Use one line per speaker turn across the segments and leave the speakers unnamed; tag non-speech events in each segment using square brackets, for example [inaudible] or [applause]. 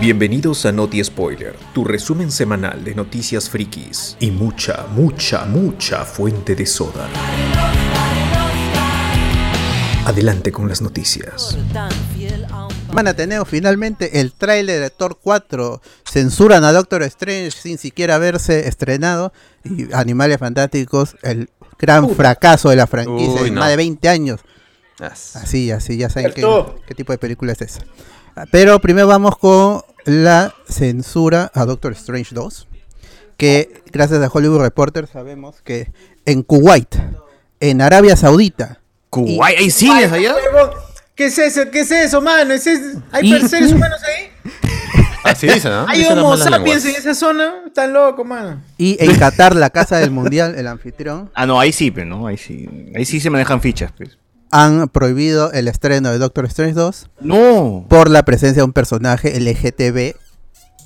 Bienvenidos a Noti Spoiler, tu resumen semanal de noticias frikis y mucha, mucha, mucha fuente de soda. Adelante con las noticias.
Van tenemos finalmente el tráiler de Thor 4. Censuran a Doctor Strange sin siquiera haberse estrenado. Y Animales Fantásticos, el gran fracaso de la franquicia
Uy,
de
no.
más de 20 años. Así, así, ya saben qué, qué tipo de película es esa. Pero primero vamos con la censura a Doctor Strange 2. Que gracias a Hollywood Reporter sabemos que en Kuwait, en Arabia Saudita,
Kuwait, ¿hay cines allá?
¿Qué es eso? ¿Qué es eso, mano? ¿Es es- ¿Hay per-
[laughs]
seres humanos ahí?
Así dicen, ¿no?
¿Hay
Dicen las
homo
malas
sapiens en
lenguas.
esa zona? Están locos, mano.
y
[laughs]
en Qatar, la casa del mundial, el anfitrión,
Ah, no, ahí sí, pero no, ahí sí. Ahí sí se manejan fichas, pues.
han prohibido el estreno de Doctor Strange 2
No.
por la presencia de un personaje LGTB,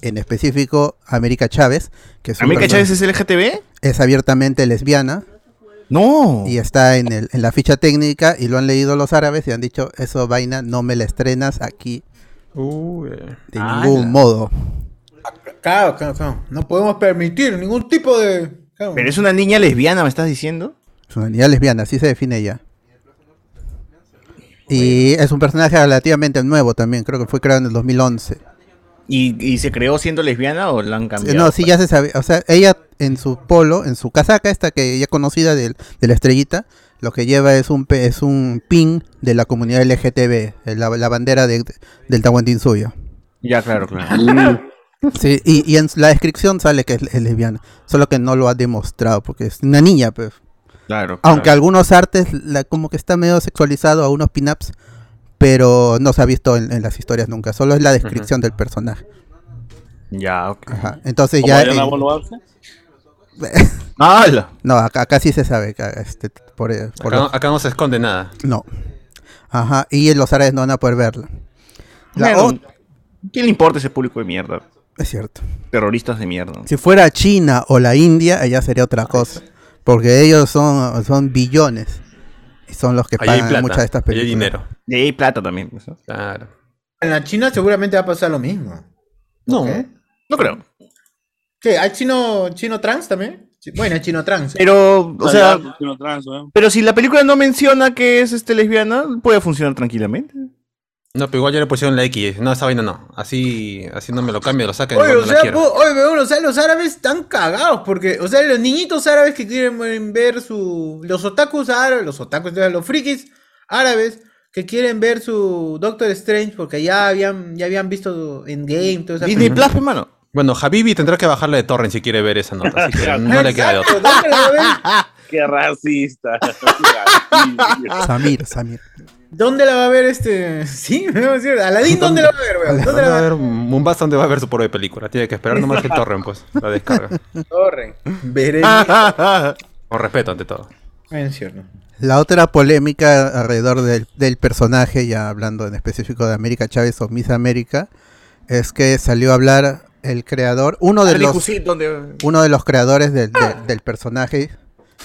en específico América Chávez, que es, un
¿América
personaje-
Chávez es LGTB?
es abiertamente lesbiana
No.
y está en, el, en la ficha técnica y lo han leído los árabes y han dicho, eso vaina no me la estrenas aquí
Uh, eh.
de ningún modo.
Claro, claro, claro. No podemos permitir ningún tipo de. claro.
Pero es una niña lesbiana, ¿me estás diciendo?
Es una niña lesbiana, así se define ella. Y es un personaje relativamente nuevo también, creo que fue creado en el 2011.
¿Y, y se creó siendo lesbiana o la han
Eh,
cambiado?
No, sí, ya se sabe. O sea, ella en su polo, en su casaca, esta que ya conocida del- de la estrellita, lo que lleva es un pe- es un pin de la comunidad LGTB, eh, la, la bandera de, del Tahuantinsuyo.
Ya,
[laughs]
claro, claro.
Sí, y, y en la descripción sale que es, es lesbiana, solo que no lo ha demostrado porque es una niña, pues.
claro
Aunque algunos artes la, como que está medio sexualizado a unos pin-ups, pero no se ha visto en, en las historias nunca, solo es la descripción del personaje.
Ya, ok.
Ajá. Entonces
¿Como
ya...
Diana
en-
Bono Arce?
¡Hala!
No, acá, acá sí se sabe. acá, este, por, eh, por
Acá, no-
los-
acá no se esconde nada.
No. Ajá, y los árabes no van a poder verla. La
Bueno,
ot-
¿Quién le importa ese público de mierda?
es cierto.
Terroristas de mierda.
Si fuera China o la India, allá sería otra cosa. Porque ellos son, son billones. Y son los que
Ahí hay
pagan
plata.
muchas de estas
ahí hay
películas.
dinero.
Y hay plata también. pues, ¿no?
Claro.
En la China seguramente va a pasar lo mismo.
No.
¿Qué?
No creo.
¿Qué? ¿Hay chino, chino trans también? Chi- Bueno, hay chino trans.
Pero, o sea,
ya, chino trans, weón.
pero si la película no menciona que es este lesbiana, puede funcionar tranquilamente.
No, pero igual ya le pusieron la X. No, esa vaina no. Así, así no me lo cambio, lo sacan.
Oye,
igual no
o
la
sea,
quiero.
po- oye, weón, o sea, los árabes están cagados porque, o sea, los niñitos árabes que quieren ver su, los otakus árabes, los otakus, los frikis árabes que quieren ver su Doctor Strange porque ya habían, ya habían visto Endgame, todo eso.
Disney Plus, hermano.
Bueno, Habibi tendrá que bajarle de torrent si quiere ver esa nota. Así
[laughs]
que no le queda de otra.
Qué racista.
Samir, Samir.
¿Dónde la va a ver este? [laughs] Sí, weón, sí, Aladín, ¿dónde la va a ver, weón? ¿Dónde la
¿Dónde
va
va
a
a
ver?
ver Moonbass? ¿Dónde va a ver su propia película? Tiene que esperar nomás que torren, pues. La
[laughs]
descarga.
Corre. Veré.
Ah.
Con respeto, ante todo.
Bueno, es cierto.
La otra polémica alrededor del, del personaje, ya hablando en específico de América Chávez o Miss América, es que salió a hablar el creador, uno de los...
donde...
uno de los creadores del, del- del personaje,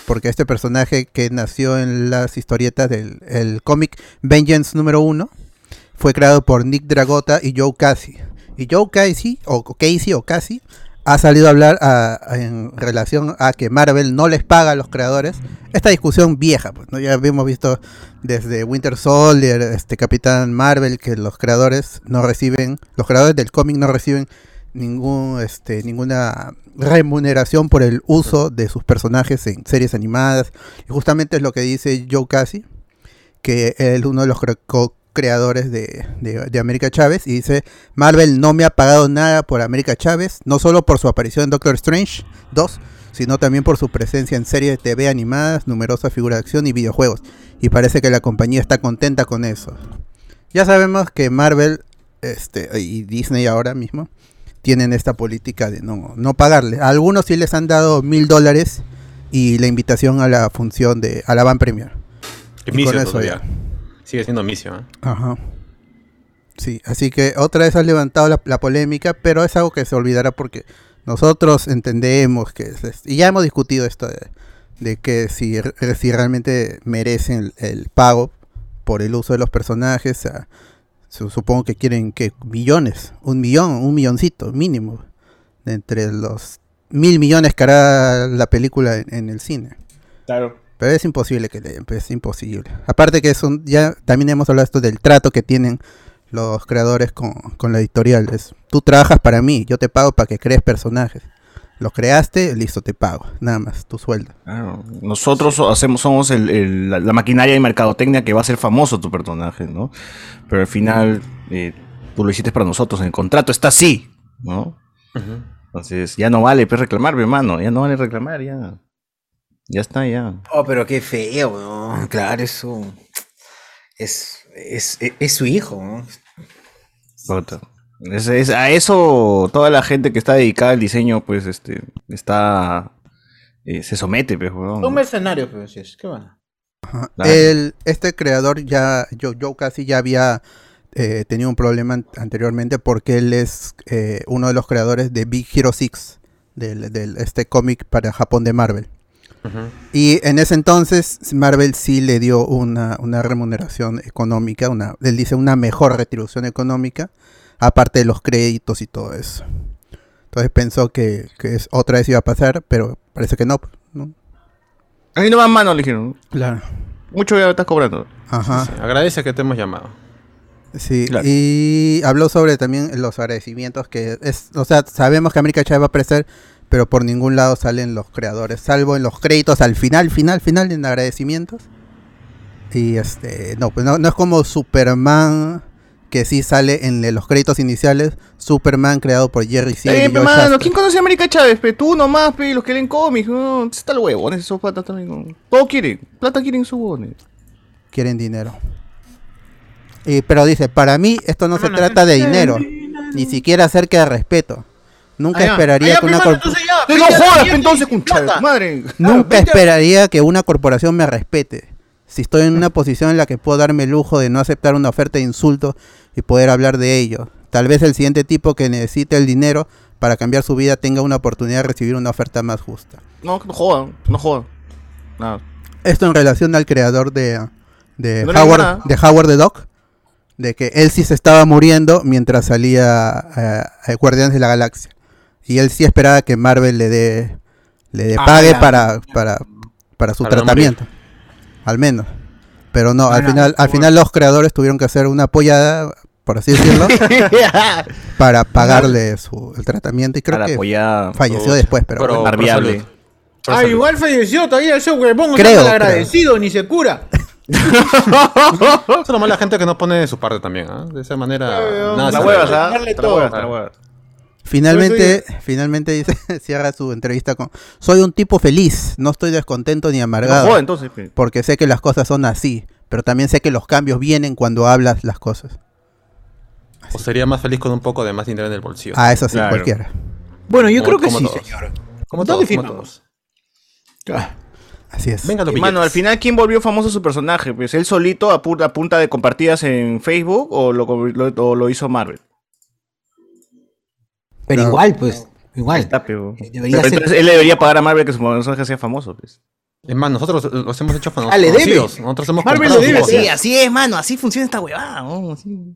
porque este personaje que nació en las historietas del el cómic Vengeance número uno, fue creado por Nick Dragota y Joe Casey. Y Joe Casey, o Casey o Casey, ha salido a hablar a- a- en relación a que Marvel no les paga a los creadores. Esta discusión vieja, pues, ¿no? ya habíamos visto desde Winter Soldier, este Capitán Marvel, que los creadores no reciben, los creadores del cómic no reciben ningún este ninguna remuneración por el uso de sus personajes en series animadas y justamente es lo que dice Joe Casey que es uno de los cre- co- creadores de, de, de América Chávez y dice Marvel no me ha pagado nada por América Chávez no solo por su aparición en Doctor Strange 2 sino también por su presencia en series de TV animadas numerosas figuras de acción y videojuegos y parece que la compañía está contenta con eso ya sabemos que Marvel este, y Disney ahora mismo tienen esta política de no, no pagarles. A algunos sí les han dado mil dólares y la invitación a la función de a la Van Premier. Y
Micio
con eso
todavía. Sigue siendo Micio, ¿eh?
Ajá. Sí, así que otra vez has levantado la, la polémica, pero es algo que se olvidará porque nosotros entendemos que es- es- y ya hemos discutido esto de, de que si, re- si realmente merecen el, el pago por el uso de los personajes. o sea, Su- Supongo que quieren que millones, un millón, un milloncito mínimo, de entre los mil millones que hará la película en, en el cine.
Claro.
Pero es imposible que le den, pues, es imposible. Aparte que son, ya también hemos hablado esto del trato que tienen los creadores con, con la editorial. Es, tú trabajas para mí, yo te pago para que crees personajes. Los creaste, listo, te pago. Nada más, tu sueldo.
Claro. Ah, Nosotros so- hacemos, somos el- el- la, la maquinaria de mercadotecnia que va a hacer famoso tu personaje, ¿no? Pero al final, eh, tú lo hiciste para nosotros, en el contrato está así, ¿no? Entonces, ya no vale pues, reclamar, mi hermano, ya no vale reclamar, ya. Ya está, ya.
Oh, pero qué feo, weón. Claro, es su. Es, es, es- es su hijo, weón.
Puta. Es- es- a eso toda la gente que está dedicada al diseño, pues, este, está, eh, se somete, pues, weón.
Un mercenario, pero sí es. ¿Qué van?
Ajá.
Claro.
El, este creador ya, yo, yo casi ya había eh, tenido un problema an- anteriormente porque él es eh, uno de los creadores de Big Hero 6, del, del- este cómic para Japón de Marvel. Y en ese entonces Marvel sí le dio una, una remuneración económica, una, él dice una mejor retribución económica, aparte de los créditos y todo eso. Entonces pensó que, que es, otra vez iba a pasar, pero parece que no. ¿no?
Ahí no va mano, le dijeron.
Claro.
Mucho ya estás cobrando.
Ajá.
Sí, agradece que te hemos llamado.
Sí,
Claro.
y habló sobre también los agradecimientos que es, o sea, sabemos que América Chávez va a aparecer, pero por ningún lado salen los creadores, salvo en los créditos al final, final, final en agradecimientos. Y este, no, pues no, no es como Superman que sí sale en los créditos iniciales, Superman creado por Jerry Siegel y
Eh,
Joe
hermano,
Shuster.
¿quién conoce a América Chávez? Pe? Tú nomás, pe, los que leen cómics. No, está el huevo, esos patas también. no. Todo quieren, plata quieren sus huevones.
quieren dinero. Y- pero dice, para mí esto no se trata de dinero, ni siquiera acerca de respeto. Nunca esperaría que una corporación
Te no jodas, pe, entonces, concha, de madre. [laughs]
Nunca esperaría que una corporación me respete. Si estoy en una posición en la que puedo darme el lujo de no aceptar una oferta de insulto y poder hablar de ello. Tal vez el siguiente tipo que necesite el dinero para cambiar su vida tenga una oportunidad de recibir una oferta más justa.
No, no jodan, no jodan. Nada. [laughs]
Esto en relación al creador de, de
No le digo nada.
Howard de Howard the Dog, de que él sí se estaba muriendo mientras salía eh, a Guardianes de la Galaxia. Y él sí esperaba que Marvel le dé le dé-
Ah,
pague
ya.
para, para, para su
Para no
tratamiento. al menos. Pero no, al
Bueno,
final, al
por-
final los creadores tuvieron que hacer una apoyada, por así decirlo, para pagarle su, el tratamiento. Y creo
Para
que
apoyar.
falleció después, pero
Pro-
bueno.
Mar
pro
viable.
salud. Pro
Ah,
salud.
igual falleció todavía ese huevón.
Creo,
Creo. agradecido, ni se cura.
Eso nomás Oh, la gente que no pone de su parte también, ¿ah? De esa manera. nada,
La
se
huevas,
arregla.
¿ah?
Darle
Te La
todo.
huevas, te la huevas.
Finalmente, finalmente dice, [laughs] cierra su entrevista con Soy un tipo feliz, no estoy descontento ni
No
amargado,
jodan, entonces, pe.
porque sé que las cosas son así, pero también sé que los cambios vienen cuando hablas las cosas.
O sería más feliz con un poco de más dinero en el bolsillo.
Ah, eso sí,
Claro.
cualquiera.
Bueno, yo
Como-
creo que
como
sí,
todos.
señor.
Como
¿Dónde
todos, como
firmamos?
todos.
Ah.
Así es.
Venga los
Mano, al
billetes.
final, ¿quién volvió famoso su personaje? Pues él solito a, pu- a punta de compartidas en Facebook o lo, co- lo- o lo hizo Marvel.
Pero
No.
igual, pues. Igual.
Está, pero-
Eh, Debería
pero
ser-
entonces él le debería pagar a Marvel que su personaje sea famoso. Pues.
Es más, nosotros los- los hemos hecho fan-
Ah, le debe.
conocidos. Nosotros hemos
Marvel
comprado
le debe,
sus
sí.
Así,
voces.
así es, mano. Así funciona esta huevada. ¿no? Así,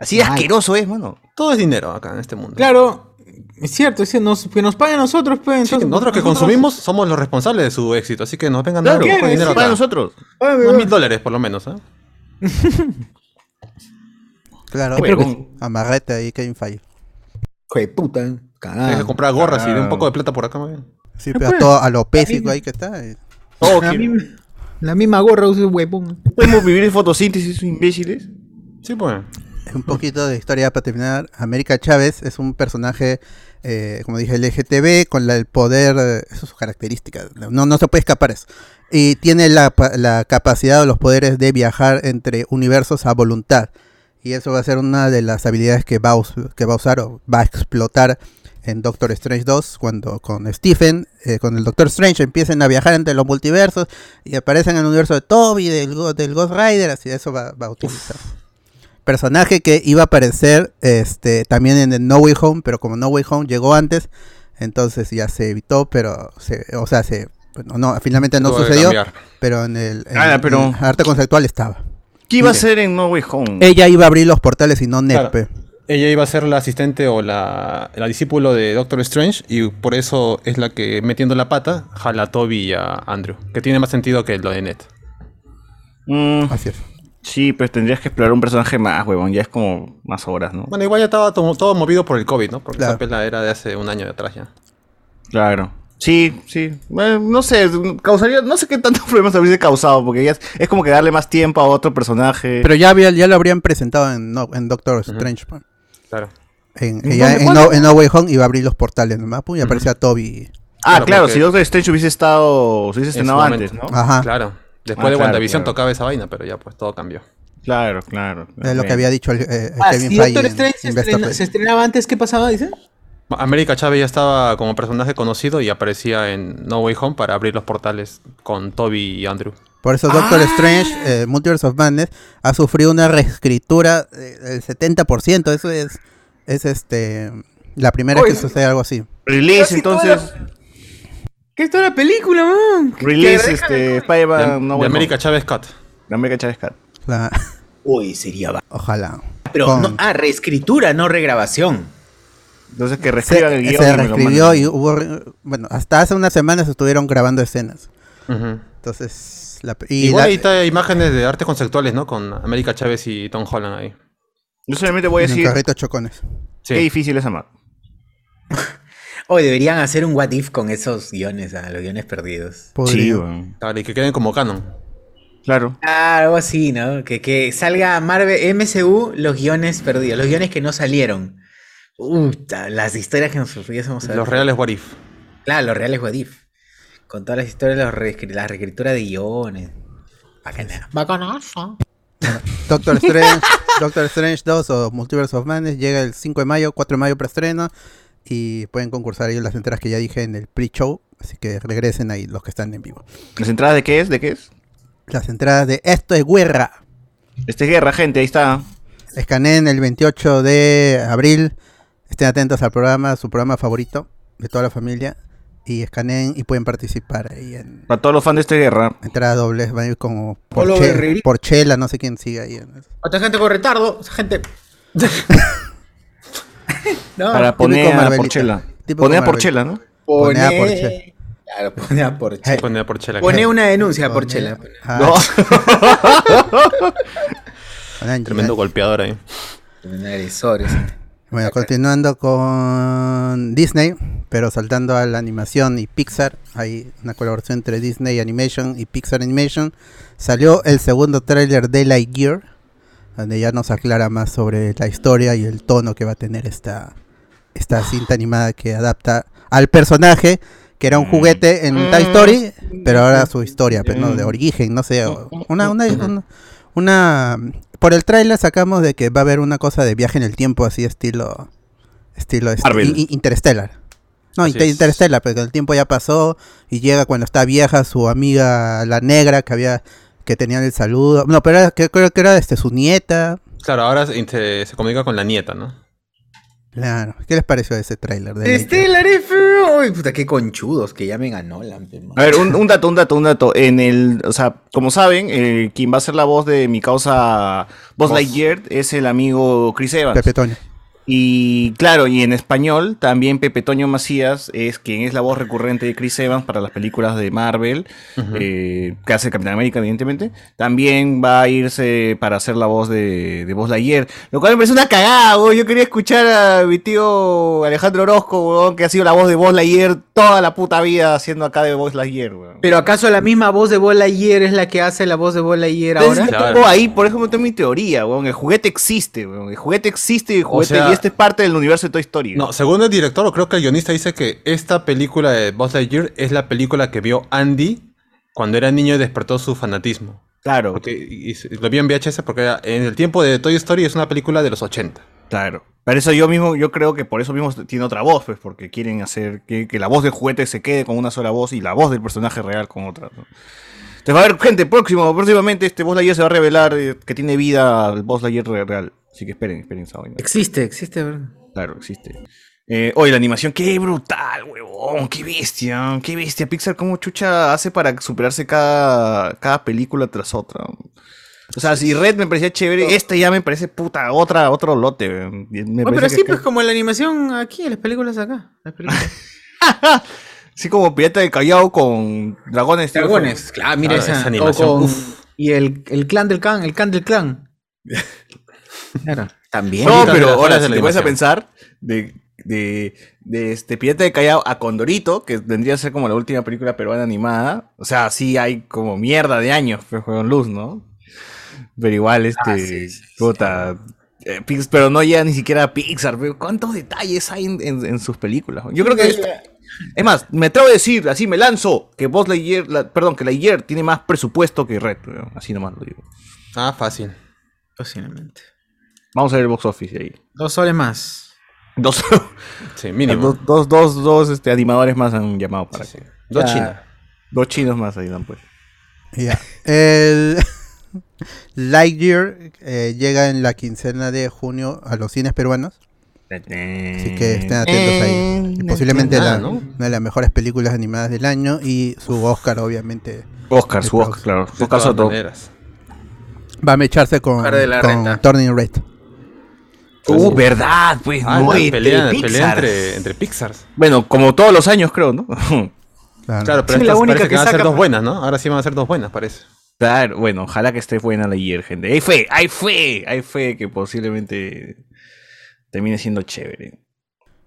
así de
Mal.
asqueroso es, mano.
Todo es dinero acá en este mundo.
Claro, es cierto, es que nos, que nos paguen a nosotros, pues.
Sí,
entonces,
nosotros que consumimos somos los responsables de su éxito, así que nos vengan a dar
Claro,
un poco de dinero
es
acá.
para nosotros.
Ay,
Unos
weón.
mil dólares por lo menos, ¿eh?
Claro, Pues,
Espero
que-
amarrete ahí, Kevin Feige.
Hijo de puta, ¿eh? cagada.
Tienes que comprar gorras y de un
claro.
poco de plata por acá, más bien.
Sí, pero a, todo, a lo pésico ahí que está. eh.
Todos
La,
quieren.
misma- la misma gorra usa un huevón.
Podemos vivir en fotosíntesis, imbéciles.
Sí, pues.
Un poquito de historia para terminar. América Chávez es un personaje, eh, como dije, LGTB, con la- el poder, eh, esas son sus características, no, no se puede escapar eso. Y tiene la, pa- la capacidad o los poderes de viajar entre universos a voluntad. Y eso va a ser una de las habilidades que va a, us- que va a usar o va a explotar en Doctor Strange 2, cuando con Stephen, eh, con el Doctor Strange, empiecen a viajar entre los multiversos y aparecen en el universo de Toby, del, Go- del Ghost Rider, así eso va, va a utilizar personaje que iba a aparecer este también en el No Way Home, pero como No Way Home llegó antes, entonces ya se evitó, pero se, o sea, se no, no, finalmente no
Tuvo que
sucedió,
cambiar. Mm.
pero en el en-
Ah, pero-
en arte conceptual estaba.
¿Qué iba a
Mire.
ser en No Way Home?
Ella iba a abrir los portales y no
Claro.
Nespe.
Ella iba a ser la asistente o la, la discípulo de Doctor Strange y por eso es la que metiendo la pata jala a Toby y a Andrew, que tiene más sentido que lo de Ned.
Mm,
Así es.
sí, pues tendrías que explorar un personaje más, huevón. Ya es como más horas, ¿no?
Bueno, igual ya estaba to- todo movido por el COVID, ¿no? Porque
Claro.
esa pela era de hace un año de atrás ya.
Claro. Sí, sí. Bueno, no sé, causaría, no sé qué tantos [laughs] problemas hubiese causado, porque ya es, es como que darle más tiempo a otro personaje.
Pero ya, había- ya lo habrían presentado en, no- en Doctor Strange. pa.
Claro.
En, ella
¿Dónde?
en, no, en No Way Home iba a abrir los portales nomás, pum, y aparecía Toby.
ah,
claro,
claro,
porque-
si Doctor Strange hubiese estado, se hubiese
En su
estrenado antes,
momento. Ah.
¿no?
Ajá.
Claro. Después
Ah,
de
claro,
WandaVision
claro.
tocaba esa vaina, pero ya pues todo cambió.
Claro, claro.
Es lo
Ok.
que había dicho el, eh,
Ah,
Kevin
si
Feige
Doctor
en
Strange se,
Investor
estrena-
Day.
se estrenaba antes, ¿qué pasaba? Dice.
América Chávez ya estaba como personaje conocido y aparecía en No Way Home para abrir los portales con Toby y Andrew.
Por eso Doctor Strange, eh, Multiverse of Madness, ha sufrido una reescritura eh, del 70%. Eso es, es este la primera que sucede algo así.
Release, entonces.
¿Qué es toda la película, man? Que-
Release,
que
este,
De,
Spider-Man,
de
no, bueno,
América Chávez Cat.
de América Chávez Cat.
La- [laughs]
Uy, sería va-
ojalá.
Pero,
Con-
no, ah, reescritura, no regrabación.
Entonces que
se,
reescriban el guión.
se
y me lo
reescribió
mandan.
y hubo. re- Bueno, hasta hace unas semanas estuvieron grabando escenas.
Ujú.
Entonces, la, y
Igual
la-
ahí está imágenes de artes conceptuales, ¿no? Con América Chávez y Tom Holland ahí.
Yo solamente voy a
en el
decir
carrito chocones.
Sí.
qué difícil es amar.
Hoy deberían hacer un what if con esos guiones, ah, los guiones perdidos.
Sí,
Podría.
weón.
Claro, y que queden como canon.
Claro.
Ah, algo así, ¿no? Que, que salga Marvel MCU los guiones perdidos, los guiones que no salieron. Uta, las historias que nos pudiésemos saber.
Los reales What If.
Claro, los reales Wadif. Con todas las historias, los reescri- la reescritura de guiones. Bacana.
Bacanazo.
[laughs]
Doctor Strange, Doctor Strange 2 o Multiverse of Madness llega el 5 de mayo, 4 de mayo preestreno y pueden concursar ahí las entradas que ya dije en el pre-show, así que regresen ahí los que están en vivo.
¿Las entradas de qué es? ¿De qué es?
Las entradas de Esto es Guerra
Este es guerra, gente, ahí está.
escaneen el 28 de abril, estén atentos al programa, su programa favorito de toda la familia y escaneen y pueden participar ahí en
Para todos los fans de este guerra.
entradas dobles, van a ir como
Polo
Porche-
Guerrerito.
Porchela, no sé quién sigue ahí. en-
Otra gente con retardo. esa gente. [laughs] no,
para poner
típico
a
Marvelita.
Porchela.
Típico
Poner a
Marvel.
Porchela, ¿no?
Pone a
Pone-
Porchela.
Claro, pone a
Eh,
Porchela.
Pone por chela.
Pone una denuncia a Porchela.
[laughs] Ah,
No.
ponen-
Tremendo golpeador ahí.
Un agresor. ese.
Bueno, continuando con Disney, pero saltando a la animación y Pixar, hay una colaboración entre Disney Animation y Pixar Animation. Salió el segundo tráiler de Lightyear, donde ya nos aclara más sobre la historia y el tono que va a tener esta,
Ah.
esta cinta animada que adapta al personaje, que
Mm.
era un juguete en Toy Story, pero ahora su historia, pero no de
Mm.
origen, no sé, o- una, una, una, una- por el tráiler sacamos de que va a haber una cosa de viaje en el tiempo así estilo estilo este,
Marvel.
in- in- interstellar. No,
Así
inter-
es.
interstellar, pero el tiempo ya pasó y llega cuando está vieja su amiga la negra que había que tenían el saludo. No, pero era- que, creo que era este su nieta.
Claro, ahora se, se- se comunica con la nieta, ¿no?
Claro. ¿Qué les pareció ese tráiler de Lightyear?
Este
Stellar F. Uy, puta, qué conchudos que llamen a Nolan. pe, man.
A ver, un, un dato, un dato, un dato. En el, o sea, como saben, eh, quien va a ser la voz de mi causa Buzz Lightyear es el amigo Chris Evans.
Pepe Toño.
Y claro, y en español también Pepe Toño Macías es quien es la voz recurrente de Chris Evans para las películas de Marvel, eh, que hace Capitán América, evidentemente. También va a irse para hacer la voz de, de Voz Lightyear, lo cual me parece una cagada, weón. Yo quería escuchar a mi tío Alejandro Orozco, weón, que ha sido la voz de Voz Lightyear toda la puta vida haciendo acá de Voz Lightyear, weón.
Pero acaso la misma voz de Bola ayer es la que hace la voz de Bola ayer
Entonces,
ahora.
yo
Claro.
tengo ahí, por ejemplo, tengo mi teoría, weón. El juguete existe, weón. El juguete existe y el juguete,
sea-
y este es parte del universo de Toy Story. weón.
No, según el director, o creo que el guionista dice que esta película de Buzz Lightyear es la película que vio Andy cuando era niño y despertó su fanatismo.
Claro,
Porque y- y lo vio en VHS porque era- en el tiempo de Toy Story es una película de los 80.
claro. Para eso yo mismo, yo creo que por eso mismo tiene otra voz, pues, porque quieren hacer que, que la voz del juguete se quede con una sola voz y la voz del personaje real con otra. ¿no? Entonces, va a haber gente, próximo, próximamente este Boss Lightyear se va a revelar eh, que tiene vida el Boss Lightyear re- real. Así que esperen, esperen esa vaina.
Existe, existe, bro.
Claro, existe. Eh, oye, la animación, qué brutal, huevón, qué bestia, qué bestia. Pixar, cómo chucha hace para superarse cada, cada película tras otra. O sea, si Red me parecía chévere, este ya me parece puta, otra, otro lote. weón. Me
Bueno,
parece
pero
que
sí,
acá-
pues como la animación aquí, en las películas acá. las películas.
Sí, como Pirata del Callao con dragones. tío.
Dragones, claro, mira
Ah,
esa,
esa animación,
o con- y el, el clan del clan, el clan
[laughs]
del clan. Claro.
También.
No,
Bonitas
pero
de las
ahora
horas de
si
la
te vas a
animación.
pensar de, de, de este Pirata de Callao a Condorito, que vendría a ser como la última película peruana animada. O sea, sí hay como mierda de años, pero juego en luz, ¿no? Pero
Ah,
igual, este. puta. eh, Pix- pero no llega ni siquiera a Pixar. pero ¿Cuántos detalles hay en, en- en sus películas? Yo creo que. esta- es más, me atrevo a decir, así me lanzo, que Buzz Lightyear, la- perdón, que Lightyear tiene más presupuesto que Red. weón. Así nomás lo digo.
Ah, fácil.
Posiblemente.
Vamos a ver el box office ahí.
Dos soles más.
Dos, [laughs]
Sí,
Dos,
mínimo.
dos, dos, dos este, animadores más han llamado para
Sí, sí.
acá.
Dos
Ya.
chinas.
Dos chinos más ahí dan pues.
Ya. El [laughs] Lightyear eh, llega en la quincena de junio a los cines peruanos. Así que estén atentos
Eh,
ahí. Y posiblemente
nada,
la-
Eh, ¿no?
una de las mejores películas animadas del año y su Oscar, obviamente.
Oscar, su Oscar, claro.
De
Su
todas
caso todo.
maneras.
Va a mecharse con,
Oscar de la
con
Renta.
Turning Red.
Uh, verdad, pues.
Ah,
no,
la
entre
pelea,
Pixar.
pelea entre, entre Pixar.
Bueno, como todos los años, creo, ¿no? [laughs]
Claro.
Claro, pero
Sí, la
estas
única
parece que,
que
van a ser
saca-
dos buenas, ¿no? Ahora sí van a ser dos buenas, parece.
claro, bueno, ojalá que esté buena la ayer, gente. Hay fe, hay fe, hay fe que posiblemente termine siendo chévere.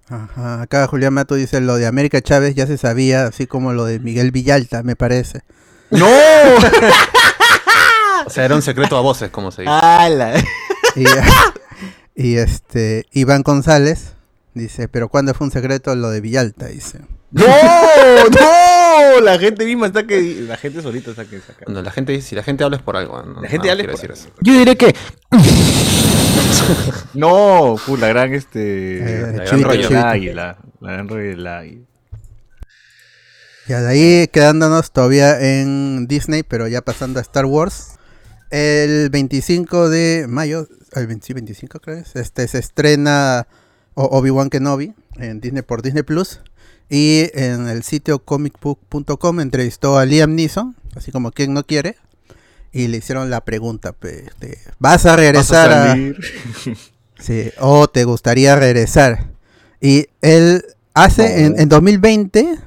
Ajá, Acá Julián Mato dice lo de América Chávez ya se sabía, así como lo de Miguel Villalta, me
[laughs]
parece.
¡No!
O sea, era un secreto a voces, como se dice.
[laughs] ¡Hala!
Y, y, este Iván González dice, pero cuando fue un secreto lo de Villalta? Dice.
¡No! [laughs] ¡No! La gente misma está que. La gente solita está que saca.
Cuando la gente dice, si la gente habla es por algo. no-
La gente
no
habla
quiero
es por
decir eso.
Yo diré que. no, pu, la gran este.
Eh,
la, gran
chivito,
rollo del
chivito.
águila. La gran rollo del águila.
Y de ahí quedándonos todavía en Disney, pero ya pasando a Star Wars. El 25 de mayo, el 20 sí, 25 creo es, este, se estrena O- Obi-Wan Kenobi en Disney por Disney Plus. Y en el sitio comicbook.com entrevistó a Liam Neeson, así como quien no quiere. Y le hicieron la pregunta, pe, este, ¿vas a
Vas
regresar
a
a,
salir.
Sí, o te gustaría regresar. Y él hace, en, en 2020,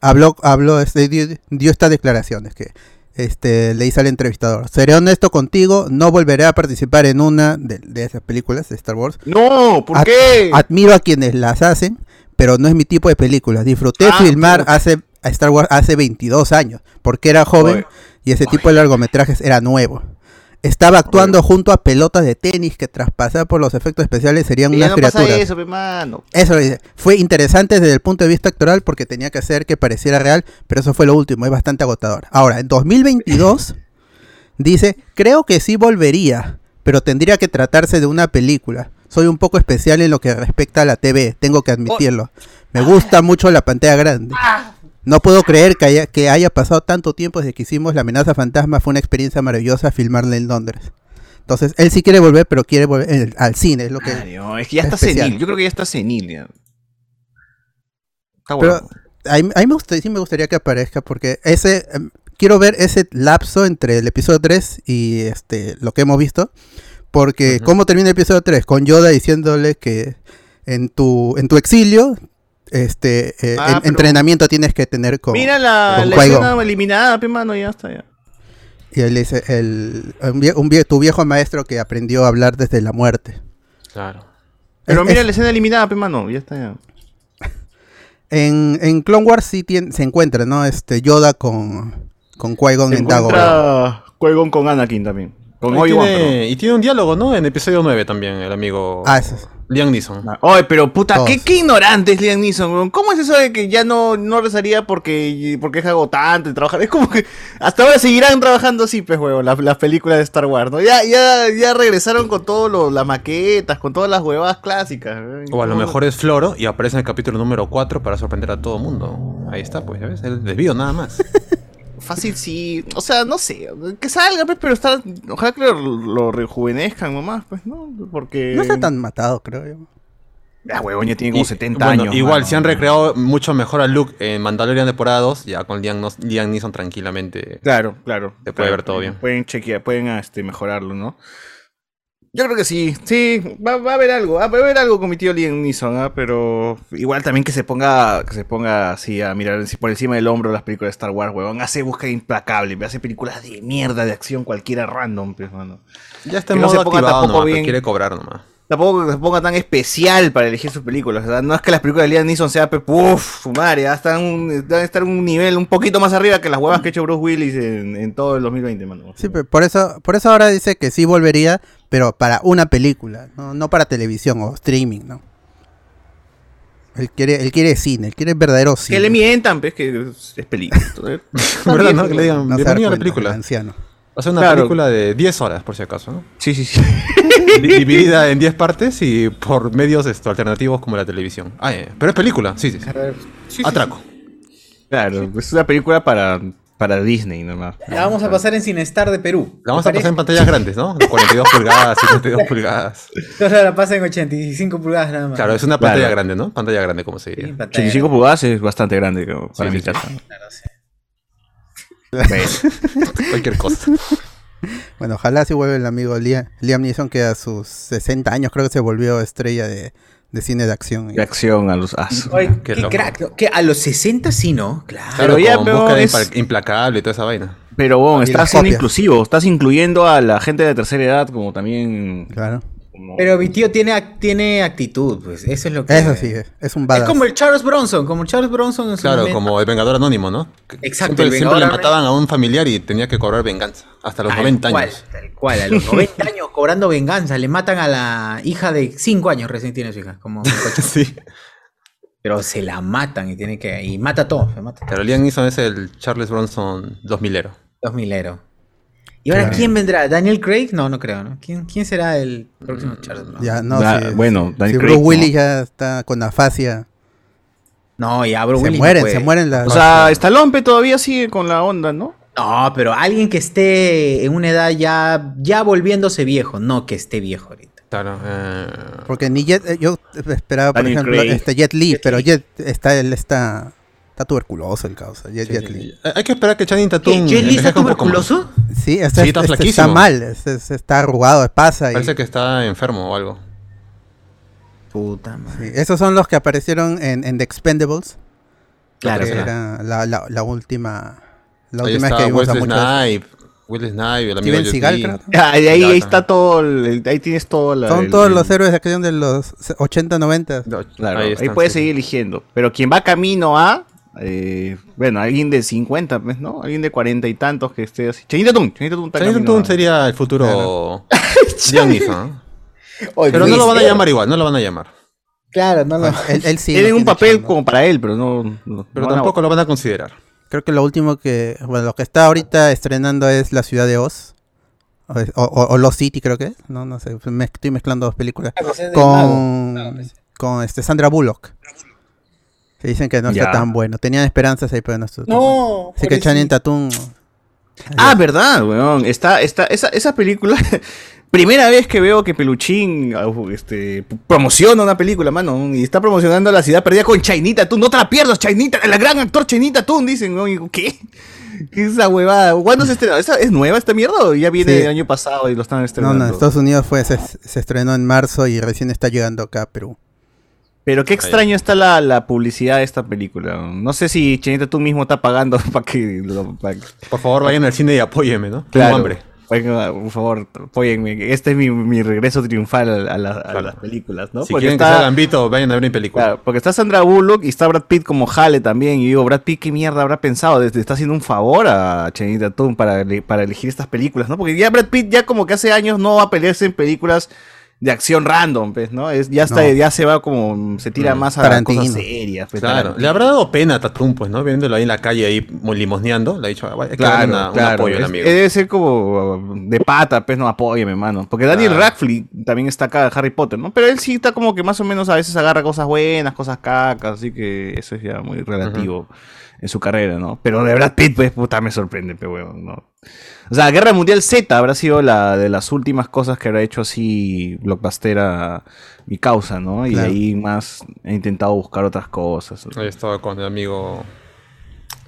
habló, habló este, dio, dio estas declaraciones que este, le hizo al entrevistador. Seré honesto contigo, no volveré a participar en una de, de esas películas de Star Wars.
No, ¿por
Ad-
qué?
Admiro a quienes las hacen, pero no es mi tipo de películas. Disfruté
Ah,
filmar
puta.
hace, a Star Wars hace 22 años, porque era joven
Oye.
y ese tipo de largometrajes era nuevo. Estaba actuando junto a pelotas de tenis que tras pasar por los efectos especiales serían
Ya
unas
no
criaturas.
pasa
Eso,
eso, pe, mano.
le dice. Fue interesante desde el punto de vista actoral porque tenía que hacer que pareciera real, pero eso fue lo último, es bastante agotador. Ahora, en 2022 dice, creo que sí volvería, pero tendría que tratarse de una película. Soy un poco especial en lo que respecta a la TV, tengo que admitirlo. Me gusta mucho la pantalla grande. No puedo creer que haya, que haya pasado tanto tiempo desde que hicimos La amenaza fantasma. Fue una experiencia maravillosa filmarla en Londres. Entonces, él sí quiere volver, pero quiere volver en- al cine, es lo que...
Ah, no, es que ya está
Especial.
senil. Yo creo que ya está senil. ya. Está
Pero-
bueno.
A mí, a mí me gusta- sí me gustaría que aparezca porque ese em, quiero ver ese lapso entre el episodio 3 y este lo que hemos visto. Porque cómo termina el episodio 3 con Yoda diciéndole que en tu en tu exilio este eh,
Ah,
en-
pero-
entrenamiento tienes que tener con
Mira la,
con
la
Qui-Gon.
escena eliminada, pe, mano, ya está. Ya.
y él dice el un vie- un vie- tu viejo maestro que aprendió a hablar desde la muerte.
Claro.
Pero
Es-
mira
es-
la escena eliminada, pe, mano, ya está. Ya.
En, en Clone Wars sí tien- se encuentra, ¿no? Este Yoda con con Qui-Gon
Se
en Dagobah.
encuentra Qui-Gon con Anakin también. Con
Y
Obi-Wan, perdón.
tiene, y tiene un diálogo, ¿no? En episodio 9 también, el amigo
Ah, eso es.
Liam Neeson.
Ah, Oye, pero puta,
Todos.
qué, qué ignorante es Liam Neeson, weón. ¿Cómo es eso de que ya no, no rezaría porque, porque es agotante trabajar? Es como que hasta ahora seguirán trabajando así, pues, weón, las, las películas de Star Wars, ¿no? Ya, ya, ya regresaron con todas las maquetas, con todas las huevadas clásicas. weón.
O a lo
¿Cómo?
mejor es Floro y aparece en el capítulo número 4 para sorprender a todo mundo. Ahí está, pues, ya ves, el desvío nada [laughs] más.
Fácil sí, o sea, no sé, que salga, pues, pero está, ojalá que lo, lo rejuvenezcan nomás, pues, ¿no? Porque...
No está tan matado, creo yo.
La huevón ya tiene como
Y-
70
bueno,
años.
Igual,
mano.
si han recreado mucho mejor a Luke en Mandalorian temporada 2, ya con Liam, Nos- Liam Neeson tranquilamente.
Claro, claro.
Se puede
Claro,
ver todo bien.
Pueden chequear, pueden este, mejorarlo, ¿no? Yo creo que sí, sí, va, va a haber algo, ah, va a haber algo con mi tío Liam Neeson, ah, pero igual también que se ponga, que se ponga así a mirar enci- por encima del hombro las películas de Star Wars, huevón, hace búsqueda implacable, hace películas de mierda, de acción cualquiera random, pues, mano.
Ya está
Que
en
no se
modo
ponga
activado
tampoco
nomás, pero
bien.
quiere cobrar [laughs] nomás.
Tampoco que se ponga tan especial para elegir sus películas, ¿verdad? No es que las películas de Liam Neeson sean, pues, uff, su madre, ya están un- deben estar un nivel un poquito más arriba que las huevas que ha hecho Bruce Willis en, en todo el 2020, mano.
Sí, pero por eso, por eso ahora dice que sí volvería, pero para una película, no, no para televisión o streaming, ¿no? Él quiere, él quiere cine, él quiere verdadero cine.
Que le mientan, pues, que es, es película. Entonces, [laughs]
¿Verdad, no? Que le digan,
No se da
bienvenido a
cuenta,
la
el
película.
anciano.
Va a ser una
Claro.
película de 10 horas, por si acaso, ¿no?
sí, sí, [laughs] sí.
Di- Dividida en 10 partes y por medios esto, alternativos como la televisión. Ah, eh, pero es película, sí, sí. sí. Atraco.
Claro, es una película para, para Disney nomás.
La vamos a pasar en Cinestar de Perú.
Ah, La vamos
¿Te
a pasar
parece?
en pantallas grandes, ¿no? De 42 pulgadas, 52 pulgadas.
Solo la pasa en 85 pulgadas nada más.
Claro, es una pantalla
Claro.
grande, ¿no? Pantalla grande, como se
Sí,
diría.
pantalla
85 pulgadas es bastante grande creo, para
Sí,
mi
sí, sí.
casa.
grande, sí.
Cualquier cosa.
Bueno, ojalá si vuelve el amigo Liam, Liam Neeson, que a sus 60 años creo que se volvió estrella de, de cine de acción.
De acción a los as.
Oye,
Qué
qué,
loco.
crack. ¿no? Que a los 60 sí, ¿no? Claro.
Claro,
Pero ya,
con
pero
búsqueda
es-
impla- implacable y toda esa vaina.
Pero bueno,
Y
estás
las
siendo
copias.
inclusivo, estás incluyendo a la gente de tercera edad como también...
Claro.
como-
Pero mi tío tiene, ac- tiene actitud, pues. Eso es lo que.
Eso sí,
Eh,
es, es un
Es
badass.
como el Charles Bronson, como Charles Bronson en su
Claro,
momento.
como el Vengador Anónimo, ¿no? Que
Exacto,
Siempre,
el
siempre le
Vengador
mataban a un familiar y tenía que cobrar venganza. Hasta los
Ah, Tal
90
cual,
años.
Tal cual, a los 90 años cobrando venganza. Le matan a la hija de 5 años, recién tiene su hija. Como [laughs]
sí.
Pero se la matan y tiene que. Y mata a todos. se Mata a todos.
Claro, Liam Neeson es el Charles Bronson 2000ero.
Dos mileros. ¿Y ahora quién vendrá? ¿Daniel Craig? No, no creo, ¿no? ¿Quién, quién será el próximo Charles Bronson?
Ya, no, si-
Da- bueno,
si
Daniel
Bruce
Craig,
Willis
¿no?
ya está con afasia.
No, ya
Se
Bruce Willis no
mueren,
puede.
se mueren las...
O sea, Estalompe todavía sigue con la onda, ¿no?
No, pero alguien que esté en una edad ya, ya volviéndose viejo, no que esté viejo ahorita.
Claro. eh,
porque ni Jet, eh, yo esperaba, por
Daniel
ejemplo,
Craig.
este Jet Li, pero Jet está, él está, está tuberculoso el causa, Jet, Jet Li.
eh, Hay que esperar que Channing
¿Qué,
Tatum.
Jet Li
envejezca
está
un poco más.
tuberculoso?
Sí, este-
Sí, está
este está
flaquísimo.
mal, este- este está arrugado, pasa. Y,
Parece que está enfermo o algo.
Puta madre.
sí, esos son los que aparecieron en, en The Expendables,
Claro,
que
claro.
era la, la- la última, la
Ahí
última vez que
está
vimos a
Wesley
muchos.
Snipe. Will Snipe, el amigo
Steven
de Jet
Seagal,
Li.
creo.
Ah, y ahí,
Ya,
ahí
también.
está todo, el- ahí tienes todo la...
Son
el-
todos
el-
los héroes de acción de los 80, 90.
Claro, ahí,
están,
puedes
sí.
seguir eligiendo. Pero quien va camino a. eh, bueno, alguien de 50, pues, ¿no? Alguien de 40 y tantos que esté así. Chanita Tum, Chanita Tum está
Channing
camino
Tatum
a-
sería el futuro [laughs] Liam Neeson. ¿no?
Oye,
Pero no lo
Luis, eh,
van a llamar igual, no lo van a llamar.
Claro, no lo.
Él, él sí.
Tienen
no
un
tiene
papel
chamba.
como para él, pero no. no-
Pero
no van a-
tampoco lo van a considerar.
Creo que lo último que. Bueno, lo que está ahorita estrenando es La Ciudad de Oz. O, es- o- o- o Lost City, creo que es. No, no sé. me estoy mezclando dos películas. Con. Con este, Sandra Bullock. Que dicen que no
Ya.
está tan bueno. Tenían esperanzas ahí, pero no estuvo. tan bueno.
No.
Así que Channing Tatum.
Ah, verdad, weón. Está, está, esa, esa película. [laughs] Primera vez que veo que Peluchín au, este, promociona una película, mano. Y está promocionando La Ciudad Perdida con Chainita Tun. No te la pierdas, Chainita. El gran actor Chainita Tun, dicen, weón. Y digo, ¿qué? ¿Qué es esa huevada? ¿Cuándo se estrenó? ¿Esa- ¿Es nueva esta mierda o ya viene
Sí.
el año pasado y lo están
No,
estrenando?
no, en Estados Unidos fue, se, se estrenó en marzo y recién está llegando acá a Perú.
Pero qué extraño está la, la publicidad de esta película. No sé si Chinita tú mismo está pagando [laughs] para que... Lo, pa' que-
Por favor, vayan al cine y apóyenme, ¿no? Tengo hambre.
Bueno, por favor, apóyenme. Este es mi, mi regreso triunfal a, a la- a
Claro.
las películas, ¿no? pues
Si quieren que sea Gambito, vayan a ver mi película.
claro, porque está Sandra Bullock y está Brad Pitt como Jale también. Y digo, Brad Pitt, ¿qué mierda habrá pensado? Le está haciendo un favor a Chinita Tatum para, ele- para elegir estas películas, ¿no? Porque ya Brad Pitt ya como que hace años no va a pelearse en películas de acción random, pues, ¿no? Es, ya, está,
No.
ya se va como, se tira
Mm,
más a
Tarantino.
cosas serias. pues,
Claro,
Tarantino.
le habrá dado pena a Tatum, pues, ¿no? Viéndolo ahí en la calle, ahí mo- limosneando. Le ha dicho, "Ah, hay que darle una- un apoyo al
Es-
amigo.
Debe ser como uh, de pata, pues no apóyeme, mano. Porque Daniel
Claro.
Radcliffe también está acá de Harry Potter, ¿no? Pero él sí está como que más o menos a veces agarra cosas buenas, cosas cacas, así que eso es ya muy relativo en su carrera, ¿no? Pero de Brad Pitt, pues puta, me sorprende, pero huevón, ¿no? O sea, Guerra Mundial Z habrá sido la de las últimas cosas que habrá hecho así blockbuster a mi causa, ¿no? Y
Claro.
de ahí más he intentado buscar otras cosas.
Ahí estaba con el amigo.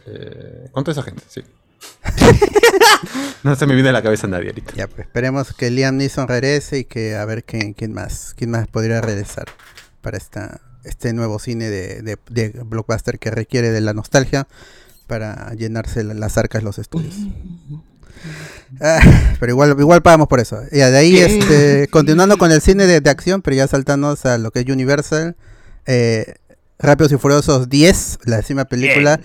Eh, con toda esa gente,
[laughs]
sí. no se me viene a la cabeza nadie ahorita.
Ya, pues esperemos que Liam Neeson regrese y que a ver quién, quién más quién más podría regresar para esta, este nuevo cine de, de- de blockbuster que requiere de la nostalgia para llenarse la- las arcas los estudios. Ah, pero igual igual pagamos por eso. Ya, de ahí, este, continuando con el cine de, de acción, pero ya saltándonos a lo que es Universal, eh, Rápidos y Furiosos 10, la décima película,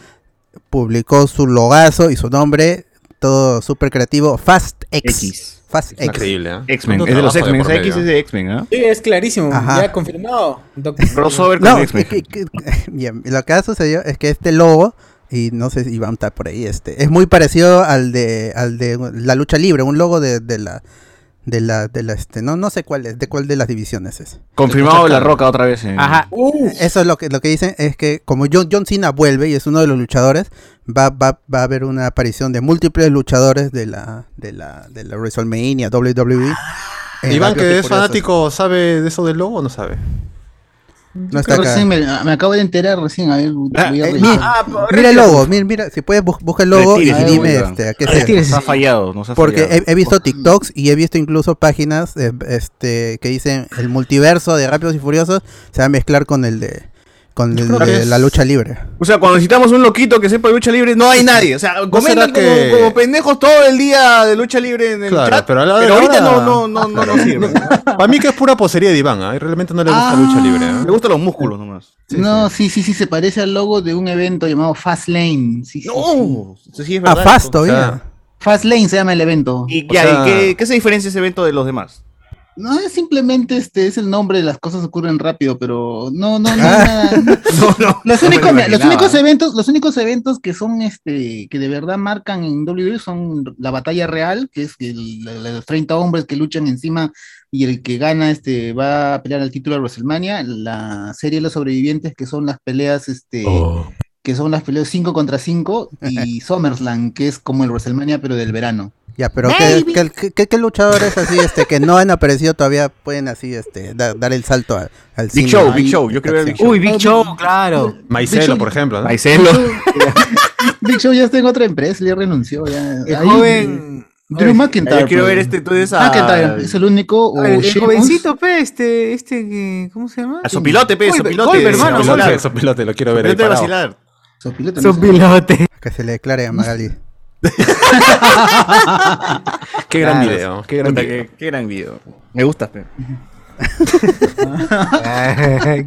publicó su logazo y su nombre, todo súper creativo, Fast X.
X.
Fast X.
Increíble, ¿eh?
X-Men.
Tanto
Es de los
trabajo
X-Men.
por
Esa X
medio.
es de X-Men, ¿ah?
Sí, es clarísimo.
Ajá.
Ya confirmado. Doc-
Crossover con
No,
X-Men.
que- que- [laughs] bien, lo que ha sucedido es que este logo, y no sé si van a estar por ahí, este, es muy parecido al de, al de la lucha libre, un logo de, de la de la de la este no no sé cuál es de cuál de las divisiones es
Confirmado La Roca otra vez. en-
Ajá.
Uf,
eso es lo que lo que dicen es que como John, John Cena vuelve y es uno de los luchadores va, va, va a haber una aparición de múltiples luchadores de la de la de la WrestleMania E. WWE en
Ah.
Rápidos
Iván,
y
que es
Furiosos.
fanático, ¿sabe de eso del logo o no sabe?
no está acá.
Recién me, ah, me acabo de enterar recién. A ver, voy a
Ah,
Eh,
revisar.
mira, mira el logo, mira, mira, si puedes bu- busca el logo
Retírese,
y dime
Iván.
este, a qué se-
Nos ha fallado. Nos ha
Porque
fallado.
he, he visto TikToks y he visto incluso páginas eh, este, que dicen el multiverso de Rápidos y Furiosos se va a mezclar con el de con el
creo que
de
es-
la lucha libre.
eh, O sea, cuando necesitamos un loquito que sepa lucha libre, no hay nadie. O sea, comentan
será que-
como, como pendejos todo el día de lucha libre en el
Claro,
chat.
pero
Pero,
a la hora de la
ahorita
hora-
no, no, no, no, [laughs]
[laughs]
no sirve.
Para mí que es pura posería de Iván, ¿eh? realmente no le gusta
Ah,
lucha libre. ¿eh?
Le gustan los músculos nomás.
no, sí, sí, sí, se parece al logo de un evento llamado Fast Lane. Sí, sí, sí.
No, eso sí es
Ah,
verdad.
Fast todavía.
sea,
Fast Lane se llama el evento.
¿Y,
O sea-
ya, ¿y qué, qué se diferencia ese evento de los demás?
No, es simplemente este, es el nombre, las cosas ocurren rápido, pero no, no,
[laughs]
no, hay nada.
[laughs] No, no. Ah. no me
Los, únicos,
lo
los
imaginaba.
únicos eventos, los únicos eventos que son este, que de verdad marcan en WWE son la batalla real, que es el- la- la- los 30 hombres que luchan encima y el que gana este va a pelear al título de WrestleMania, la serie de los sobrevivientes que son las peleas este
Oh.
Oh.
que son las peleas 5 contra 5
[laughs]
y SummerSlam, que es como el WrestleMania pero
[laughs]
del verano.
Ya, pero ¿qué, qué, qué- qué luchadores así este que no han aparecido todavía pueden así este da- dar el salto a- al
Big
cine?
Show,
Ay,
Big Show. Yo creo que Big Show.
Uy, Big Show, claro.
Maicelo, por ejemplo. ¿no?
Maicelo.
[laughs] Big Show ya está en otra empresa, ya renunció ya.
El
Ahí- eh,
joven.
Drew McIntyre.
Yo quiero
pues.
ver este entonces a...
McIntyre es el único. O
El, el
Sheamus.
jovencito, pe, este, este, que- ¿cómo se llama?
A Sopilote, pe,
Goldberg,
Sopilote.
Goldberg, hermano,
Sopilote,
Goldberg.
Eso pilote, lo quiero ver. ahí
Sopilote de
parado.
vacilar.
Sopilote, no sé.
Sopilote.
Que se le declare a Magali.
Qué gran video. Qué gran
Puta,
video.
qué, qué gran video. Me gusta, pe.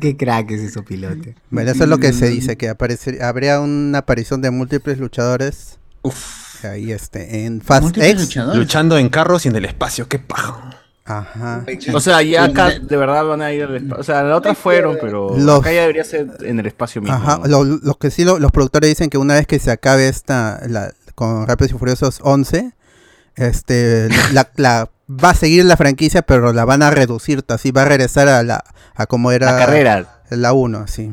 Qué crack es ese Sopilote.
Bueno, eso es lo que se dice, que aparecer, habría una aparición de múltiples luchadores. Ahí este, en Fast
Múltiples
X.
luchadores.
Luchando en carros y en el espacio, qué paja.
Ajá.
O sea, ya acá de verdad van a ir al espacio. O sea, las otras fueron, pero
Los-
acá ya debería ser en el espacio mismo.
Ajá,
¿no?
lo, lo que sí lo- los productores dicen que una vez que se acabe esta, la, con Rápidos y Furiosos 11, este, la, la- va a seguir la franquicia, pero la van a reducir, así va a regresar a la, a como era
La carrera.
la 1, sí.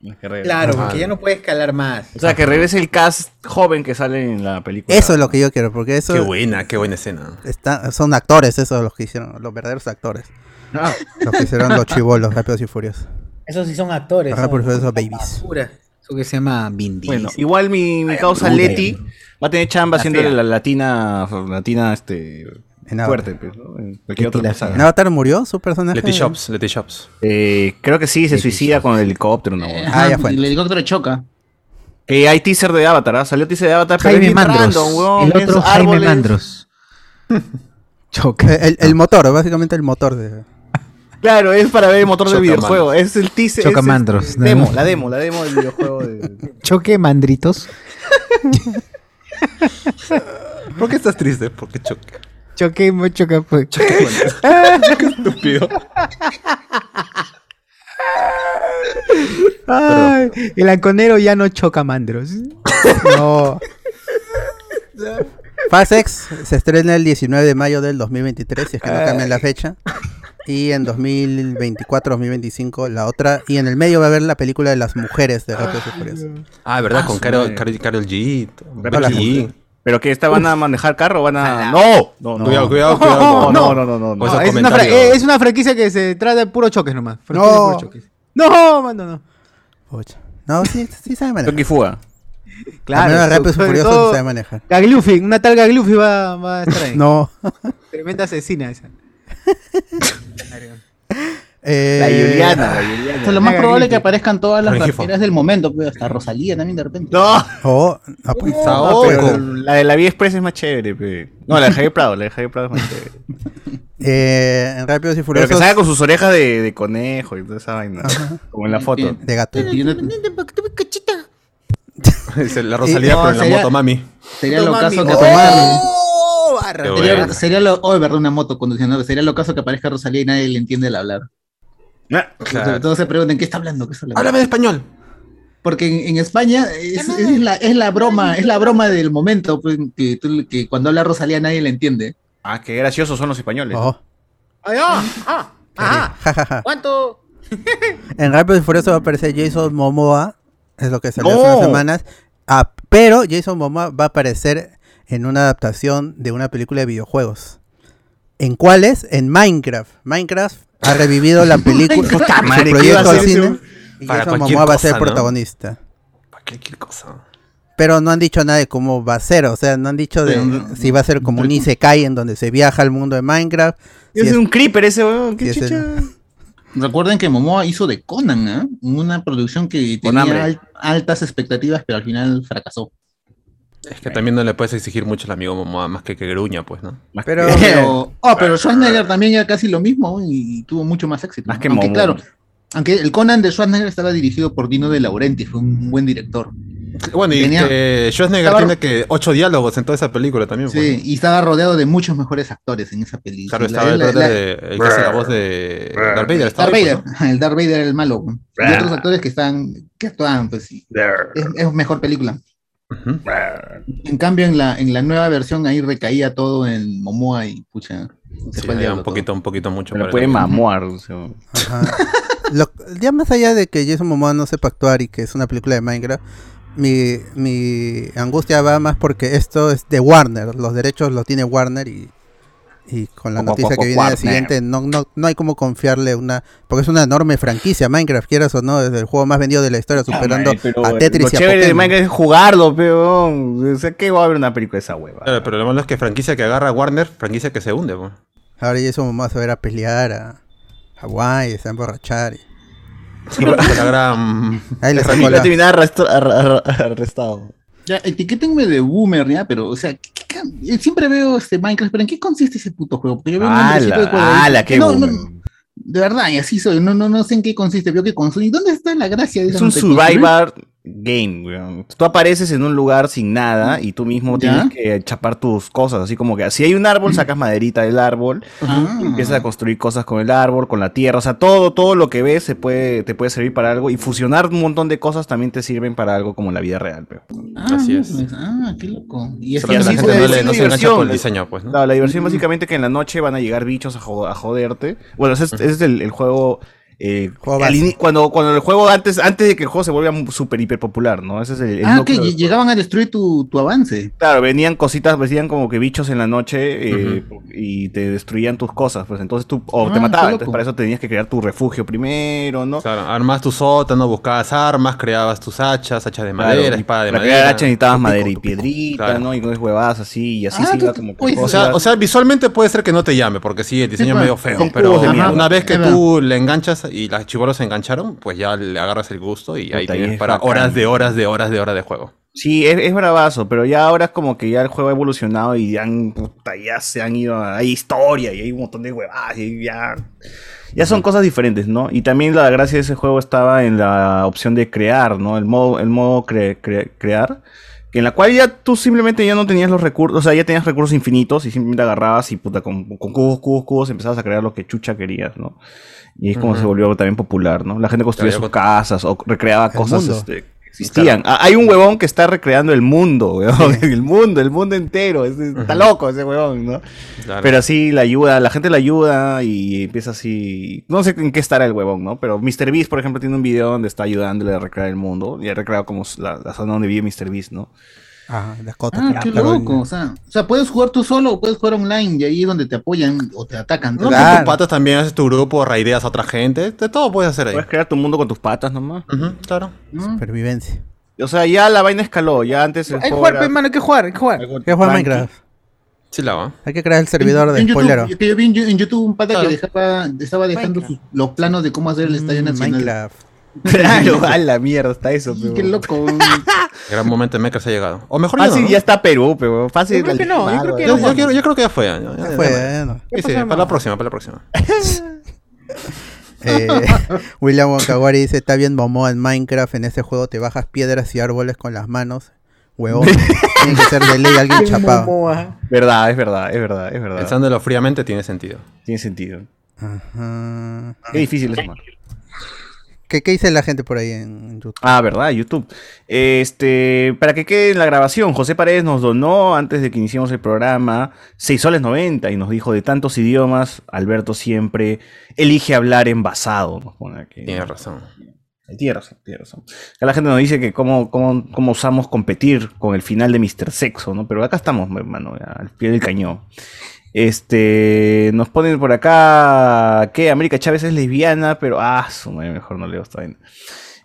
La carrera.
claro, porque ya no puede escalar más.
O sea, que regrese el cast joven que sale en la película.
Eso es lo que yo quiero, porque eso
Qué buena, qué buena escena.
está- son actores, esos los que hicieron, los verdaderos actores.
Ah,
Los que hicieron los chivolos, Rápidos y Furiosos.
Esos sí son actores.
Ajá,
son
por eso, babies.
basura. Eso que se llama Bindi.
Bueno, igual mi, mi causa Leti va a tener chamba haciéndole la latina, latina este
En Avatar.
fuerte, pues, ¿no? En cualquier otra cosa.
¿En [laughs] Avatar murió su personaje?
Letty Shops, Letty Shops.
Eh, creo que sí, se suicida con el helicóptero. una huevada.
Ajá,
Ah, ya fue.
El helicóptero choca.
Que hay teaser de Avatar, ¿ah? salió teaser de Avatar. pero es
Jaime
bien
Mandros.
random, huevón,
el
ves
otro Jaime
árboles.
Mandros. Choca.
Eh, El, el motor, básicamente el motor de...
Claro, es para ver el motor del
Choca
videojuego.
Mandros.
Es el teaser. es el-
Chocamandros, ¿no?
demo, la demo, la demo del videojuego.
[laughs]
de-
Choque mandritos.
¿Por qué estás triste? Porque choca.
Choque, mo- choca, pues.
[laughs] Estúpido.
[laughs] Ay, el anconero ya no choca mandros.
No. [laughs] Fast X se estrena el 19 de mayo del 2023, si es que no cambian la fecha. Y en 2024, 2025, la otra. Y en el medio va a haber la película de las mujeres de Rápidos y Furiosos.
Ah,
Ah, ¿verdad? Con Carol, Carol, Carol G. Becky G.
¿Pero que esta van a manejar carro? ¿Van a.?
Ojalá.
¡No! No, no,
Cuidado, cuidado,
No,
cuidado. Pues,
no, no, no. no, no.
Con esos
es, una fra-
comentarios.
eh, es una franquicia que se trata de puro choques nomás. franquicia de
No.
puro choques. No, mano, no.
Pucha. No, sí, sí sabe
Toki
manejar.
Fuga.
Al menos
Claro.
Rápidos y
sobre
Furiosos
todo,
sí sabe manejar.
Gagluffy, una tal Gagluffy va, va a estar ahí.
[laughs] No.
Tremenda asesina esa.
Eh,
La Juliana,
[laughs]
la Juliana.
O sea, lo más
Haga
probable es que
gripe.
aparezcan todas las
Rengifo.
raperas del momento, pues, hasta Rosalía también de repente.
¡No!
Oh, no, pues.
Saoko.
pero la de la Vía Express es más chévere, pe. No, la de Javier Prado, la de Javier Prado es más chévere.
Eh, en Rápidos y
Pero que
Furiosos
salga con sus orejas de, de conejo y toda esa vaina. Como en la foto.
de gato.
Dice la Rosalía,
No,
pero en la
sería-
moto, mami.
Sería lo caso que
Tomami.
aparezca.
¡Oh! Barra.
Qué
Sería,
bueno.
sería lo. Oh, es verdad, una moto conduciendo. Sería lo caso que aparezca Rosalía y nadie le entiende el hablar. Sobre todo se preguntan, ¿qué está hablando? ¿Qué está hablando?
Háblame de español.
Porque en, en España es, es la, es la broma, es la broma del momento, pues, que, tú- que cuando habla Rosalía nadie le entiende.
Ah, qué graciosos son los españoles.
Oh,
Ay, ah, ah, ajá.
ja, ja, ja.
¿Cuánto? [laughs]
En Rápidos y Furiosos va a aparecer Jason Momoa, es lo que salió hace
No.
unas semanas. Ah, pero Jason Momoa va a aparecer en una adaptación de una película de videojuegos. ¿En cuáles? En Minecraft. Minecraft ha revivido
[laughs]
la película, su
Puta madre, ¿qué iba a
proyecto al
hacer ese-
cine. Y
Para
Jason
cualquier
Momoa va a ser
cosa, ¿no?
protagonista.
Cualquier cosa.
Pero no han dicho nada de cómo va a ser, o sea, no han dicho de si va a ser como un Isekai en donde se viaja al mundo de Minecraft. si
es
es-
un creeper ese weón,
sí
qué
es
chucha.
Recuerden que Momoa hizo de Conan, ¿ah? Una producción que
Con hambre.
tenía al- altas expectativas, pero al final
[laughs]
fracasó.
Es que también no le puedes exigir mucho al amigo Momoa, más que que gruña, pues, ¿no?
Más
Pero-
que-
Pero, oh, pero Schwarzenegger también era casi lo mismo y, tuvo mucho más éxito.
Ah. Más que
aunque,
Momoa.
claro, aunque el Conan de Schwarzenegger estaba dirigido por Dino de Laurenti, fue un buen director.
Bueno, y
Tenía-
que Schwarzenegger
Estaba-
tiene que ocho diálogos en toda esa película también. pues,
Sí, y estaba rodeado de muchos mejores actores en esa
¿no?
película.
Claro, estaba el
La-
brother
la-
de, el que hace la voz de Darth Vader. estaba
Darth
ahí,
Vader,
pues,
el Darth Vader era el malo. güey. Y otros actores que están, que actúan, pues sí. Es, es mejor película.
pues, ¿no? Ujú.
En cambio, en la, en la nueva versión ahí recaía todo en Momoa y pucha. se
Sí,
fue al
había
diablo
un poquito, un poquito mucho.
Me lo
para
puede
el-
mamuar. o sea.
Ajá. Lo- ya más allá de que Jason Momoa no sepa actuar y que es una película de Minecraft, mi, mi angustia va más porque esto es de Warner, los derechos los tiene Warner y, y con la
Guau, guau,
noticia que
guau,
viene al
Warner.
siguiente no, no, no hay como confiarle una... porque es una enorme franquicia, Minecraft, quieras o no, es el juego más vendido de la historia, superando
Ay, pero
a Tetris y
Lo
a
chévere de
Pokémon.
Minecraft es jugarlo, peón. O sea, ¿qué va a haber una película de esa hueva?
Claro, pero lo malo es que franquicia que agarra Warner, franquicia que se hunde, pues.
Ahora Jason Momoa se va a ir a pelear a Hawái, se va a emborrachar. y-
[laughs] la gran...
Ahí le
Y
sacó
va a
la...
terminar arrastro- ar- ar- arrestado.
Ya, etiquétenme de boomer, ya, pero, o sea, ¿qué- qué can- eh, siempre veo este Minecraft, pero ¿en qué consiste ese puto juego? Porque yo veo un hombrecito de cuadradito-
¡Ala! ¡Ala! ¡Qué
no, no,
boomer.
De verdad, y así soy, no, no, no sé en qué consiste, veo que construir. ¿Dónde está la gracia de
Es
esa
un
construcción?
survivor game, weón. Tú apareces en un lugar sin nada y tú mismo
¿Ya?
tienes que chapar tus cosas. Así como que si hay
[clears throat]
un árbol, sacas maderita del árbol,
Ah.
y empiezas a construir cosas con el árbol, con la tierra. O sea, todo, todo lo que ves se puede, te puede servir para algo. Y fusionar un montón de cosas también te sirven para algo como en la vida real, pero.
Ah,
Así
mira,
es.
pues, Ah, qué loco. Y es
Solo que
así
la
así
gente no,
fue,
le,
sí,
no se engancha
diversión.
con el diseño, pues, ¿no?
Claro, la diversión básicamente que en la noche van a llegar bichos a, jo- a joderte. Bueno, ese es, ese es el, el juego. eh,
Juego
al
base.
ini- cuando, cuando el juego antes, antes de que el juego se vuelva súper hiper popular, ¿no? Ese es el, el
Ah, que
núcleo del juego.
llegaban a destruir tu, tu avance.
Claro, venían cositas, venían como que bichos en la noche eh, y te destruían tus cosas, pues entonces tú, o
Ah,
te
qué
mataban, entonces
loco.
para eso tenías que crear tu refugio primero, ¿no?
Claro, armabas tu sótano, buscabas armas, creabas tus hachas, hachas de
Claro,
madera,
y
espada de
para
madera.
crear hacha necesitabas madera y
tu pico.
piedrita,
Claro.
¿no? Y con esas huevadas así, y así
Ah,
se iba
tú-
como que
uy,
O
cosas.
sea, o sea, visualmente puede ser que no te llame, porque sí, el diseño
Sí,
es medio
pues,
feo,
son
pero
cubos de
una,
mierda.
vez que
Es verdad.
tú le enganchas y las chivolos se engancharon, pues ya le agarras el gusto y ahí
Puta, y
tienes
es
para
bacán.
horas de horas de horas de horas de juego.
Sí, es, es bravazo, pero ya ahora es como que ya el juego ha evolucionado y han, puta, ya se han ido, a- hay historia y hay un montón de huevadas y ya... Ya son cosas diferentes, ¿no? Y también la gracia de ese juego estaba en la opción de crear, ¿no? El modo, el modo cre- cre- crear, que en la cual ya tú simplemente ya no tenías los recursos, o sea, ya tenías recursos infinitos y simplemente agarrabas y puta, con, con cubos, cubos, cubos empezabas a crear lo que chucha querías, ¿no? Y es como se volvió también popular, ¿no? La gente construía
Claro,
sus
yo
casas o recreaba cosas
mundo.
este, que existían. Ah, Hay un huevón que está recreando el mundo, [laughs] huevón. El mundo, el mundo entero. Es- es- Está loco ese huevón, ¿no?
Claro.
Pero así la ayuda, la gente la ayuda y empieza así. No sé en qué estará el huevón, ¿no? Pero Mr. Beast, por ejemplo, tiene un video donde está ayudándole a recrear el mundo y ha recreado como la, la zona donde vive Mr. Beast, ¿no?
Ah, las cotas.
Ah,
claro,
qué
claro.
loco. O sea, o sea, puedes jugar tú solo o puedes jugar online y ahí es donde te apoyan o te atacan.
No,
Claro.
con tus patas también haces tu grupo, raideas a otra gente, de todo puedes hacer ahí.
Puedes crear tu mundo con tus patas nomás.
Ujú, claro.
¿no?
Supervivencia.
O sea, ya la vaina escaló. Ya antes. el
Hay que
juego
jugar,
era-
pe, mano, hay que jugar, hay que jugar.
¿Qué juega Minecraft?
Sí la va.
Hay que crear el servidor de
en
spoilero.
YouTube, yo- que yo vi en, Yo- en YouTube un pata
Claro.
que dejaba, estaba dejando sus- los planos de cómo hacer el Estadio
Mm,
Nacional. [laughs]
Minecraft. [laughs]
[laughs] Claro, [laughs] a la mierda, está eso,
Y
pero.
[laughs]
qué loco.
Gran momento de Mecas ha llegado. O mejor Ah, ya no,
Fácil,
¿no?
ya está Perú, pero fácil.
Yo creo que no, yo
Vale,
creo que
vale.
Yo, yo quiero- yo creo que ya fue. ya- ya- ya- ya-
Bueno.
Sí, sí, para la próxima, para la próxima.
Eh, [laughs] William Wakawari dice, está bien Momoa en Minecraft, en este juego te bajas piedras y árboles con las manos. Huevón. Tiene que ser de ley alguien chapado.
Momoa.
Verdad, es verdad, es verdad, es verdad.
Pensándolo fríamente tiene sentido.
Tiene sentido.
Ajá.
Qué difícil es, mano.
¿Qué, ¿Qué dice la gente por ahí en YouTube?
Ah, verdad, YouTube. Este, para que quede en la grabación, José Paredes nos donó antes de que iniciemos el programa 6 soles 90 y nos dijo de tantos idiomas, Alberto siempre elige hablar envasado. Nos pone aquí.
Tiene razón.
Tiene razón, tiene razón. Acá La gente nos dice que cómo, cómo, cómo usamos competir con el final de Mr. Sexo, ¿no? Pero acá estamos, hermano, ya, al pie del cañón. Este, nos ponen por acá que América Chávez es lesbiana, pero ah, su madre, mejor no leo esta vaina.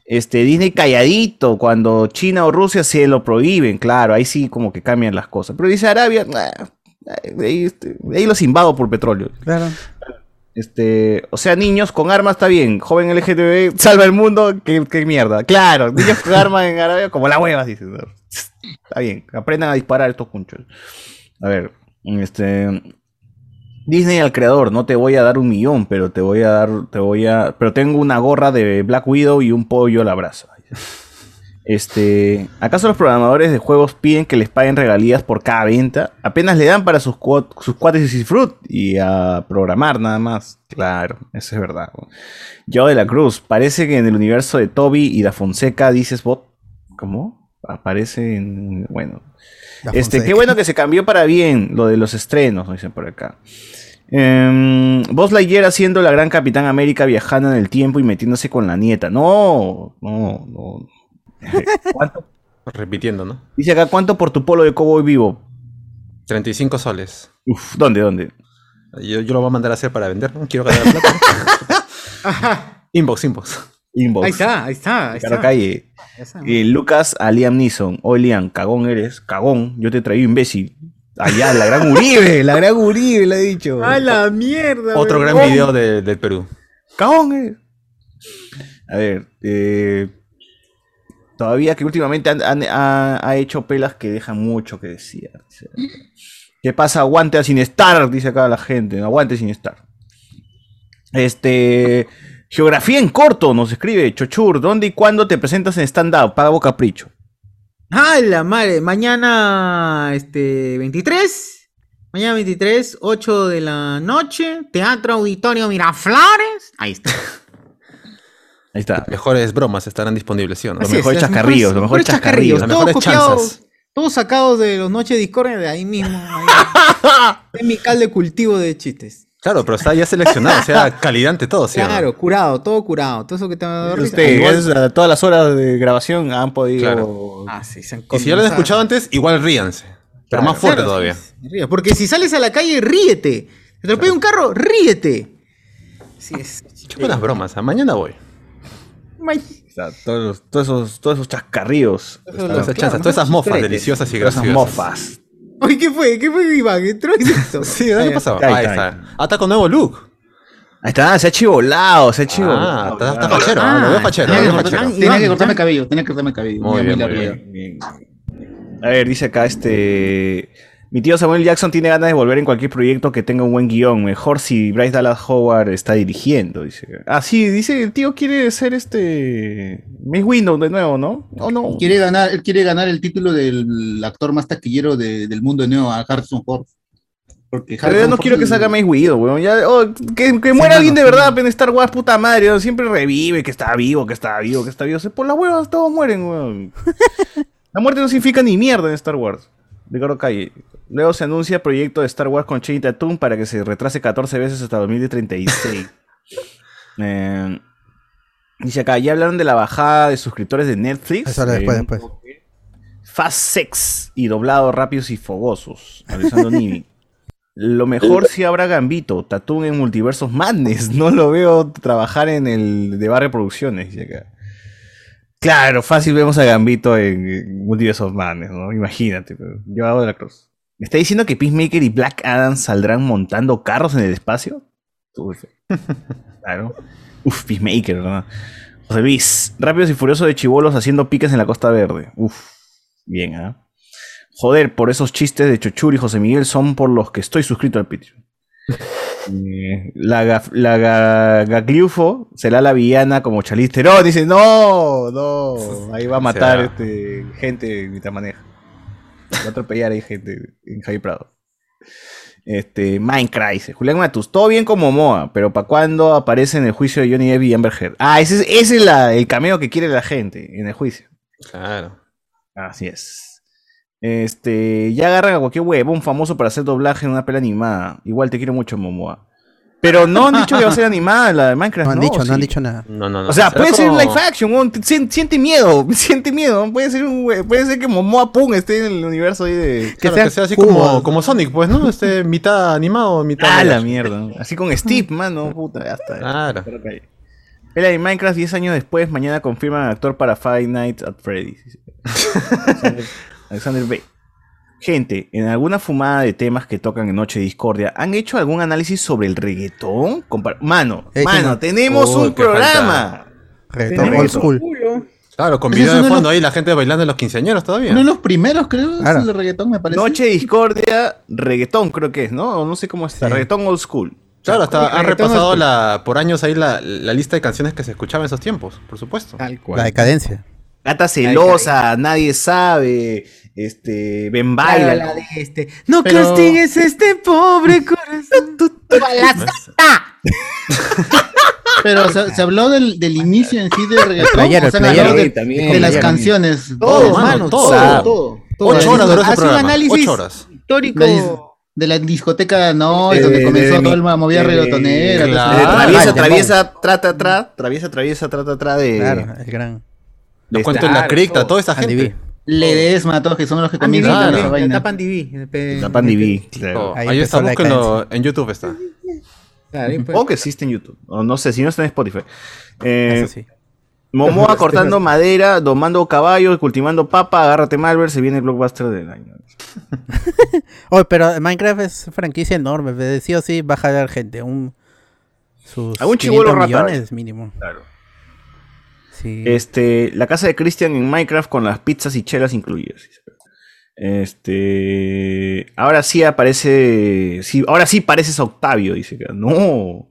Este, Disney calladito cuando China o Rusia se lo prohíben, claro, ahí sí como que cambian las cosas. Pero dice Arabia, ah, de ahí, este, de ahí los invado por petróleo.
Claro.
Este, o sea, niños con armas está bien, joven LGTB, salva el mundo, qué, qué mierda. Claro, niños con armas en Arabia como la hueva, dice. ¿no? Está bien, aprendan a disparar estos cunchos. A ver, este Disney al creador, no te voy a dar un millón, pero te voy a dar, te voy a, pero tengo una gorra de Black Widow y un pollo a la brasa. Este, ¿acaso los programadores de juegos piden que les paguen regalías por cada venta? Apenas le dan para sus, cuat- sus cuates y sus fruit y a programar nada más. Claro, eso es verdad. Yo de la Cruz, parece que en el universo de Toby y da Fonseca dices bot. ¿Cómo? Aparece en. Bueno.
La
Este,
Fonseca.
qué bueno que se cambió para bien lo de los estrenos, nos dicen por acá. Em, Buzz Lightyear haciendo la gran Capitán América viajando en el tiempo y metiéndose con la nieta. No, no, no. ¿Cuánto?
Repitiendo, ¿no?
Dice acá, ¿cuánto por tu polo de cowboy vivo?
35 soles.
Uf, ¿dónde, dónde?
Yo, yo lo voy a mandar a hacer para vender. ¿no? Quiero ganar plata.
[laughs]
inbox, inbox.
Inbox.
Ahí está, ahí está. Ahí
Ricardo
está.
Calle.
Ya está.
Eh, Lucas a Liam Neeson. Oh, Liam, cagón eres. Cagón, yo te traí imbécil. Allá, la gran Uribe, la gran Uribe, le ha dicho.
A la mierda.
Otro gran
huevón.
video de- del Perú.
Cagón eres. eh. A ver, eh, todavía que últimamente han- han- ha, ha hecho pelas que dejan mucho que decir. ¿Qué pasa? Aguante a sin estar, dice acá la gente. Aguante sin estar. Este. Geografía en corto, nos escribe Chochur. ¿Dónde y cuándo te presentas en stand-up? Pago capricho.
Ah, la madre. Mañana, este, 23. Mañana 23, 8 de la noche. Teatro Auditorio Miraflores. Ahí está.
Ahí está.
Mejores bromas estarán disponibles, ¿sí o no?
Los
Así es, ¿eh?
mejores
las
chascarrillos, los mejores chascarrillos.
Las
Todos
mejores
copiados.
chanzas.
Todos sacados de los Noches Discordia de ahí
[laughs]
mismo. ahí.
Es mi cal de cultivo de chistes.
Claro, pero está ya seleccionado,
[laughs]
o sea, calidad ante todo, ¿sí o no?
Claro, curado, todo curado. Todo eso que te va a dar risa.
Ustedes, gracias a todas las horas de grabación han podido.
Ah, sí, se han
Y si ya lo han
condensado.
escuchado antes, igual ríanse. Pero más fuerte todavía.
Ríe, Porque si sales a la calle, ríete. Te atropella un carro, ríete.
Sí, es.
Qué buenas bromas, ¿ah? mañana voy.
O sea, todos, los- todos esos, todos esos chascarrillos.
Todas
Están-
esas chanzas, todas esas mofas
Churetes.
deliciosas y
Todas esas
graciosas.
mofas.
Oye, ¿qué fue? ¿Qué fue Iván? ¿Entró y esto?
Sí, ¿verdad? ¿qué pasaba?
Ahí
Ahí
está,
está. Ah, está con nuevo look.
Ahí está, se ha chivolado, se ha
Ah,
chivolado.
está, está fachero. ah, lo veo fachero, lo
Tenía que,
veo
cortar-
fachero.
tenía que cortarme cabello, tenía que cortarme cabello.
Muy
Ya,
bien,
la
muy
verdad.
Bien. A ver, dice acá este. Mi tío Samuel Jackson tiene ganas de volver en cualquier proyecto que tenga un buen guión. Mejor si Bryce Dallas Howard está dirigiendo, dice. Ah, sí, dice, el tío quiere ser este. Miss Windows de nuevo, ¿no? ¿O no?
Quiere ganar, él quiere ganar el título del actor más taquillero de- del mundo de nuevo a Harrison Ford. Porque
Pero yo no quiero que salga Mace Guido, weón. Ya, oh, que, que muera alguien de verdad, en Star Wars, puta madre. weón. Siempre revive, que está vivo, que está vivo, que está vivo. O sea, por las huevas todos mueren, weón. La muerte no significa ni mierda en Star Wars. Ricardo Calle. Luego se anuncia proyecto de Star Wars con Channing Tatum para que se retrase 14 veces hasta 2036. Eh, dice acá, ya hablaron de la bajada de suscriptores de Netflix.
Eso habla
Eh,
después, después.
Fast Sex y doblado Rápidos y Fogosos. Alessandro Nivi. Lo mejor si habrá Gambito, Tatún en Multiversos Madness. No lo veo trabajar en el de Barrio Producciones. dice acá. Claro, fácil vemos a Gambito en, en Multiversos Madness, ¿no? Imagínate, pero yo hago de la cruz. ¿Me está diciendo que Peacemaker y Black Adam saldrán montando carros en el espacio? Uf, claro. Uf, Peacemaker, ¿verdad? José Luis, Rápidos y Furiosos de Chibolos haciendo piques en la Costa Verde. Uf, bien, ¿ah? Joder, por esos chistes de Chochur y José Miguel son por los que estoy suscrito al Patreon. Eh, la gaf- la ga- Gagliufo será la villana como Chalisterón. Dice, no, no, ahí va a matar
Será.
este, gente mientras maneja. Va a atropellar ahí gente en Javi Prado. Este, Minecraft, dice, Julián Matus, todo bien como Moa, pero ¿para cuándo aparece en el juicio de Johnny Depp y Amber Heard? Ah, ese es, ese es la- el cameo que quiere la gente en el juicio.
Claro.
Así es. Este, ya agarran a cualquier huevón famoso para hacer doblaje en una pela animada. Igual te quiero mucho, Momoa. Pero no han dicho que va a ser animada la de Minecraft.
No han dicho, no han
Sí.
dicho nada.
No, no, no.
O sea,
Será
puede ser
como-
live action, huevón. Te- sien- Siente miedo, [laughs] siente miedo. Puede ser, un, hue- puede ser que Momoa Pum esté en el universo ahí de.
claro,
sea
que sea así
Cubo.
como, como Sonic, pues, ¿no? Este mitad animado, mitad.
Ah, la
live
mierda. Ah, Así con Steve, mano, puta, ya está.
Claro.
Creo que hay. Pela de Minecraft 10 años después, mañana confirman actor para Five Nights at Freddy's.
[laughs]
Alexander- Alexander B. Gente, en alguna fumada de temas que tocan en Noche de Discordia, ¿han hecho algún análisis sobre el reggaetón? Compar- mano,
Eh, tengo-
mano, tenemos
Uy,
un
qué
programa.
Reggaetón
Tenemos
old school.
action. Claro, con
Ese
video
es
de
uno de
fondo ahí, la gente bailando en los quinceañeros todavía.
Uno de los primeros, creo,
Claro.
es el de reggaetón, me parece.
Noche de Discordia, reggaetón creo que es, ¿no? O No sé cómo está,
Sí.
reggaetón old school.
Claro, hasta han
Reggaetón
repasado
es-
la, por años ahí la, la lista de canciones que se escuchaba en esos tiempos, por supuesto.
Tal
La
cual.
decadencia.
Gata celosa, nadie sabe, este, ven baila.
Claro, la de este. No
Pero-
castigues este pobre corazón.
Pero se, se habló del, del inicio en sí de reggaetón.
playero, el
habló
playero.
de,
Sí, también, Oh,
de las
playero.
canciones. Oh,
Todo, mano, todo.
todo, todo, todo.
Ocho horas duró ese
Hace un
programa.
análisis-
Ocho horas.
Histórico.
De la discoteca, no, es
Eh,
donde comenzó
de
toda
mi-
la movida
de-
reggaetonera.
de-
claro.
de
Ah,
traviesa,
Dembow.
traviesa, trata, tra, traviesa, traviesa, trata, tra de. este, ah,
Claro, el gran
Los cuentos en la cripta, toda esa
Andy
gente.
B.
Ledesma, todos que son los que
Andy B,
comienzan
Claro.
esa
también,
vaina.
Tapan DB. pe-
La Pandi B, claro.
Todo.
Ahí
Ahí está,
empezó la
búsquenlo en YouTube está.
Claro, y pues-
O que existe en YouTube. O no sé, si no está en Spotify. Eh,
eso sí.
Momoa cortando madera, domando caballos, cultivando papa, agárrate Malver, se viene el blockbuster del año.
Oye, pero Minecraft es franquicia enorme. De sí o sí va a jalar gente. Un, sus
Algún
500
chibolo rata.
millones mínimo.
Claro.
Sí.
Este, la casa de Christian en Minecraft con las pizzas y chelas incluidas. Este, ahora sí aparece, sí, ahora sí pareces a Octavio, dice. que- No.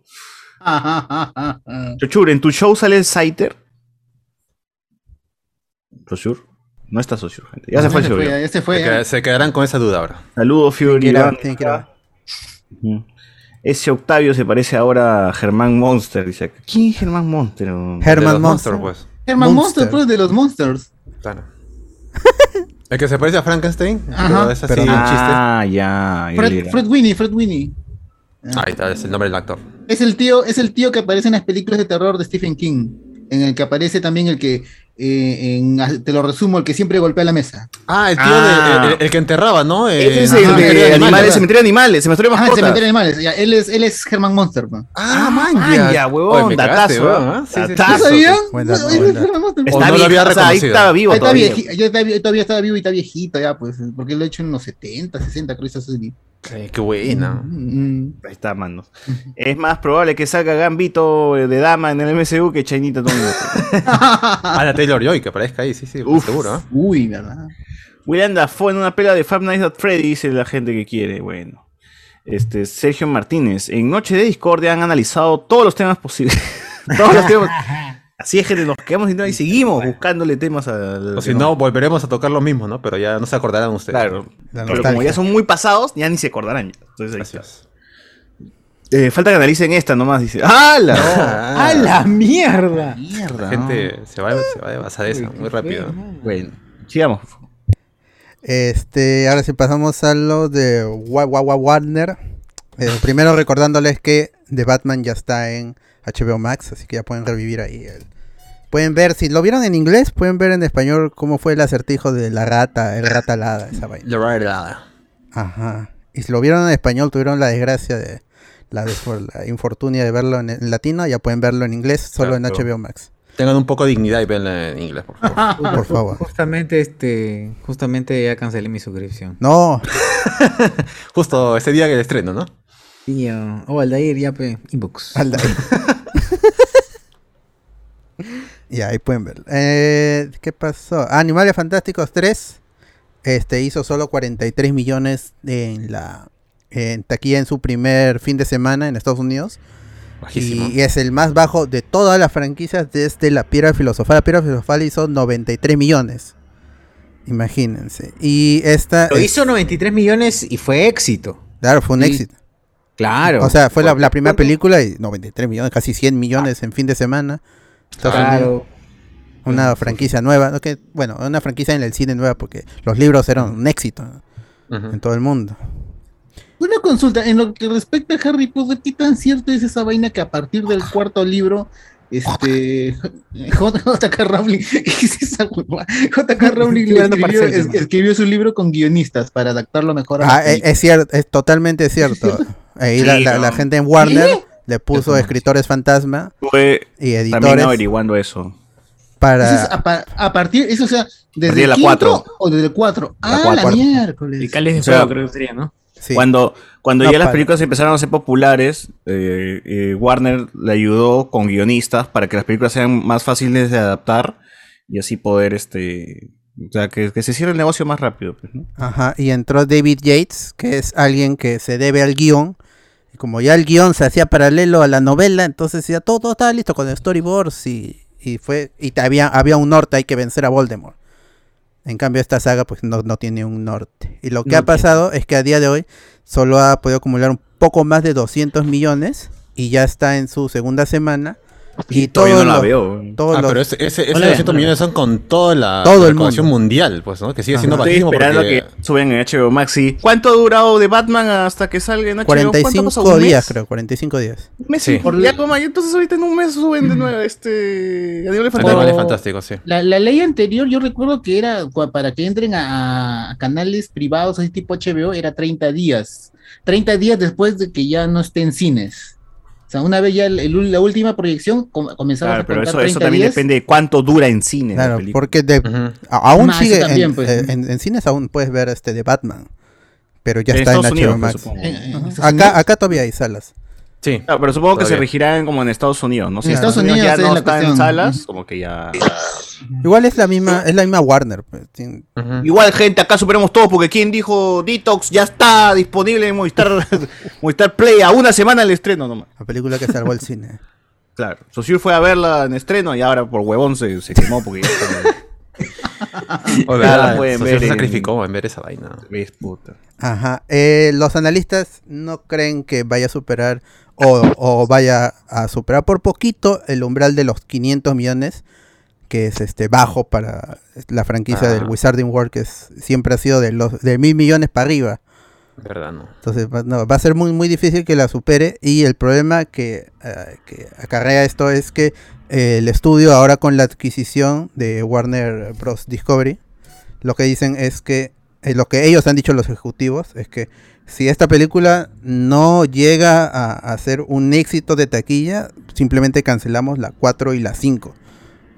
Ajá, ajá, ajá, ajá.
Chochur, ¿en tu show sale Saiter? Chochur. No está Chochur, gente. Ya se fue el
Ese
Chochur.
fue, ese
Se,
fue.
queda- se quedarán con esa duda ahora.
Saludos, Fiori.
Tiene que ir a-
Iván.
tiene que ir a-
Ujú. Ese Octavio se parece ahora a Germán Monster. Dice, acá. ¿quién es Germán Monster?
De
Herman
los
Monster.
pues.
¿eh?
Herman
Monster.
Monster, pues, de los Monsters.
Claro. [laughs] El que se parece a Frankenstein,
Ajá.
pero es así
Pero
un
no.
chiste.
Ah, ya. él
Fred,
era.
Fred Winnie, Fred Winnie.
Ahí está, es el nombre del actor.
Es el tío, es el tío que aparece en las películas de terror de Stephen King, en el que aparece también el que, eh, en- te lo resumo, el que siempre golpea la mesa.
Ah, el tío
Ah.
de- el, el- el que enterraba, ¿no?
Ese
Eh,
es
Ajá,
el
cementerio
de
de animales,
animales,
¿verdad?
cementerio de animales, cementerio de
Ah, el
mascotas.
cementerio de animales. Ya, él es, él es Herman Monster, pues. ¿no?
Ah, manja.
Manja, huevón,
Oye, me cagaste,
datazo,
huevón, ¿ah?
¿eh?
Sí, sí, sí.
¿No
Datazo.
sabían?
buen
No,
dato,
él
buen
es Herman Monster.
O
Está
no lo
vivo,
había
o sea, ahí
reconocido.
estaba vivo
Ahí está
todavía.
vieji- yo todavía, todavía estaba vivo y está viejito ya, pues, porque lo he hecho en los 70, 60, creo que eso sí.
Qué- Qué buena.
Mm, mm.
Ahí está, mano. Es más probable que salga Gambito de dama en el MCU que Chainita Tommy.
Ana Taylor Joy, que aparezca ahí, sí, sí,
Uf.
seguro, ¿eh?
Uy, ¿verdad?
William Dafoe en una pela de Five Nights at Freddy, dice la gente que quiere. Bueno. Este, Sergio Martínez. En Noche de Discordia han analizado todos los temas posibles. [laughs] todos los temas. Así es, gente, nos quedamos sin tema y seguimos buscándole temas al.
O si no, volveremos a tocar lo mismo, ¿no? Pero ya no se acordarán ustedes.
Claro.
La
Pero como
nostalgia.
ya son muy pasados, ya ni se acordarán. ya. Entonces ahí
Así
está.
es.
Eh, falta que analicen esta nomás, dice. ¡Hala!
[laughs]
¡A la mierda!
Mierda.
La
¿no?
gente se va, se va de basadeza muy rápido.
Bueno, sigamos.
Este, ahora sí pasamos a lo de Wa- Wa- Wa- Warner. Eh, primero recordándoles que The Batman ya está en HBO Max, así que ya pueden revivir ahí el, Pueden ver, si lo vieron en inglés, pueden ver en español cómo fue el acertijo de la rata, el rata alada, esa vaina.
La verdad.
Ajá. Y si lo vieron en español, tuvieron la desgracia de la, desfor- la infortunia de verlo en, en latino, ya pueden verlo en inglés, solo
Claro.
en HBO Max.
Tengan un poco de dignidad y véanla en inglés, por favor.
[laughs]
Por favor.
Justamente, este, justamente ya cancelé mi suscripción.
No,
Justo ese día que el estreno, ¿no?
Tío. Oh, Aldair, ya pe. Inbox.
al [laughs] Ya, ahí pueden verlo. Eh, ¿Qué pasó? Animales Fantásticos 3 este, hizo solo 43 millones en la en taquilla en su primer fin de semana en Estados Unidos.
Bajísimo.
Y es el más bajo de todas las franquicias desde la Piedra Filosofal. La Piedra Filosofal hizo 93 millones. Imagínense. Y esta.
Lo
es-
hizo 93 millones y fue éxito.
Claro, fue un
Sí.
éxito.
Claro.
O sea, fue la, la primera película y 93 millones, casi 100 millones en fin de semana. Estados Unidos.
claro.
Una franquicia nueva, ¿no? que, bueno, una franquicia en el cine nueva porque los libros eran un éxito ¿no?
Mm.
Ujú.
en todo el mundo.
Una consulta, en lo que respecta a Harry Potter, ¿qué tan cierto es esa vaina que a partir del cuarto libro, este [laughs] J- J.K. Rowling, [laughs] ¿qué es esa huevada? J.K. Rowling
Estoy
le
hablando
escribió,
parcial,
es-
tema.
escribió su libro con guionistas para adaptarlo mejor a la
Ah, es,
película.
es cierto, es totalmente cierto. Ahí
[laughs] Sí,
la, la-
no.
la gente en Warner le puso escritores fantasma
Estuve
y
también
editores
averiguando eso.
para...
Entonces, a, pa- a partir, eso o sea,
partir
desde
de la
el quinto
cuatro.
o desde el cuatro.
La
ah,
cuatro.
la miércoles.
El cáliz de
O sea,
fuego creo que sería, ¿no?
sí.
Cuando, cuando
No,
ya las
para.
películas empezaron a ser populares, eh, eh, Warner le ayudó con guionistas para que las películas sean más fáciles de adaptar y así poder, este, o sea, que, que se cierre el negocio más rápido. pues, ¿no?
Ajá, y entró David Yates, que es alguien que se debe al guión. Y como ya el guión se hacía paralelo a la novela, entonces ya todo, todo estaba listo con storyboards y, y fue y te había, había un norte, hay que vencer a Voldemort. En cambio esta saga pues no, no tiene un norte. Y lo que
No
ha pasado es que a día de hoy solo ha podido acumular un poco más de 200 millones y ya está en su segunda semana. Y,
Todavía
todos
no la
los-
veo.
todos
Ah,
los-
pero ese, ese, ese
Hola,
200
hola.
millones son con toda la
Todo el
recaudación
mundo.
mundial, pues, ¿no? Que sigue siendo
Ajá.
Estoy
bajísimo
esperando
porque-
que suben en HBO Max y ¿cuánto ha durado de Batman hasta que salga en HBO? ¿Cuánto
45
¿Un
días,
mes?
creo, 45 días.
Un mes
Sí.
y por- y algo más. Y entonces ahorita en un mes suben
Mm.
de nuevo este
El tema
Animales Fantásticos.
es fantástico, sí.
La, la ley anterior, yo recuerdo que era cua- para que entren a, a canales privados, así tipo HBO, era 30 días. 30 días después de que ya no esté en cines. O sea, una vez ya el- el- la última proyección com- comenzaba
Claro,
a
pero
contar
eso,
30
eso también
días.
depende de cuánto dura en cine la
Claro,
película.
porque de,
Ujú.
A- Aún
Más,
sigue
eso también,
en,
pues.
eh, en- en cines aún puedes ver este de Batman, pero ya
En
está en
Estados
HBO
Unidos, pues,
Max.
supongo.
Eh, eh, en Estados Unidos.
Acá, acá todavía hay salas.
Sí.
Claro, pero supongo que
Todavía.
se regirán como en Estados Unidos, ¿no? Si
En Estados Unidos
ya
es
no
la
está en
cuestión.
salas, como que ya.
Igual es la misma, es la misma Warner. pues, tien-
Ujú.
Igual, gente, acá superemos todo, porque quien dijo Detox ya está disponible en Movistar, [laughs] Movistar Play a una semana el estreno nomás.
La película que salvó el cine.
Claro. Sosur fue a verla en estreno y ahora por huevón se, se quemó porque ya está.
O
Ya
sea,
la pueden
Ah, se-
ver
se
en-
sacrificó en ver esa vaina.
Ves, puta.
Ajá. eh, los analistas no creen que vaya a superar o, o vaya a superar por poquito el umbral de los 500 millones, que es este bajo para la franquicia
Ah.
del Wizarding World, que es- siempre ha sido de los de mil millones para arriba.
De verdad, no.
Entonces va, no, va a ser muy, muy difícil que la supere y el problema que, eh, que acarrea esto es que eh, el estudio ahora con la adquisición de Warner Bros. Discovery, lo que dicen es que, eh, lo que ellos han dicho los ejecutivos es que si esta película no llega a, a ser un éxito de taquilla, simplemente cancelamos la 4 y la 5.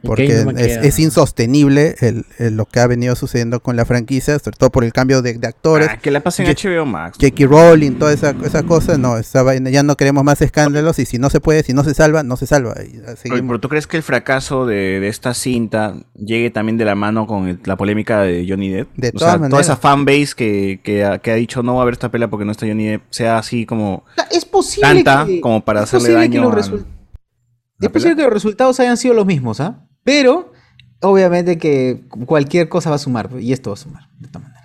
Porque
no me
es,
queda.
es insostenible el- el- lo que ha venido sucediendo con la franquicia, sobre todo por el cambio de- de actores.
Ah, que la pasen en HBO Max.
Jackie Rowling, toda esa, esa cosa, no, esa vaina, ya no queremos más escándalos y si no se puede, si no se salva, no se salva. y
Oye,
seguimos.
Pero tú crees que el fracaso de, de esta cinta llegue también de la mano con el- la polémica de Johnny Depp.
De
o
todas
sea, toda
maneras.
esa fanbase que, que, ha- que ha dicho no va a haber esta pelea porque no está Johnny Depp sea así como
O sea, es posible
tanta
que-
como
es
para hacerle
posible que
daño.
los
al-
resul-
la
Es posible que los resultados hayan sido los mismos, ¿ah? Pero, obviamente que cualquier cosa va a sumar, y esto va a sumar, de todas maneras.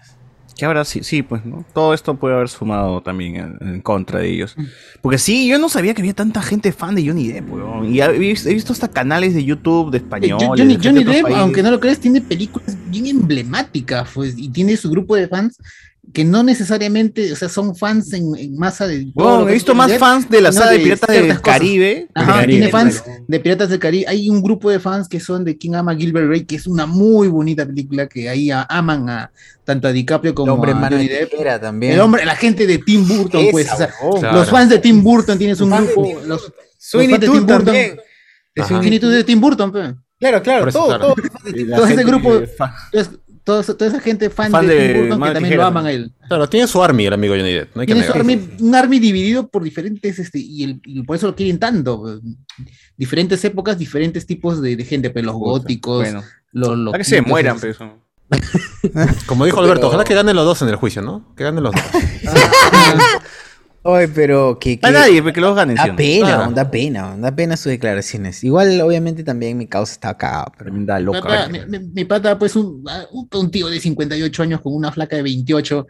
Que ahora sí, sí, pues, ¿no? Todo esto puede haber sumado también en, en contra de
Mm.
ellos. Porque sí, yo no sabía que había tanta gente fan de Johnny Depp, weón. Y he vis- he visto hasta canales de YouTube de
Eh,
españoles.
Jo-
de
Johnny,
gente
Johnny
de otros
Depp,
países.
aunque no lo creas, tiene películas bien emblemáticas pues, y tiene su grupo de fans que no necesariamente, o sea, son fans en, en masa de.
Bueno, he visto más fans de la saga de Piratas del
ciertas cosas.
Caribe.
Ajá,
Del
tiene
Caribe,
fans de Piratas del Caribe. Hay un grupo de fans que son de Quien Ama a Gilbert Ray, que es una muy bonita película que ahí a- aman a tanto a DiCaprio como
hombre
a
en mano
Johnny
de
Depp.
tijera también. Oh,
El hombre, la gente de Tim Burton,
Esa,
pues. o sea,
huevón.
Claro.
Los fans de Tim Burton tienes un
Los fans de
grupo.
Tim
Los,
Sweeney
los fans de
Todd
Tim Burton.
también.
de
Ajá.
Sweeney Todd de Tim Burton, pe.
Claro, claro,
Por eso,
todo,
claro.
todo.
Todo ese grupo, entonces, toda esa- toda esa gente fan,
Fan
de,
de
Tim Burton
Mano
que
de
también
Tijera,
lo aman
¿no?
a él.
Claro, tiene su army el amigo Johnny Depp, no hay que
Tiene su
negarlo.
army- un army dividido por diferentes, este, y, el, y por eso lo quieren tanto. pues. Diferentes épocas, diferentes tipos de, de gente, pues los góticos,
Bueno,
los los
para que se
pintos,
mueran,
los-
pues.
Como dijo Alberto, ojalá que ganen los dos en el juicio, ¿no? Que ganen los dos.
Oye, pero que,
A
que-
nadie, pues, que los ganen. ¿sí o
da
no?
pena,
Claro.
Ah.
weón, da pena, weón, da pena sus declaraciones. Igual, obviamente, también mi causa está acá, pero
Tremenda
Mi
loca.
pata, mi, mi- mi pata, pues un, ah, un, un tío de 58 años con una flaca de 28.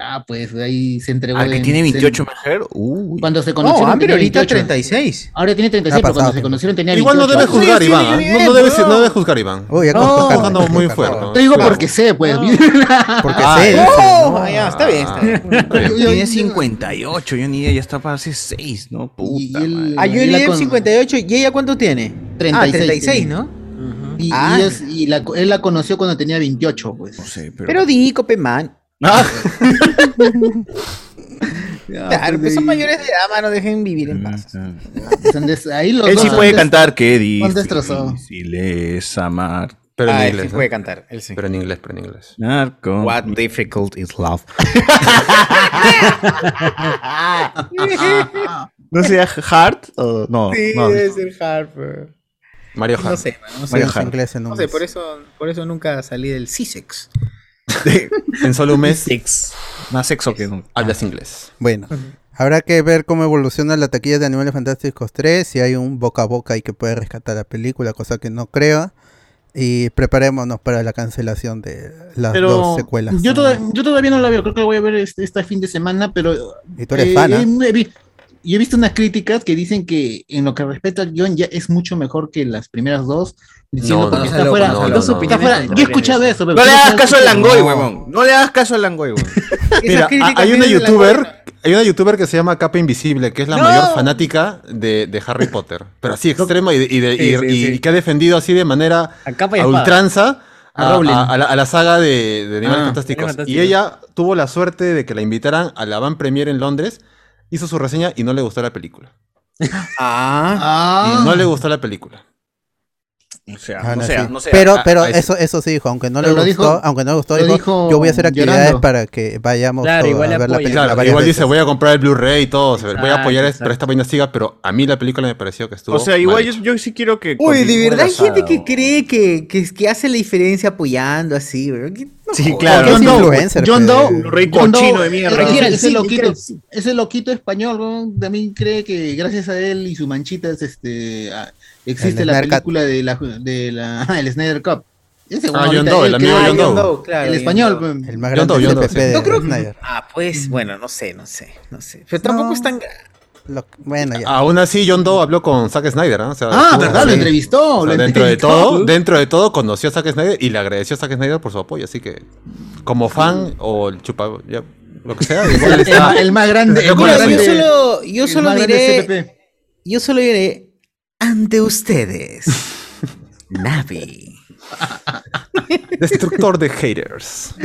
Ah, pues ahí se entregó.
Al que
de-
tiene
se-
28 mujer, uy.
cuando se
No,
conocieron.
ah, pero
tenía
ahorita
28.
36.
Ahora tiene 36,
Ha
pero cuando
pasado
se
tiempo.
conocieron tenía
Igual no
28.
debes juzgar,
Sí, sí,
Iván.
sí,
No, no
sí,
debes,
sí,
no debes juzgar, Iván.
Uy, ya
Estás
cortó Carlos,
jugando muy
cortó Carlos.
fuerte. Ah, ¿no?
Te digo
Claro.
porque sé, pues.
Porque sé.
Oh, ya, está bien, está
[laughs]
bien.
Está bien.
yo-
Tiene
yo-
58, yo ni idea, ya está para hace 6, ¿no? Puta
Y el-
madre.
A
Ah,
Johnny
Y la
Depp
con-
58, ¿y ella cuánto tiene? Ah, 36, ¿no?
Y, y
Ah.
es- y la- él la conoció cuando tenía 28, pues.
No sé, pero.
Pero di, Copeman.
Ah,
Claro, pues son mayores de edad, mano, dejen vivir en paz.
Mm,
Son des- ahí los
Él
dos
sí
son
puede
des-
cantar, qué
son destrozados.
difícil es amar.
Pero en
Ah, él sí
inglés. ¿no?
puede cantar, él sí.
Pero en inglés, pero en inglés.
Narco.
What difficult is love.
¿No sea Hart? o no, no.
ser Harper.
Mario Hart.
No sé, man, no sé.
Mario
Los
Hart.
ingleses no
No
me-
sé, por eso, por eso nunca salí del CISEX.
En solo un mes
Más sexo que no.
hablas inglés.
Bueno, habrá que ver cómo evoluciona la taquilla de Animales Fantásticos 3, si hay un boca a boca y que puede rescatar la película, cosa que no creo. Y preparémonos para la cancelación de las dos
Pero
secuelas.
yo, toda- yo todavía no la veo, creo que la voy a ver este, este fin de semana, pero...
Y tú eres
eh,
fan, ¿ah?
eh, he vi- yo he visto unas críticas que dicen que en lo que respecta al guión ya es mucho mejor que las primeras dos, diciendo
No,
porque
no,
está
no,
fuera...
no, no,
está
no, no.
fuera- yo he escuchado eso, pero...
No le hagas caso al
langoy
Langoy, huevón. No le hagas caso al Langoy, huevón.
Mira, ha- hay una youtuber, hay una youtuber que se llama Capa Invisible, que es la mayor fanática de, de Harry Potter, pero así extrema y, de- y de- y- y- y que ha defendido así de manera
A capa y
a
espada.
ultranza
A
a,
Rowling.
a- a la, a la saga de, de Animales
Ah,
Fantásticos.
Animales
Y ella tuvo la suerte de que la invitaran a la van premiere en Londres, hizo su reseña y no le gustó la película.
Ah,
Y no le gustó la película.
O sea,
Ah,
no
no,
sea,
sí.
no sea.
pero
Ah,
pero
ahí sí.
eso eso sí dijo, aunque no le
Pero
gustó,
lo dijo-
aunque no le gustó,
lo
dijo,
dijo
yo voy a hacer actividades
llorando.
para que vayamos
Claro,
todos
igual
a ver la
apoya.
película
Claro,
varias
igual
veces.
dice, voy a comprar el Blu-ray y todo, se- voy a apoyar
Exacto,
esta- esta vaina siga, pero a mí la película me pareció que estuvo
[laughs] O sea,
mal
igual
hecha.
yo, yo sí quiero que.
Uy, de
continúe
verdad
la
hay gente
saga,
que
huevón.
cree que, que, que hace la diferencia apoyando así, bro. ¿Qué- no
Sí,
jodas.
claro.
Porque es
John Doe,
influencer,
John
pero-
Doe,
Rey
John Doe,
cochino de mierda.
pues. ese-
Increíble,
Ese
sí,
loquito,
increíble.
ese loquito español weón, también cree que gracias a él y sus manchitas este, ah, existe
El
la
Snyder Cut.
película de la, de la [laughs] ah, el Snyder Cup. Ese
Ah,
weón
John
ahorita,
Doe,
él
el
cree-
amigo
ah,
John Doe.
claro,
El
John
español,
Doe.
el
weón.
pues. más grande
Yo no, yo no,
CPP
sí.
de
Yo creo que-
Snyder.
Ah, pues, bueno, no sé, no sé, no sé. Pero tampoco
No.
es tan grave.
Lo- bueno,
Ah,
ya.
Aún así, John Doe habló con Zack Snyder, ¿no? O sea,
Ah,
estuvo-
verdad,
sí.
lo entrevistó.
O sea,
lo
[laughs]
dentro de
entrevistó. pues.
todo, dentro de todo conoció a Zack Snyder y le agradeció a Zack Snider por su apoyo, así que como fan o el chupa ya, lo que sea,
[laughs]
igual
El,
está-
ma- el más grande. El más
Mira, yo
grande-
solo, yo
el
solo
más grande
diré,
CPP.
yo solo diré, ante ustedes, Navi.
destructor de haters.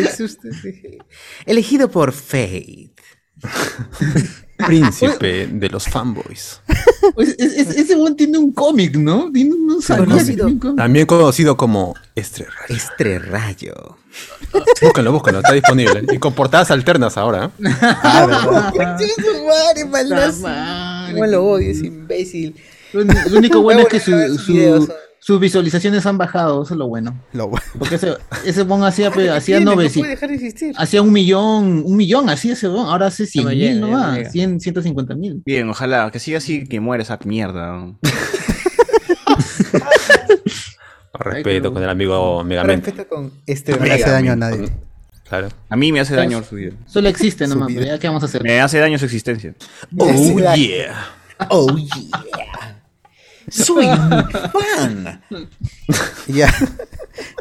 Elegido por Fate.
Príncipe de los fanboys.
Pues, es- es- Ese weón tiene un cómic, ¿no? Tiene un- no sabía que tenía un cómic.
También conocido como Estrella.
Estre rayo.
Búscalo, búscalo, está disponible. Y con portadas alternas ahora. ¿eh?
La madre.
No lo odio, es imbécil.
Ah, Lo uni- lo
[laughs]
único bueno es que su-
Voy a volver a ver sus
su-
videos.
sus visualizaciones han bajado, eso es lo bueno.
Lo-
Porque ese, ese bon hacía, pues, hacía
Tiene, no
900,
puede dejar de existir.
hacía un millón, un millón, así ese bon, ahora hace 100
llega,
mil,
ya
¿no?
no
Ah,
llega.
100, 150 mil.
Bien, ojalá que siga así que muera esa mierda. ¿no?
Respeto con el amigo Megamente.
Respeto con
no
Estre
le este, hace daño a nadie. [laughs]
Claro.
A mí me hace daño su vida.
Solo existe nomás, pero ya qué vamos a hacer.
Me hace daño su existencia.
Oh yeah.
Oh yeah. Soy un fan.
Ya. [laughs]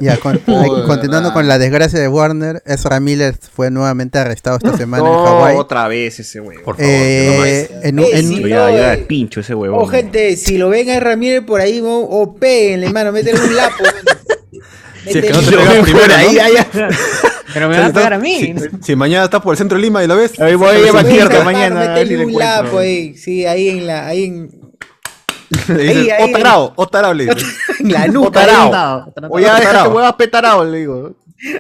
Ya, con-
Joder,
ay, continuando
ah.
con la desgracia de Warner, Ezra Miller fue nuevamente arrestado
[laughs]
esta semana en
No,
Hawái.
otra vez ese huevo. Por
Eh, en, un- en-
Yo ya, ya de pincho ese huevo.
Oh, gente, si lo ven a Ramírez por ahí, mo, o péguenle, hermano, métele un
[laughs]
lapo.
Si es que no te
Yo
pegan
me
primero,
fuera
¿no?
ahí, ahí, [laughs]
Pero me
O sea,
va a
está-
pegar a mí.
Si, si mañana estás por el centro de Lima y lo ves.
Ahí voy,
sí,
lleva
sí,
aquí,
sí.
que mañana, a ver si
Métele
le
un
encuentro.
lapo ahí. Sí, ahí en la. Ahí en,
[laughs] Le dices,
Ahí, ahí.
"Oh, tarao, oh, tarao", le dices.
en la
O
nuca.
tarao.
Tarao, tarao.
O ya deja
Tarao.
que huevas petarao, le digo.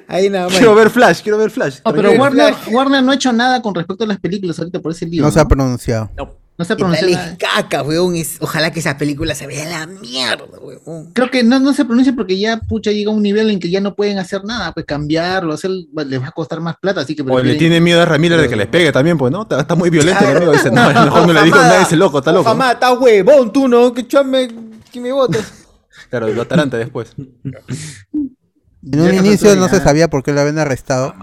Ahí nada más.
Quiero ver Flash, quiero ver Flash.
No, Ah, pero
Tranquilo,
Warner,
Flash.
Warner no ha hecho nada con respecto a las películas ahorita por ese lío.
no se ha pronunciado.
No se ha
¿Qué tal
pronunciado.
es
nada.
caca, weón? Es- ojalá que esa película se vea la mierda, weón.
Creo que no, no se pronuncia porque ya pucha llega a un nivel en que ya no pueden hacer nada, pues cambiarlo, hacer, les va a costar más plata, así que
O le
prefieren-
tiene miedo a Ramírez de que le pegue también, pues, ¿no? Está, está muy violento el amigo. [laughs] Dice, no, mejor no le digo
Famada.
nada a ese loco, está loco.
Famada, está huevón, tú no, que chame, que
[laughs]
me botas.
Claro, lo ataranta después.
En un
Ya no
inicio
se
no se
sabía.
sabía por qué lo habían arrestado.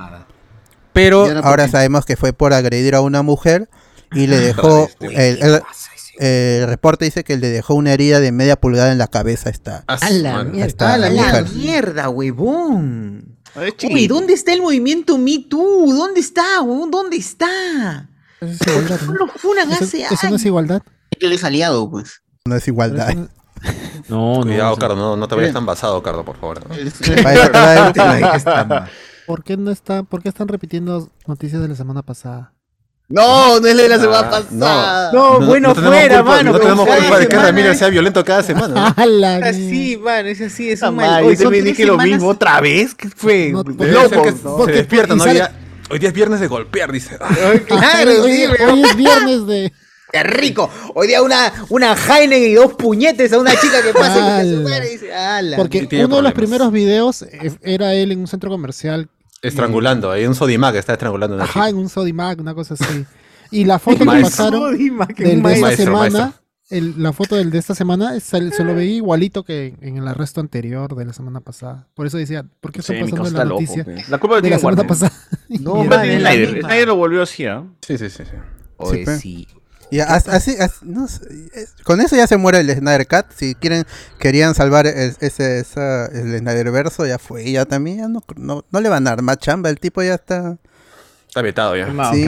Pero
Ya no
ahora
porque- Ah,
sabemos que fue por agredir a una mujer y le dejó.
este
el, el- el reporte dice que le dejó una herida de media pulgada en la cabeza. Está.
Ah,
A
su
la
madre.
mierda.
está,
a la
la mujer.
mierda, huevón.
Ah,
chiquito.
Uy, ¿dónde está el movimiento Me Too? ¿Dónde está, huevón? ¿Dónde está?
Eso es igualdad,
No
¿no?
lo funan
Eso-
hace
eso no
años.
es igualdad.
que él es aliado,
[laughs]
pues.
No es igualdad.
Eso no- No, no.
Cuidado,
no.
Cardo, no, no te vayas tan basado, Cardo, por favor. ¿eh? ¿no?
Él es-
[laughs]
Parece que va a-
¿Por qué no están, por qué están repitiendo noticias de la semana pasada?
No, no es la de la semana
Ah, no.
pasada.
[laughs]
No, bueno,
tenemos
fuera,
culpa-
mano.
No
pero
tenemos
cada
culpa de que
semana
Ramírez
es
sea violento cada semana.
[laughs]
¿no?
¡A la
Así, mano, es así, es
Esa
un mal.
madre,
Hoy
Yo
son
también
tres
dije lo
semanas-
mismo otra vez. ¿Qué fue?
No,
Loco.
porque-
Debe ser que se- se
porque-
despierta,
y
¿no?
sale-
Ya- Hoy día es viernes de golpear, dice. Ah,
Claro, hoy, hoy es viernes de.
Qué rico. Hoy día una, una Heineken y dos puñetes a una chica que pasa y que se
Ala.
supera y dice, ala.
Porque
sí
uno
tiene
de los
problemas.
primeros videos eh, era él en un centro comercial,
Estrangulando, hay un Sodimac que está estrangulando a una
ajá,
chica.
en un Sodimac, una cosa así. Y la
[laughs]
foto que
Maestro.
pasaron
Dima, que
del de
mal.
esta
Maestro,
semana,
maestro.
el- la foto del de esta semana se, se lo veía igualito que en el arresto anterior de la semana pasada. Por eso decía, ¿por qué está
Sí, mi
pasando
causa
la
está loco.
noticia
pe. La culpa
de la
tiene
semana
Warner.
pasada? [laughs]
No,
Y
culpa
era-
tiene Snyder. Snyder lo volvió así, ¿ah?
Sí, sí, sí. sí.
Oye,
pe.
sí.
Y a- así- as- no sé, es- con eso ya se muere el Snyder Cat. Si quieren, querían salvar el, ese, esa- el Snyder Verso, ya fue. Ya también ya no, no, no le van a dar más chamba. El tipo ya está.
Está vetado ya.
sí.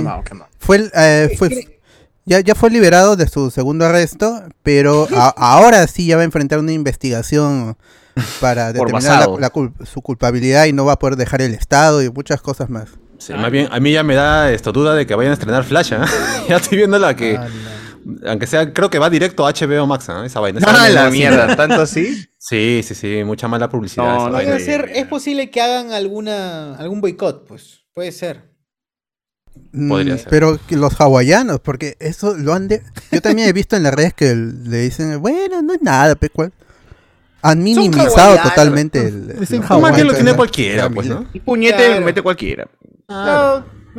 Fue, el- eh, fue- ya, ya fue liberado de su segundo arresto, pero a- ahora sí ya va a enfrentar una investigación para
[laughs] Por
determinar la-
basado.
la cul- su culpabilidad y no va a poder dejar el Estado y muchas cosas más.
Sí, más bien, a mí ya me da esto duda de que vayan a estrenar Flash, ¿ah? [laughs] Ya estoy viendo la que,
Ah.
aunque sea, creo que va directo a HBO Max, ¿ah? Esa vaina. Esa
Ah,
vaina
la
es así.
mierda. ¿Tanto así?
Sí, sí, sí, mucha mala publicidad.
No,
esa
no
vaina.
Puede
sí,
ser,
mira.
es posible que hagan alguna, algún boicot, pues. Puede ser.
Mm,
Podría ser.
Pero que los hawaianos, porque eso lo han de... Yo también he visto en las redes que el- le dicen, bueno, no es nada, pe, cual". Han minimizado
hawaianos.
totalmente el...
Es
el-
Pues
en Hawái.
Más bien lo
Aguanta,
tiene
¿no?
cualquiera, pues, ¿no?
Un puñete
Claro.
lo mete cualquiera.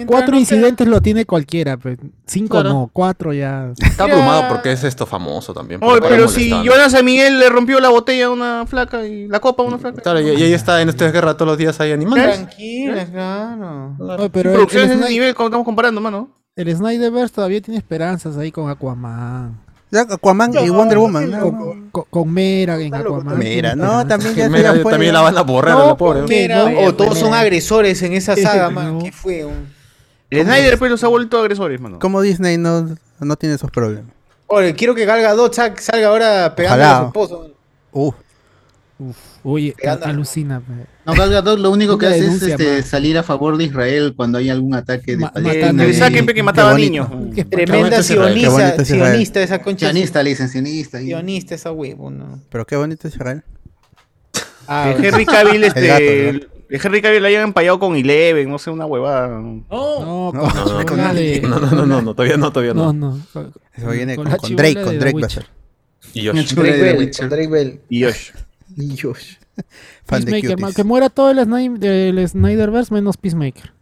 Cuatro incidentes lo tiene cualquiera, pe. cinco no, cuatro ya.
Está
[laughs]
abrumado porque es esto famoso también.
Oye,
porque
pero
está
si
molestando.
Jonas a Miguel le rompió la botella a una flaca y la copa a una flaca.
Claro, y, y ahí está en esta guerra todos los días ahí animando.
Tranquila, claro.
No, pero el,
Producciones de
el,
ese nivel, como estamos comparando, mano.
Snyder- el Snyderverse todavía tiene esperanzas ahí con Aquaman.
Ya Aquaman y Wonder Woman. ¿no?
Con, con- con Mera en Aquaman.
Mira,
tiene
no,
esperanzas.
también ya se
Mira,
la fue,
también
ya.
la van a borrar a la pobre.
porque-
Mira,
no,
o todos son
no.
agresores en esa saga, man.
No.
¿Qué fue? un-
El Snyder, pues, los ha vuelto agresores, mano.
Como Disney no, no tiene esos problemas.
Oye, quiero que Gal Gadot sa- salga ahora pegando
Ojalá.
a su esposo. man.
Uh,
Oye,
Pegando.
alucina. pe.
No, Gal Gadot lo único que
Una
hace es
denuncia
este,
más.
salir a favor de Israel cuando hay algún ataque de
Ma-
Eh,
Palestina.
matando-
que le saquen,
Eh,
pe, que mataba
bonito.
niños.
Qué
Tremenda
bonito es Israel, qué
sionista,
bonito es Israel.
sionista esa concha.
Sionista, le dicen sionista. y-
Sionista esa huevo, ¿no?
pero qué bonito es Israel.
El Henry Cavill,
El gato, ¿no?
este. el- el Henry Cavill lo hayan empallado con Eleven, no sé, una huevada. ¿no?
No, con
No, no,
la chibola de-
No, no, no, no, no, todavía no, todavía no.
No, no. Con,
Eso viene
Mm, con
con,
la
con
chibola
Drake,
de
con
The
Drake va a
Witcher.
ser.
Y Josh.
Chula de The
con
Witcher.
Drake Bell.
Y Josh.
Y Josh.
Fan de
Peacemaker, ma-
cuties.
que muera todo el, Sni- del Snyderverse menos Peacemaker.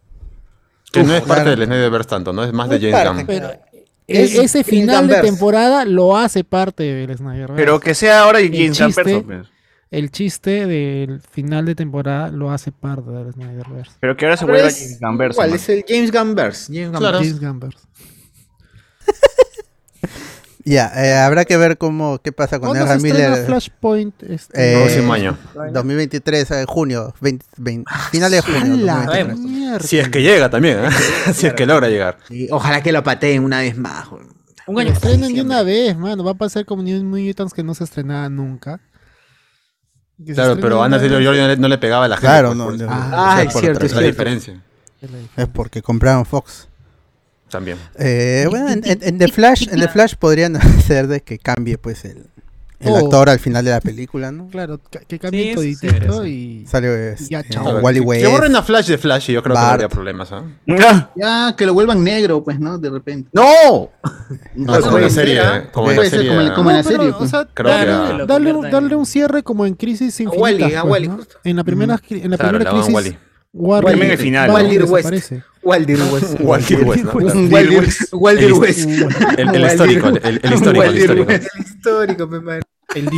Que no es parte
claro.
del Snyderverse tanto, ¿no? Es más de
No es
James Gunn.
parte.
Pero
Es-
e- ese
es
final de
Gunverse.
temporada lo hace parte del Snyderverse.
Pero que sea ahora James Gunn
chiste-
Person, pues.
El chiste del final de temporada lo hace parte del Snyderverse.
Pero que ahora se
Pero
vuelva
es
James Gunn Person,
igual,
mano.
es el James Gunverse. James Gunverse.
James Gunverse.
Ya, eh, habrá que ver cómo qué pasa con
¿Cuándo
Ezra
se estrena
Miller.
Flashpoint, este?
Eh,
Próximo año.
2023, eh, junio, 20, 20, finales de junio.
¡Hala,
2023.
Si es que llega también, ¿eh? [laughs] si es que logra llegar.
Ojalá que lo pateen una vez más. güey.
Un año estrenen de una vez, mano. Va a pasar como New Mutants que no se estrenaba nunca. Que se
Claro,
estrene
pero
de
Anna
una
Taylor
vez.
Joy no le- no le pegaba a la gente.
Claro,
pues,
no,
por
no,
eso.
no, Ah, no, es por cierto, atrás.
Es la
es cierto.
diferencia.
Es porque compraron Fox.
También.
Eh, bueno, en, en- en The Flash, en The Flash podrían [laughs] hacer de que cambie pues el, el
Oh.
actor al final de la película, ¿no?
Claro, ca- que cambie
eso
toditito
sería eso.
y.
Sale
y
este,
ya,
A
chao.
ver,
Wally
que-
West.
Que borren a Flash de Flash y yo creo que no
Bart.
habría problemas, ¿ah?
[laughs]
Ya, que lo vuelvan negro, pues, ¿no? De repente.
¡No!
No, como en la serie, ¿eh? como en la
Puede ser
serie.
como en-
¿eh?
como en la
No, pero,
serie,
o
pues.
sea,
Creo que ah, a-
Dale, dale un, dale un cierre como en Crisis Infinitas.
Wall-E, a
pues,
Wall-E,
¿no? En la primera, cri- en la
Claro,
primera
la van
Crisis.
Wall-E.
Wall-E
También el final. ¿no?
Wall-E
Waldir West.
desaparece.
Waldir
[laughs]
West.
Waldir West, ¿no?
Waldir West. [laughs] Waldir
El-
[laughs] West.
el- el histórico, el- el- el histórico, el
Waldir
histórico.
West. El histórico, mi madre.
[laughs]
El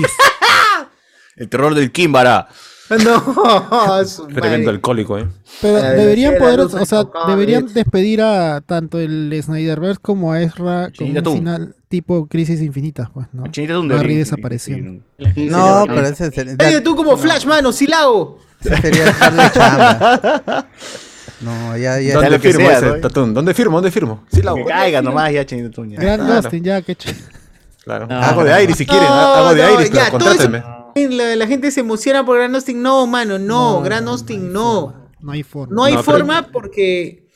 El terror del Kimbara.
No, su
Tremendo
madre.
alcohólico, ¿eh?
Pero
Ay,
deberían
la
poder,
luz
o sea,
enfocada,
deberían
¿ves?
despedir a tanto el Snyderverse como a Ezra con
Chinita
un
Tum.
final tipo Crisis Infinitas, pues, ¿no?
Chinita Tum
Barry
debería-
desapareciendo.
No, pero ese es el-
Oye, tú como Flash, mano, silao.
ese sería dejarle chamba. No, ya, ya.
¿Dónde
lo que
firmo
sea,
ese
¿no?
tatún? ¿Dónde firmo? ¿Dónde firmo? Sí, la
Que caiga nomás ya, Chinita Tum. ya.
Gran
Claro.
Dustin, ya, que ch-
Claro. Hago de
no.
Iris si quieren, ¿ah?
No,
hago de
no,
Iris, pero
ya, todo eso-
contrátenme.
La, la gente se emociona por Gran Austin. No, mano, no,
No,
Gran Austin, no.
no hay forma.
No hay
No, pero-
forma porque.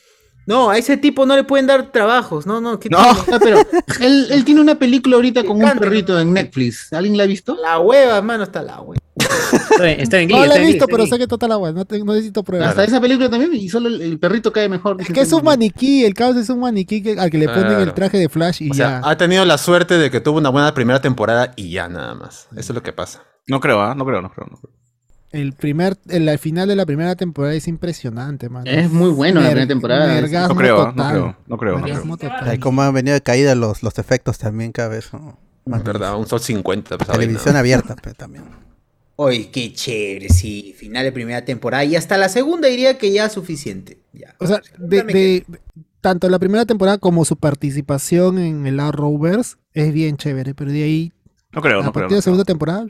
No, a ese tipo no le pueden dar trabajos. No, no, ¿qué
No.
tiene?
Ah,
[laughs]
pero él, él tiene una película ahorita con un
Canta.
perrito en Netflix. ¿Alguien la ha visto?
La hueva, mano, está la hueva.
Está en- Está en Glee.
No lo
está
he
en Glee,
visto,
está en
pero sé
Glee.
que total agua, no, te- no necesito pruebas.
Hasta esa película también y solo el, el perrito cae mejor.
Es que es un maniquí, el caos es un maniquí que- al que le ponen
Claro.
el traje de Flash y
O sea,
ya.
ha tenido la suerte de que tuvo una buena primera temporada y ya nada más. Eso es lo que pasa.
No creo, ¿ah? No creo, no creo. no creo.
El primer, el, la final de la primera temporada es impresionante, man.
Es muy bueno la primera temporada. es-
No creo, ¿ah? no creo, no creo, no creo.
Orgasmo
Ay,
total.
cómo han venido de caída los, los efectos también cada vez. ¿no? Man,
¿Verdad? Un Sol 50. pues, ahí, ¿no?
Televisión abierta pues, también.
Oye, qué chévere, sí. Final de primera temporada. Y hasta la segunda diría que ya es suficiente. Ya.
O sea, de, de- tanto la primera temporada como su participación en el Arrowverse es bien chévere, pero de ahí
No creo,
a
no creo.
partir de la segunda temporada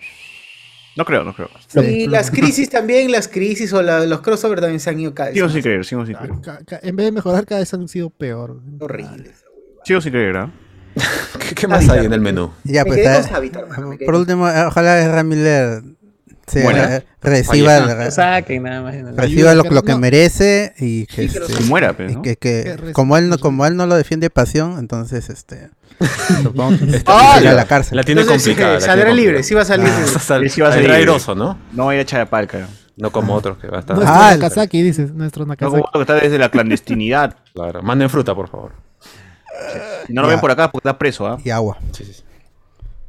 No creo, no creo.
Y las crisis también, las crisis o la- los crossover también se han ido cada vez
Sigo
más
sin creer, sigo sin creer.
ca- ca- en vez de mejorar cada vez han sido peor.
horribles.
Sigo sin creer, ¿ah?
[laughs] ¿Qué, qué más hay en el menú?
Ya,
Me
pues.
quedé
ah,
con Savitar, mano, me quedé
por
con-
último, eh, ojalá Ezra Miller se
Bueno,
eh, reciba,
fallezca.
re-
Lo saquen, nada más. nada más.
reciba lo,
Ayuda,
lo que
no.
merece y que,
que lo
este,
Que muera, pues,
y
¿no?
que- que-
Que res-
como él no como él no lo defiende pasión, entonces este [laughs] supongo [laughs] que
Ah,
irá a la cárcel.
La tiene
Entonces,
complicada.
eh, saldrá libre, sí va a salir libre.
Él Ah, sí va
va a
a salir
salir
libre.
airoso, ¿no?
No va a ir a Chayapalca.
No como otros que va a estar.
Nuestro
Ah, el-
Nakazaki, dices, nuestro
No como
Nakazaki.
otro que está desde la clandestinidad.
Claro. Manden fruta, por favor.
Si no lo ven por acá, porque está preso, ¿ah?
y agua.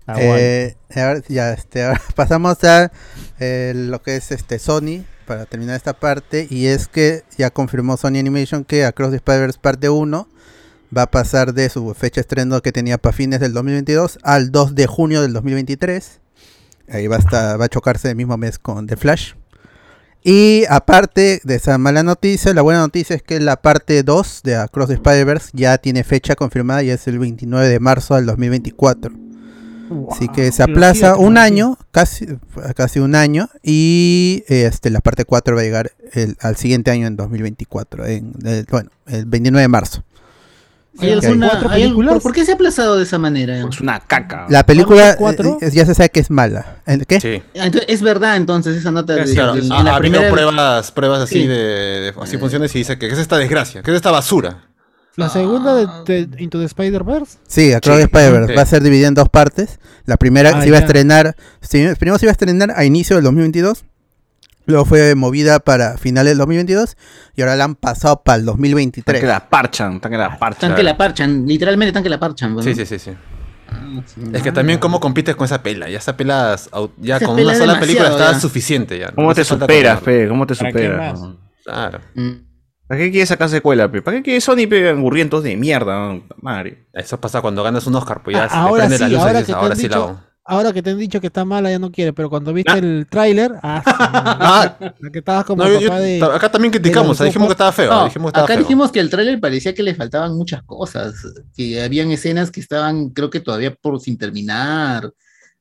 Agua.
Eh, a ver, ya este ahora [laughs] pasamos a eh, lo que es este Sony para terminar esta parte y es que ya confirmó Sony Animation que Across the Spider-Verse parte 1 va a pasar de su fecha de estreno que tenía para fines del 2022 al 2 de junio del 2023. Ahí va a, estar- va a chocarse el mismo mes con The Flash. Y aparte de esa mala noticia, la buena noticia es que la parte 2 de Across the Spider-Verse ya tiene fecha confirmada y es el 29 de marzo del 2024. Así que se aplaza un año, casi, casi un año, y eh, este, la parte 4 va a llegar el- al siguiente año en 2024, en, el- bueno, el 29 de marzo.
¿Hay
Ok.
alguna-
¿Cuatro
hay algún-
películas?
¿Por qué se ha aplazado de esa manera?
Es una caca.
La película
¿Parte cuatro?
eh, eh, ya se sabe que es mala. ¿En ¿Qué?
Sí.
Ah, entonces, es verdad entonces esa nota de,
Claro,
de- de
ha, ha habido pruebas, pruebas así
Sí.
de, de- así funciones y dice que ¿qué es esta desgracia, que es esta basura.
La segunda de, de Into the Spider-Verse.
Sí, Across the Spider-Verse
ok.
va a ser dividida en dos partes. La primera
Ah,
se iba a
ya.
estrenar, se- primero se iba a estrenar a inicio del 2022, luego fue movida para finales del 2022 y ahora la han pasado para el
Están que
2023.
la parchan, están que la
Tan
parchan.
que la parchan, literalmente tan que la parchan. Ah, ¿verdad?
Sí, sí, sí, sí. Es que también cómo compites con esa pela, ya esa pela au- ya
Esa
con
pela
una sola
demasiado,
película está
ya.
suficiente ya.
¿Cómo
No
te
hace falta
superas,
continuar.
pe? ¿Cómo te
¿Para qué
superas?
más?
Claro.
Mm.
¿Para qué quieres sacar secuela, pe? ¿Para qué quieres Sony, pe? Angurrientos de mierda, no? Puta madre.
Eso pasa cuando ganas un Oscar, pues ya
Ah,
se te
ahora
prende la luz
sí,
y
ahora
dices,
que te
ahora
han
sí la
dicho-
hago.
ahora que te han dicho que está mala, ya no quiere, pero cuando viste el tráiler, ah, su madre. La que estabas como
Ah. No, yo- yo-
papá de.
acá también
de
criticamos,
los
dijimos que estaba feo,
No,
dijimos que estaba
acá
feo.
dijimos que el tráiler parecía que le faltaban muchas cosas, que habían escenas que estaban, creo que todavía por sin terminar,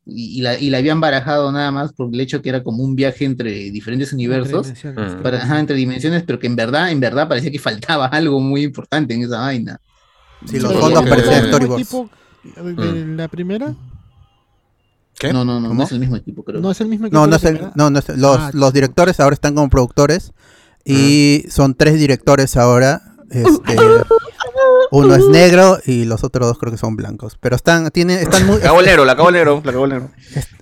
y, y la, y la habían barajado nada más por el hecho que era como un viaje entre diferentes universos,
Ah.
dimensiones,
para-
claro.
ajá, entre dimensiones, pero que en verdad, en verdad parecía que faltaba [laughs] algo muy importante en esa vaina.
Sí, los fondos parecían storyboards.
tipo eh, de
Mm.
la primera?
¿eh?
No, no, no, no es el mismo equipo, creo.
No es el mismo
No, no es el-
[laughs]
no, no es el- los,
Ah,
los directores ahora están como productores y son tres directores ahora. este, uno es negro y los otros dos creo que son blancos. Pero están, tienen, están muy.
Cagó el negro, la cagó el negro, la cagó el negro.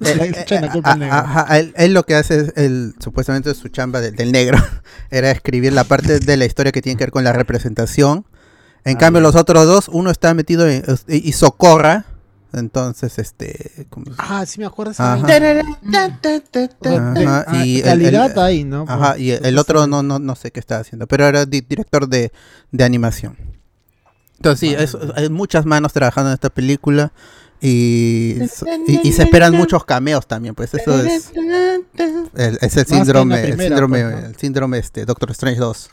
Eh, eh, a- a- a- él, él lo que hace es, el, supuestamente su chamba del, del negro, [laughs] era escribir la parte de la historia que tiene que ver con la representación. En cambio, los otros dos, uno está metido en, y, y socorra. Entonces, este. ¿cómo se-
Ah, sí me acuerdo. esa
Ajá.
vaina.
Ajá,
Ah,
y el-
calidad
el-
ahí, ¿no? Pues,
Ajá, y el, el otro no, no, no sé qué estaba haciendo, pero era di- director de, de animación. Entonces, sí, es- hay muchas manos trabajando en esta película y, y, y se esperan muchos cameos también, pues eso es. El, es el
Más que en la
síndrome,
primera,
el síndrome,
pues, ¿no?
el síndrome este, Doctor Strange 2.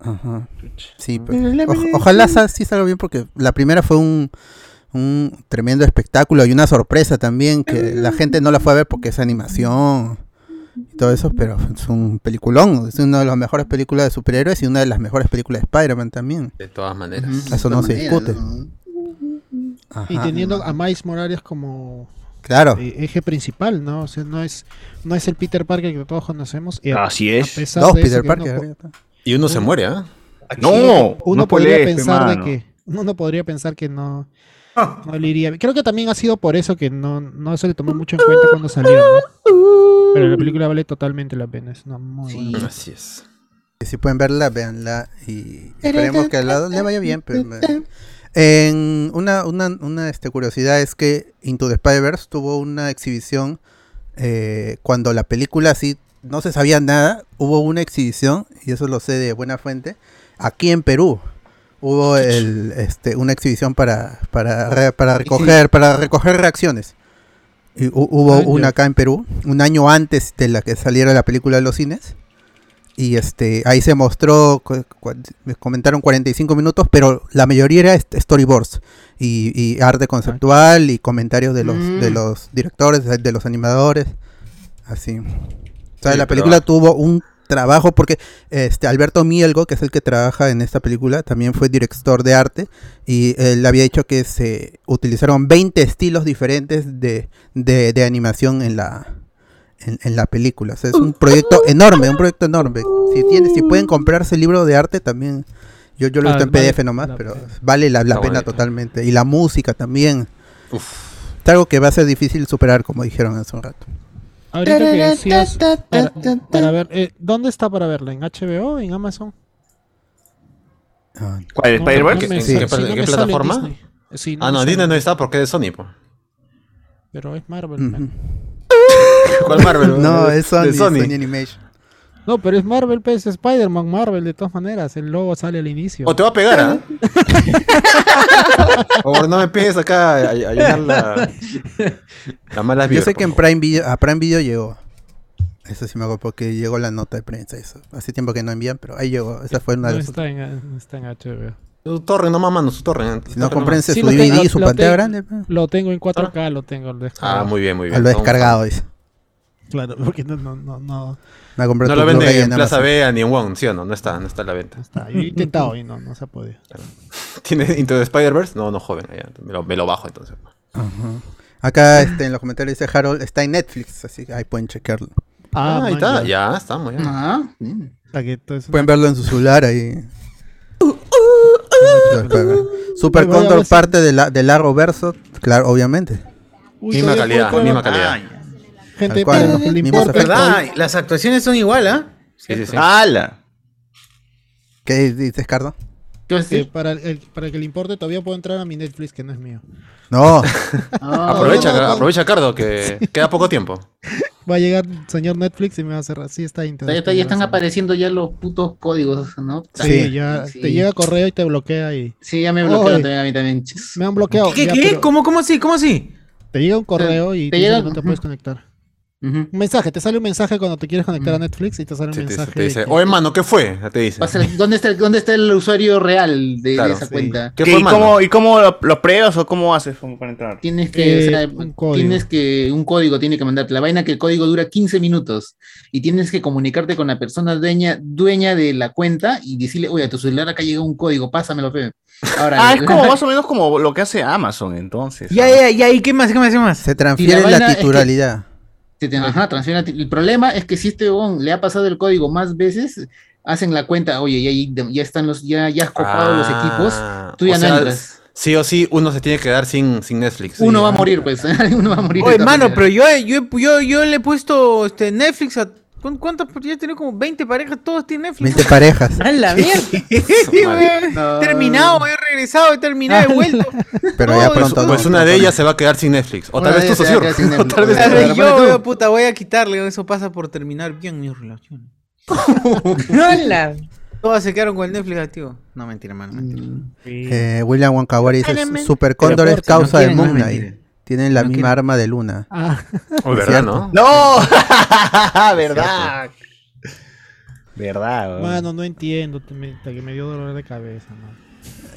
Ajá. Sí, pues, o- ojalá sa- sí salga bien porque la primera fue un, un tremendo espectáculo y una sorpresa también que la gente no la fue a ver porque es animación y todo eso, pero es un peliculón, es una de las mejores películas de superhéroes y una de las mejores películas de Spider-Man también.
De todas maneras.
Eso no se discute.
Y
Ajá.
teniendo a Miles Morales como
Claro.
eh, eje principal, ¿no? O sea, no es, no es el Peter Parker que todos conocemos. y
[laughs] Así es.
pesar
Dos
de eso
Peter
que uno
Parker, ¿eh?
po-
Y uno se muere, ¿ah?
Sí, uno podría
este
pensar de que uno podría pensar que no, no le iría bien. Creo que también ha sido por eso que no, no se le tomó mucho en cuenta cuando salió. ¿no? Pero la película vale totalmente la pena. Es una muy buena
Así es.
Que Si pueden verla, véanla y esperemos que al lado le vaya bien. pero me- En una, una, una, este, curiosidad es que Into the Spider-Verse tuvo una exhibición eh, cuando la película así no se sabía nada. Hubo una exhibición, y eso lo sé de buena fuente, aquí en Perú. Hubo el, este, una exhibición para, para, re- para, recoger, para recoger reacciones. Y hu- hubo
Ah, ya.
una acá en Perú, un año antes de la que saliera la película de los cines. Y este, ahí se mostró, cu- cu- me comentaron 45 minutos, pero la mayoría era est- storyboards y, y arte conceptual y comentarios de los, de los directores, de, de los animadores. Así. O sea,
Sí,
la
pero-
película tuvo un trabajo porque este Alberto Mielgo, que es el que trabaja en esta película, también fue director de arte y él había dicho que se utilizaron 20 estilos diferentes de, de, de animación en la en, en la película. O sea, es un proyecto enorme, un proyecto enorme. Si tienen, si pueden comprarse el libro de arte también yo, yo lo he
Ah,
visto en
vale
PDF nomás,
la
pero vale la, la
Está
pena
bonito.
totalmente. Y la música también.
Uf.
Es algo que va a ser difícil superar, como dijeron hace un rato.
Ahorita que decías, para, para ver, eh, ¿dónde está para verla? ¿En HBO o en Amazon?
Ah,
¿Cuál,
No,
Spider-Man?
no me-
¿Qué-
sí,
qué-
sí, no
qué
me sale en
plataforma?
Disney. Sí, no
ah,
me
no,
sale.
Disney no está porque es Sony, po.
Pero es Marvel. man.
[laughs]
[laughs]
¿Cuál Marvel?
no,
De
es Sony,
Sony.
Sony Animation.
No, pero es Marvel, pues es Spider-Man Marvel, de todas maneras. El logo sale al inicio.
O te va a pegar, [laughs] ¿ah? Por favor, no me empieces acá a, a llenar [laughs] la, la mala
Yo sé que en Prime Video, a Prime Video llegó. Eso sí me acuerdo porque llegó la nota de prensa. Eso. Hace tiempo que no envían, pero ahí llegó. Esa fue una
No
de las.
está, en, no está en HBO.
Su torre, no mamá, no su torre.
Si no, comprense
Sí,
su
lo tengo-
DVD, su
lo
pantalla
tengo-
grande. pues.
Lo tengo en 4K, lo tengo. Lo descargado.
Ah, muy bien, muy bien.
Lo he descargado, dice.
Claro, porque no, no, no. no.
Me compré
No
tu
lo venden
Blu-ray
en Plaza
Amazon.
Vea ni en Wong, ¿sí o no? No está, no está a la
[laughs]
venta.
Ah, yo he intentado y no, no se ha podido.
¿Tiene Into the Spider-Verse? No, no, joven. ya, me, lo, me lo bajo entonces.
Ah, Ajá. Acá este, en los comentarios dice Harold, está en Netflix, así que ahí pueden chequearlo.
Ah, ahí está. Ya, estamos. Ya.
Ah,
Ah,
Pueden verlo en su celular ahí. Super
Voy a ver
Condor,
si-
parte de la, del largo verso, claro, obviamente.
Uy, Misma
calidad,
todavía
puedo- Ah, misma calidad.
Ah,
Gente,
Tal cual,
para los
¿no?
que le
Mismos
importa.
efectos.
¿Verdad? Las actuaciones son igual, ¿ah?
Sí, sí, sí.
¡Hala!
¿Qué dices, Cardo?
Eh, para, el, para el que le importe, todavía puedo entrar a mi Netflix, que no es mío.
No.
[laughs]
Ah,
aprovecha,
no, no, no.
aprovecha, Cardo, que
[laughs]
queda poco tiempo.
Va a llegar señor Netflix y me va a cerrar. Sí, está
Ya,
interesante.
está- ya están apareciendo ya los putos códigos, ¿no?
Sí, ya
sí.
te llega correo y te bloquea y
Sí, ya me bloquearon
Oy.
también a mí también.
me han bloqueado.
¿Qué,
ya,
qué?
pero
¿Cómo, cómo así? ¿Cómo así?
Te Te llega un correo
Te-
y
te
tú
llega-
solo no te puedes conectar. Un mensaje, te sale un mensaje cuando te quieres conectar a Netflix y te sale un
Mm. Sí, te dice,
mensaje.
te dice,
de que-
oye, mano, ¿qué fue? Te dice.
Pasa el- ¿Dónde está, el, ¿Dónde está el usuario real de, de
Claro,
esa
sí.
cuenta?
¿Qué
¿Qué- ¿Y cómo, y cómo lo, lo pruebas o cómo haces como para entrar?
Tienes que,
Eh,
o sea, tienes que, un código tiene que mandarte. La vaina que el código dura 15 minutos y tienes que comunicarte con la persona dueña, dueña de la cuenta y decirle, oye, a tu celular acá llegó un código, pásamelo, fe. Ahora,
Ah,
[laughs]
es como más o menos como lo que hace Amazon entonces.
Ya, ya, ya, ¿y qué más, qué más, qué más?
Se transfiere la, titularidad.
Se te- ajá, transfieren la ti- El problema es que si este huevón le ha pasado el código más veces, hacen la cuenta, oye, ya, ya están los, ya, ya has copado los
Ah,
equipos, tú ya
o
no
sea,
entras.
Sí o sí, uno se tiene que quedar sin, sin Netflix.
Uno
Sí.
va a morir, pues. [laughs] Uno va a morir. de
Oye,
todas
mano,
maneras.
pero yo, yo, yo, yo le he puesto este, Netflix a. ¿cu- ¿Cuántas? Ya he tenido como 20 parejas, todos tienen Netflix.
20 parejas.
¡A la mierda!
[laughs]
Sí, güey.
No.
Terminado,
Ah.
he regresado, he terminado,
[laughs]
he vuelto.
Pero
[laughs]
No,
ya
Pues,
pronto.
pues
no.
una de ellas se va a quedar sin Netflix. O
Una
tal vez
de
tu
ellas se
socio.
va a quedar
[laughs]
sin
O tal vez
Tal vez
tú.
yo, güey, puta, voy a quitarle. Eso pasa por terminar bien mis relaciones.
¡Hola!
Todas se quedaron con el Netflix activo. No, mentira, mano, mentira.
Eh, William Wankawari dice:
Espérame.
Super
Pero
Cóndor es
por si no
causa de
quieren, no
Moon
es
Knight.
mentira.
Tienen la misma arma de luna.
Ah.
Oh,
Es
¿verdad,
cierto.
¡No! ¡Verdad! ¿Verdad?
"Ah, Mano, no entiendo, te- me, te- que me dio dolor de cabeza, mano.
[laughs]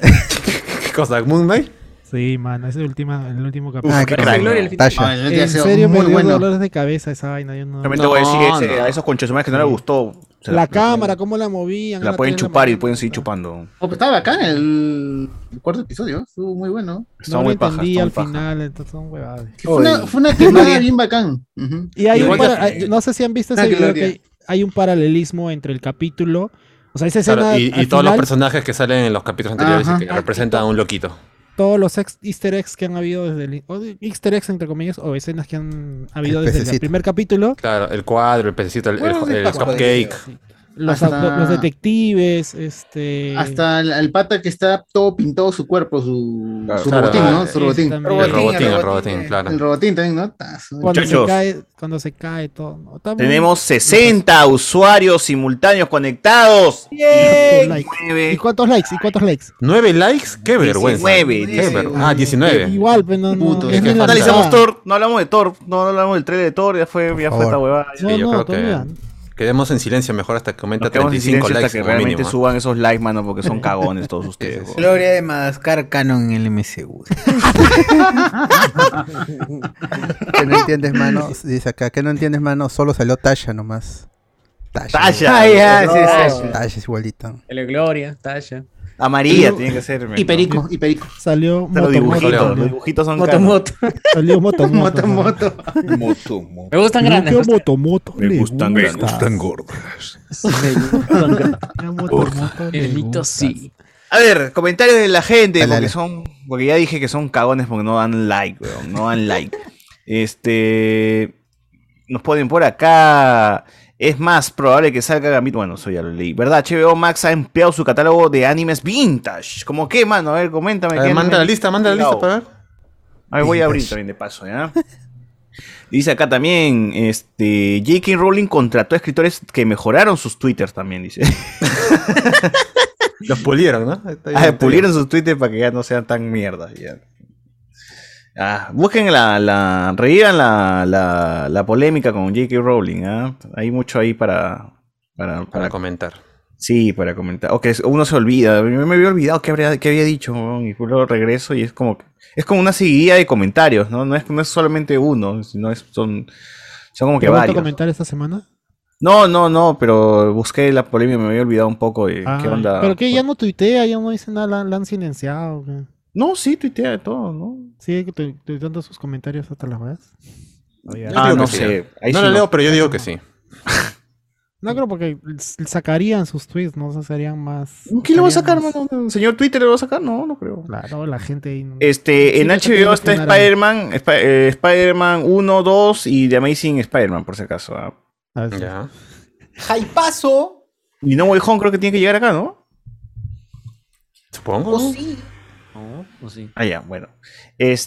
¿Qué cosa? ¿Moon Knight?
Sí, mano, ese es el último, el último capítulo.
Ah, qué crack. Gloria al fin-
Tasha.
Ah, el
en
día ha sido
serio me
muy
dio
bueno.
dolores de cabeza esa vaina, yo no.
También te voy a decir
No,
ese-
no.
a esos conchesumares que no les gustó. se
La
la,
cámara, cómo la movían.
la
a
pueden
las tres de
chupar y pueden seguir chupando.
Oh, pero estaba acá en el cuarto episodio. Estuvo muy bueno.
Estaba
no
muy
lo
paja,
entendí
estaba
al
muy paja.
final, entonces son huevadas.
Fue una, fue una quemada bien bacán. Ujú.
Y hay un
Igual
para-
que-
hay- no sé si han visto
Ah,
ese
que
video
Gloria.
que hay, hay un paralelismo entre el capítulo, o sea, esa escena
Claro, y y
al
todos los
final,
personajes que salen en los capítulos anteriores
Ajá.
y que representan a un loquito.
todos los ex- easter eggs que han habido desde el o de- easter eggs entre comillas o escenas que han habido
El
desde el
pececito.
primer capítulo,
Claro, el cuadro, el pececito, el, el-
Bueno, sí,
el
pasa.
cupcake.
los,
Hasta-
auto- los detectives, este
Hasta el, el pata que está todo pintado su cuerpo, su, su
Claro.
robotín, ¿no?
Ah,
Su robotín.
El
El robotín, el robotín, claro.
El robotín también, ¿no? Ta, su-
cuando se
Muchachos.
cae, cuando se cae todo. ¿no? Está muy-
Tenemos 60 usuarios simultáneos conectados.
¿Cuántos likes? ¿Y cuántos likes? ¿Y cuántos likes?
¿Nueve likes? ¡Qué vergüenza!
19,
Qué ver- Ah, 19.
Igual, pero no, no,
es que
ni la
Analizamos
mitad.
Thor, no hablamos de Thor, no hablamos del trailer de Thor, ya fue, ya fue
favor.
esta huevada.
Sí, yo creo que quedemos en silencio mejor hasta que aumente a
Nos quedamos en
35
silencio
likes
hasta que realmente
mínimo.
suban esos likes, mano,
[laughs]
porque son cagones todos ustedes. huevón.
Gloria de Madagascar Canon en el MCU.
Que no entiendes, mano. Dice acá: que no entiendes, mano. Solo salió Tasha nomás. Tasha.
Tasha. Ah, ya, sí, es Tasha.
Tasha es igualita.
El Gloria, Tasha.
Amarilla tiene que ser.
Y perico, y perico.
Salió
Hasta Los
Motomoto.
dibujitos, los dibujitos son
[laughs]
Motomoto.
Salió Motomoto.
Motomoto.
Me gustan grandes. pues.
Creo
me
que a Motomoto
Me
le
gustan
gusta.
grandes. Me gustan
gordas.
A Motomoto le gusta.
sí. A ver, comentarios de la gente, porque son. Porque ya dije que son cagones porque no dan like, weón. No dan like. Este. Nos ponen por acá. Es más probable que salga Gambito. Bueno, eso ya lo leí. ¿Verdad? HBO Max ha empleado su catálogo de animes vintage. ¿Cómo qué, mano? A ver, coméntame.
A ver,
qué
manda
anime
la lista, manda la lista
ligado.
para ver.
A ver, voy a abrir
Vintage.
también de paso, ¿ya? Dice acá también, este, J.K. Rowling contrató a escritores que mejoraron sus twitters también, dice.
Los pulieron, ¿no? Ahí está, ahí
Ah,
está.
pulieron sus tweets para que ya no sean tan mierdas. ya. Ah, busquen la, la, revivan la, la, la polémica con J.K. Rowling, ¿ah? Hay mucho ahí para, para, para
comentar.
Sí, para comentar. O que es- uno se olvida. Yo me había olvidado qué habría, qué había dicho, weón, y luego regreso y es como que- es como una seguidilla de comentarios, ¿no? No es, no es solamente uno, sino es, son, son como que
¿Te vas a
varios.
comentar esta semana?
No, no, no, pero busqué la polémica, me había olvidado un poco de qué
Ah,
onda.
Pero que ya no tuitea, ya no dice nada, la, la han silenciado. ¿qué?
No, sí, tuitea de todo, ¿no?
Sigue tu- tuiteando sus comentarios hasta las weas.
Yo
Ah,
digo
no
que sí,
sé.
¿eh?
Ahí
no
sí
la
no.
leo, pero yo digo que sí.
No creo porque s- sacarían sus tweets, no sé, serían más.
¿Quién lo va a sacar, mano? ¿Señor Twitter lo va a sacar? No, no creo.
Claro, la gente ahí no-
Este, en
Sí,
HBO
creo que
está
no tiene
Spider-Man, Sp- eh, Spider-man 1, 2 y The Amazing Spider-Man, por si acaso. ¿ah?
Ya.
¡Jaipazo!
Y No Way Home creo que tiene que llegar acá, ¿no?
Supongo.
¿O
Pues
sí?
Ah, ya, bueno.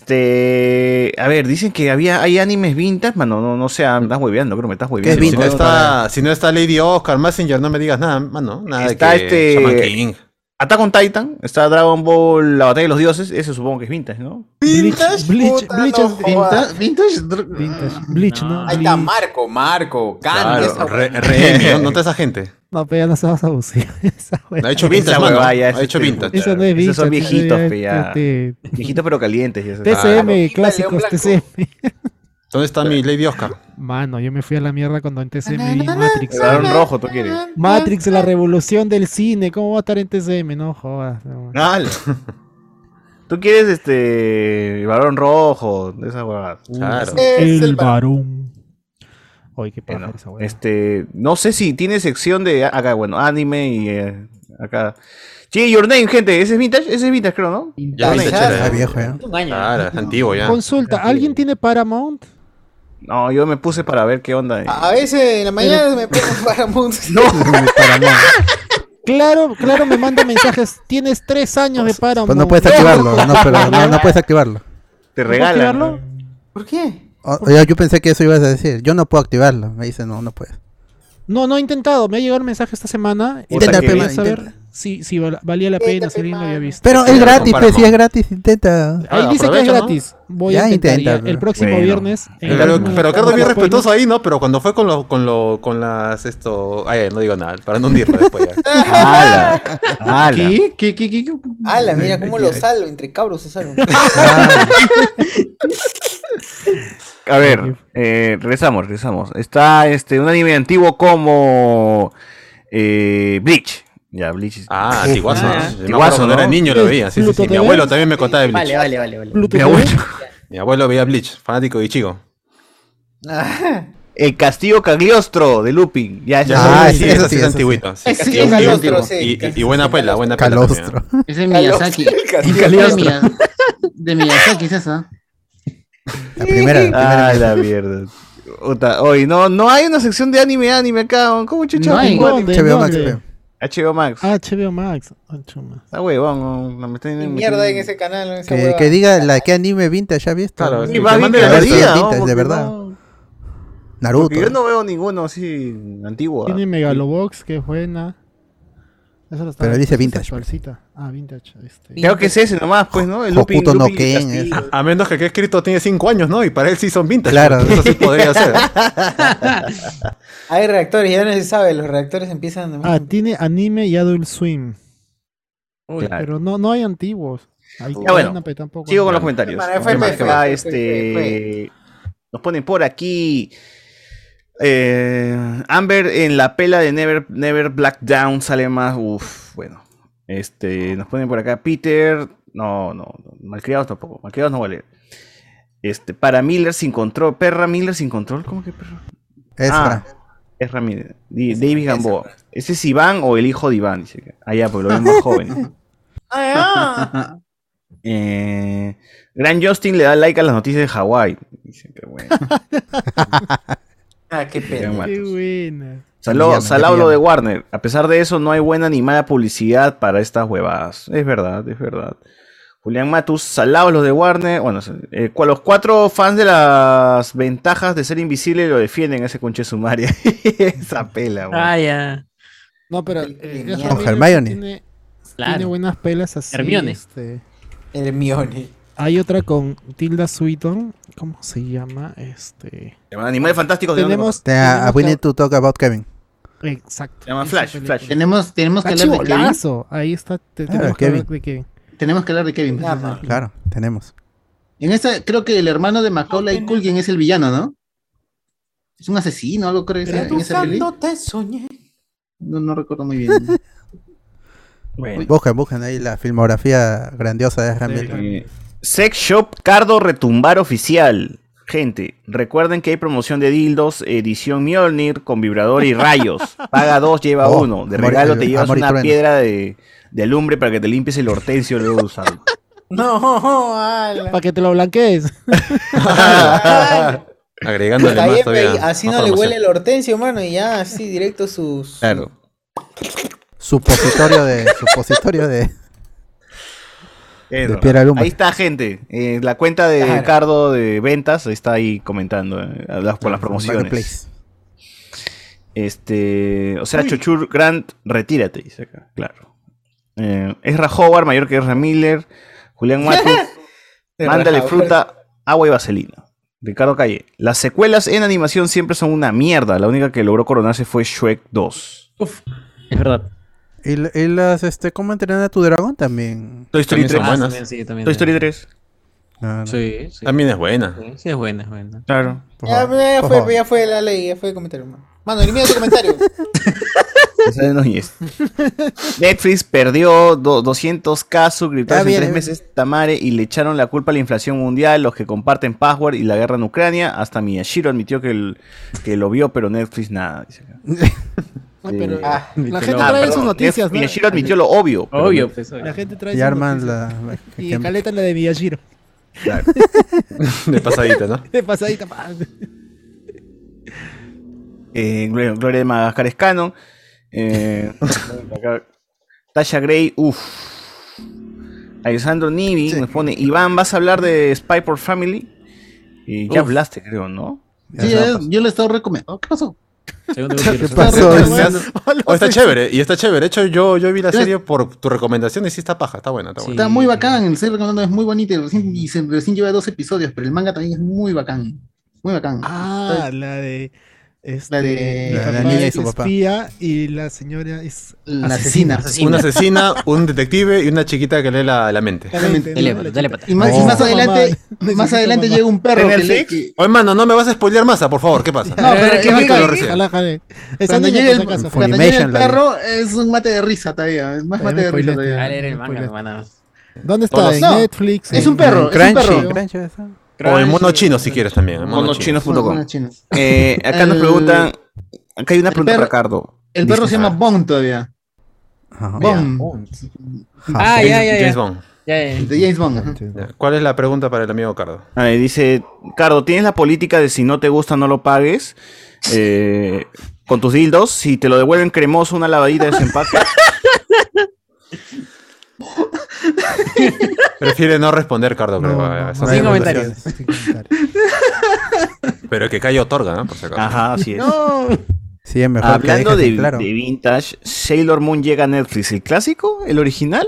Este. A ver, dicen que había, hay animes vintage, mano. No, no sea, me estás hueveando, creo que me estás hueveando.
Si no, está, si no está Lady Oscar, Messenger, no me digas nada, mano. Nada de
Está
que
este-
Shaman King.
Attack on Titan, está Dragon Ball, la batalla de los dioses, ese supongo que es vintage, ¿no?
Vintage, Bleach, Bleach es
Vintage, vintage,
[laughs] Bleach, ¿no?
Ahí está Marco, Marco,
Ah,
Can,
Claro,
esa-
re, [laughs] Remy,
[laughs]
¿no? ¿no está esa gente?
No, pero ya no se vas a abusar. [laughs] Esa
Ha hecho
[laughs] Esa
vintage, mano.
huevada
Ha
ya es
hecho
este,
vintage.
Eso no es
Esos son
vintage, eh, este,
viejitos,
eso ya
pe, ya. Ah.
te-
Viejitos pero calientes. y esas-
Ah,
TCM, clásicos, TCM.
¿Dónde está mi Lady Oscar?
Mano, yo me fui a la mierda cuando en TCM vi Matrix.
El varón rojo, ¿tú quieres?
Matrix, la revolución del cine. ¿Cómo va a estar en TCM? No jodas. no.
Dale. [laughs] Tú quieres este el varón rojo, de esa huevada. Claro.
El varón. Oye, qué paja esa hueá.
Este, no sé si tiene sección de acá, bueno, anime y eh, acá. Sí, Your Name, gente, ese es vintage, ese es vintage, creo, ¿no?
Ya,
Your Name.
vintage era.
Ah, viejo, ya.
Claro, es antiguo ya.
Consulta, ¿alguien tiene Paramount?
No, yo me puse para ver qué onda. eh.
A veces en la mañana me pongo para mundo.
[laughs]
No,
Claro, claro, me
[laughs]
manda mensajes. Tienes tres años de Paramount.
Pues no puedes activarlo, no, pero no, no puedes activarlo.
Te
¿No puedo activarlo?
¿Por qué?
O- o yo- yo pensé que eso ibas a decir. Yo no puedo activarlo. Me dice, no, no puedes.
No, no he intentado. Me ha llegado un mensaje esta semana. Y
Puta,
quería
qué bien.
saber si, si val- valía la pena, si alguien lo había visto.
Pero es gratis, pues, si es gratis, intenta.
Ahí dice que es gratis. Voy a
Ah, Ya
intentar
intenta,
ya.
pero-
el próximo
Bueno.
viernes. en el
Pero,
mismo
pero Carlos
canal
bien
de Spoiler.
respetuoso ahí, ¿no? Pero cuando fue con lo, con lo, con las esto. Ay, no digo nada, para no hundirlo después ya.
¡Hala! ¡Hala!
¿Qué? ¿Qué? ¿Qué? ¿Qué? ¿Qué?
Ala, mira cómo lo salvo, entre cabros se salvo.
A ver, eh, regresamos, regresamos. Está este un anime antiguo como eh, Bleach. Ya, Bleach. es-
Ah, Tiguazo. ¿no?
Ah,
Yo me acuerdo
Tiguazo,
Cuando
¿no?
era niño lo veía, sí, sí, sí. Mi abuelo también me contaba de Bleach.
Vale, vale, vale, vale.
Mi
¿eh?
abuelo.
Mi abuelo veía Bleach, fanático de Ichigo.
El Castillo Cagliostro de Lupin. Ya, ya.
Ah,
sí,
sí,
eso
eso sí
sí,
es
eso
antiguito.
sí.
Sí,
Sí,
Castillo
sí,
Cagliostro,
Calostro,
antiguo.
sí,
Y- Y y buena pela, buena pela.
Calostro.
también.
Ese es Miyazaki. Ese es Miyazaki. De Miyazaki es esa.
La primera, la primera.
Ah, la mierda. Puta, Hoy no, no hay una sección de anime, anime acá. ¿no? ¿Cómo chucha?
No hay.
Bueno,
¿Dónde?
HBO Max,
¿Dónde?
pe.
HBO Max.
HBO Max. Ah, chuma.
Está huevón. no, no me están- me
Mierda en
tienen-
ese canal, en esa
Que,
huevada.
que diga la que anime vintage ha visto.
Claro,
¿no?
sí,
Y
que
más bien
mande
que
la
la
Vintage,
día, ¿no?
vintage, de
Porque
verdad.
no-
Naruto.
Porque yo no veo ninguno así antiguo. ¿ah?
Tiene Megalobox, que es buena. Eso lo estaba-
Pero dice
esa
vintage, pe.
actualcita. Ah, vintage. Este.
Creo que es ese nomás, pues, ¿no? El Lupin,
Hokuto no
Lupin y
Ken,
Castillo.
¿eh? A menos que que escrito tiene 5 años, ¿no? Y para él sí son vintage.
Claro.
[laughs] Eso sí podría ser.
Hay reactores, ya no se sabe, los reactores empiezan.
Ah, tiene anime y Adult Swim.
Uy, claro.
Pero no, no hay antiguos. Hay
Ya bueno,
Kidnap, pero tampoco
Sigo
hay-
con los comentarios.
Bueno,
¿Qué
FF,
más? ¿Qué más?
FF,
este, nos ponen por aquí. eh, Amber en la pela de Never, Never Black Down sale más. Uf, bueno. Este, nos ponen por acá Peter. No, no, no, malcriados tampoco. Malcriados no vale. Este, para Miller sin control. Perra Miller sin control. ¿Cómo que perra?
Ezra.
Ah, es Ramírez. Di- David Gamboa. ¿Ese es Iván o el hijo de Iván? Dice que. Ah, ya, pues lo ven más joven. [laughs] Eh, Gran Justin le da like a las noticias de Hawái. Dice que bueno.
Ah, qué
Gran
pena.
Matos.
Qué buena.
Saló-
Ya me llama, ya
Salado
me
lo de
llama.
Warner. A pesar de eso, no hay buena ni mala publicidad para estas huevadas. Es verdad, es verdad. Julián Matus, salados los de Warner. Bueno, eh, cua- los cuatro fans de las ventajas de ser invisible lo defienden ese conche sumaria. [laughs] Esa pela, weón.
Ah, ya.
No, pero.
Qué
eh,
genial.
Ramírez
Hermione.
Tiene,
Claro.
tiene buenas pelas así.
Hermione.
este.
Hermione. [laughs]
Hay otra con Tilda Swinton. ¿Cómo se llama? Este.
Animales fantásticos de dónde
Tenemos.
Te- ah,
tenemos
we
que-
need to talk about Kevin.
Exacto.
Se llama
esa
Flash,
película.
Flash.
Tenemos, tenemos que
Está
hablar de Kevin.
chivolazo. Ahí está. te-
Ah,
tenemos que
Kevin.
hablar de Kevin.
Tenemos que hablar de Kevin.
Ah, man.
Claro, tenemos.
pues.
En esta, creo que el hermano de Macaulay Culkin es el villano, ¿no? Es un asesino, algo creo que sea, en esa peli.
No te soñé.
No, no recuerdo muy bien.
Bueno.
Buscan, buscan ahí la filmografía grandiosa de Ezra Miller.
Eh, Sex Shop Cardo Retumbar Oficial. Gente, recuerden que hay promoción de dildos, edición Mjolnir con vibrador
[laughs]
y rayos. Paga dos, lleva
Oh,
uno. De
amor y-
regalo te llevas
amor y
una
trueno.
piedra de, de alumbre para que te limpies el hortensio luego de usarlo.
[laughs]
No, ala.
Para que te lo
[laughs]
blanquees.
Agregándole
Está
más
bien,
todavía.
pe, así
más
no le
promoción.
huele el hortensio, mano, y ya así directo sus.
Claro.
Supositorio de. Supositorio de.
Pero,
piedra de alumbre.
Ahí está, gente. Eh, la cuenta de
Claro.
Cardo de ventas está ahí comentando eh, las- por las promociones.
Marketplace.
Este, o sea, Chochur Grant, retírate, dice acá. Claro. Eh, Ezra Howard, mayor que Ezra Miller. [laughs] Julián Matus.
Ezra
mándale
Howard.
fruta, agua y vaselina. Ricardo Calle. Las secuelas en animación siempre son una mierda. La única que logró coronarse fue Shrek 2.
Es verdad. Y, la- y las, este, ¿cómo entrenar a tu dragón también?
Toy Story
También
3.
son buenas.
también, sí, también.
Toy Story 3.
Sí, sí.
También es buena.
[laughs] Sí, sí es buena, es buena.
Claro.
Ya, ya fue, ya fue la ley, ya fue el comentario. Mano, mano elimina tu
[laughs]
comentario.
Esa no es. Netflix perdió do- 200k suscriptores
Ah, bien,
en tres
bien.
meses, Tamare, y le echaron la culpa a la inflación mundial, los que comparten password y la guerra en Ucrania. Hasta Miyashiro admitió que, el- que lo vio, pero Netflix nada. dice acá.
pero
Eh,
Ah,
la
admitió
gente
nada,
trae
perdón,
sus noticias,
Netflix-
¿no?
Miyashiro admitió lo obvio. pero
Obvio,
no-
pues, obvio. La gente trae
Y
sus
arman la...
noticias.
la-
Y
que-
caleta la de Miyashiro.
Claro. De pasadita,
[laughs]
¿no?
De pasadita más.
Eh, Gloria, Gloria de Madagascar es canon.
[laughs]
Eh, acá, Tasha Gray, uff. Alessandro Nivi nos pone, Iván, ¿vas a hablar de Spy por Family? Y ya
Uf.
hablaste, creo, ¿no?
Sí, es- yo le he estado recomendando. Oh, ¿Qué pasó?
¿Qué
O está chévere, y está chévere. De hecho, yo, yo vi la
Ya.
serie por tu recomendación y sí está paja, está buena, está buena.
Está muy bacán, el ser recomendado es muy bonito y recién, y se- recién lleva dos episodios, pero el manga también es muy bacán. Muy bacán.
Ah, la de. Este,
La de-
mi
La de la
papá
niña y
es
su papá.
espía y la señora es.
Una asesina, un detective y una chiquita que lee la, la
[laughs]
mente.
Telépata,
Y más, y más adelante, más adelante llega un perro que le, que-
Oye, mano, no me vas a spoilear masa, por favor, ¿qué pasa?
No, pero que
Capítulo
venga-
recién.
Ojalá, ojalá. Esa
Cuando
niña
llega
que
el,
pues, saca su-
cuando llega el perro es un mate de risa todavía, es más
Todavía
mate de
me
risa
spoileaste.
todavía.
Ah, leer el manga,
hermano.
¿Dónde está?
Todos-
¿En
No,
Netflix?
es
¿En-
un perro,
en
es un
Crunchy?
perro.
Crunchy, esa.
O el mono chino, si quieres también. el mono chino.
Monochinos.com.
Monochinos.
Eh, acá nos
El-
preguntan, acá hay una pregunta
perro-
para Ricardo.
El perro
Dice-
se llama Bong todavía. Bong.
Ah, ya, ya, ya.
pues,
James Bond.
Ya, ya.
De James Bond. ajá.
Ya. ¿Cuál es la pregunta para el amigo Cardo?
A ver, dice, Cardo, ¿tienes la política de si no te gusta no lo pagues? Eh, con tus dildos, si te lo devuelven cremoso, una lavadita
[laughs]
de desempaque.
Prefiere no responder, Cardo. creo. a esa
sin
pregunta.
comentarios.
Pero que calle otorga, ¿no? Por si acaso.
Ajá, así es.
Sí, es mejor que
Hablando
dejes,
de,
claro.
de vintage, Sailor Moon llega a Netflix. ¿El clásico? ¿El original?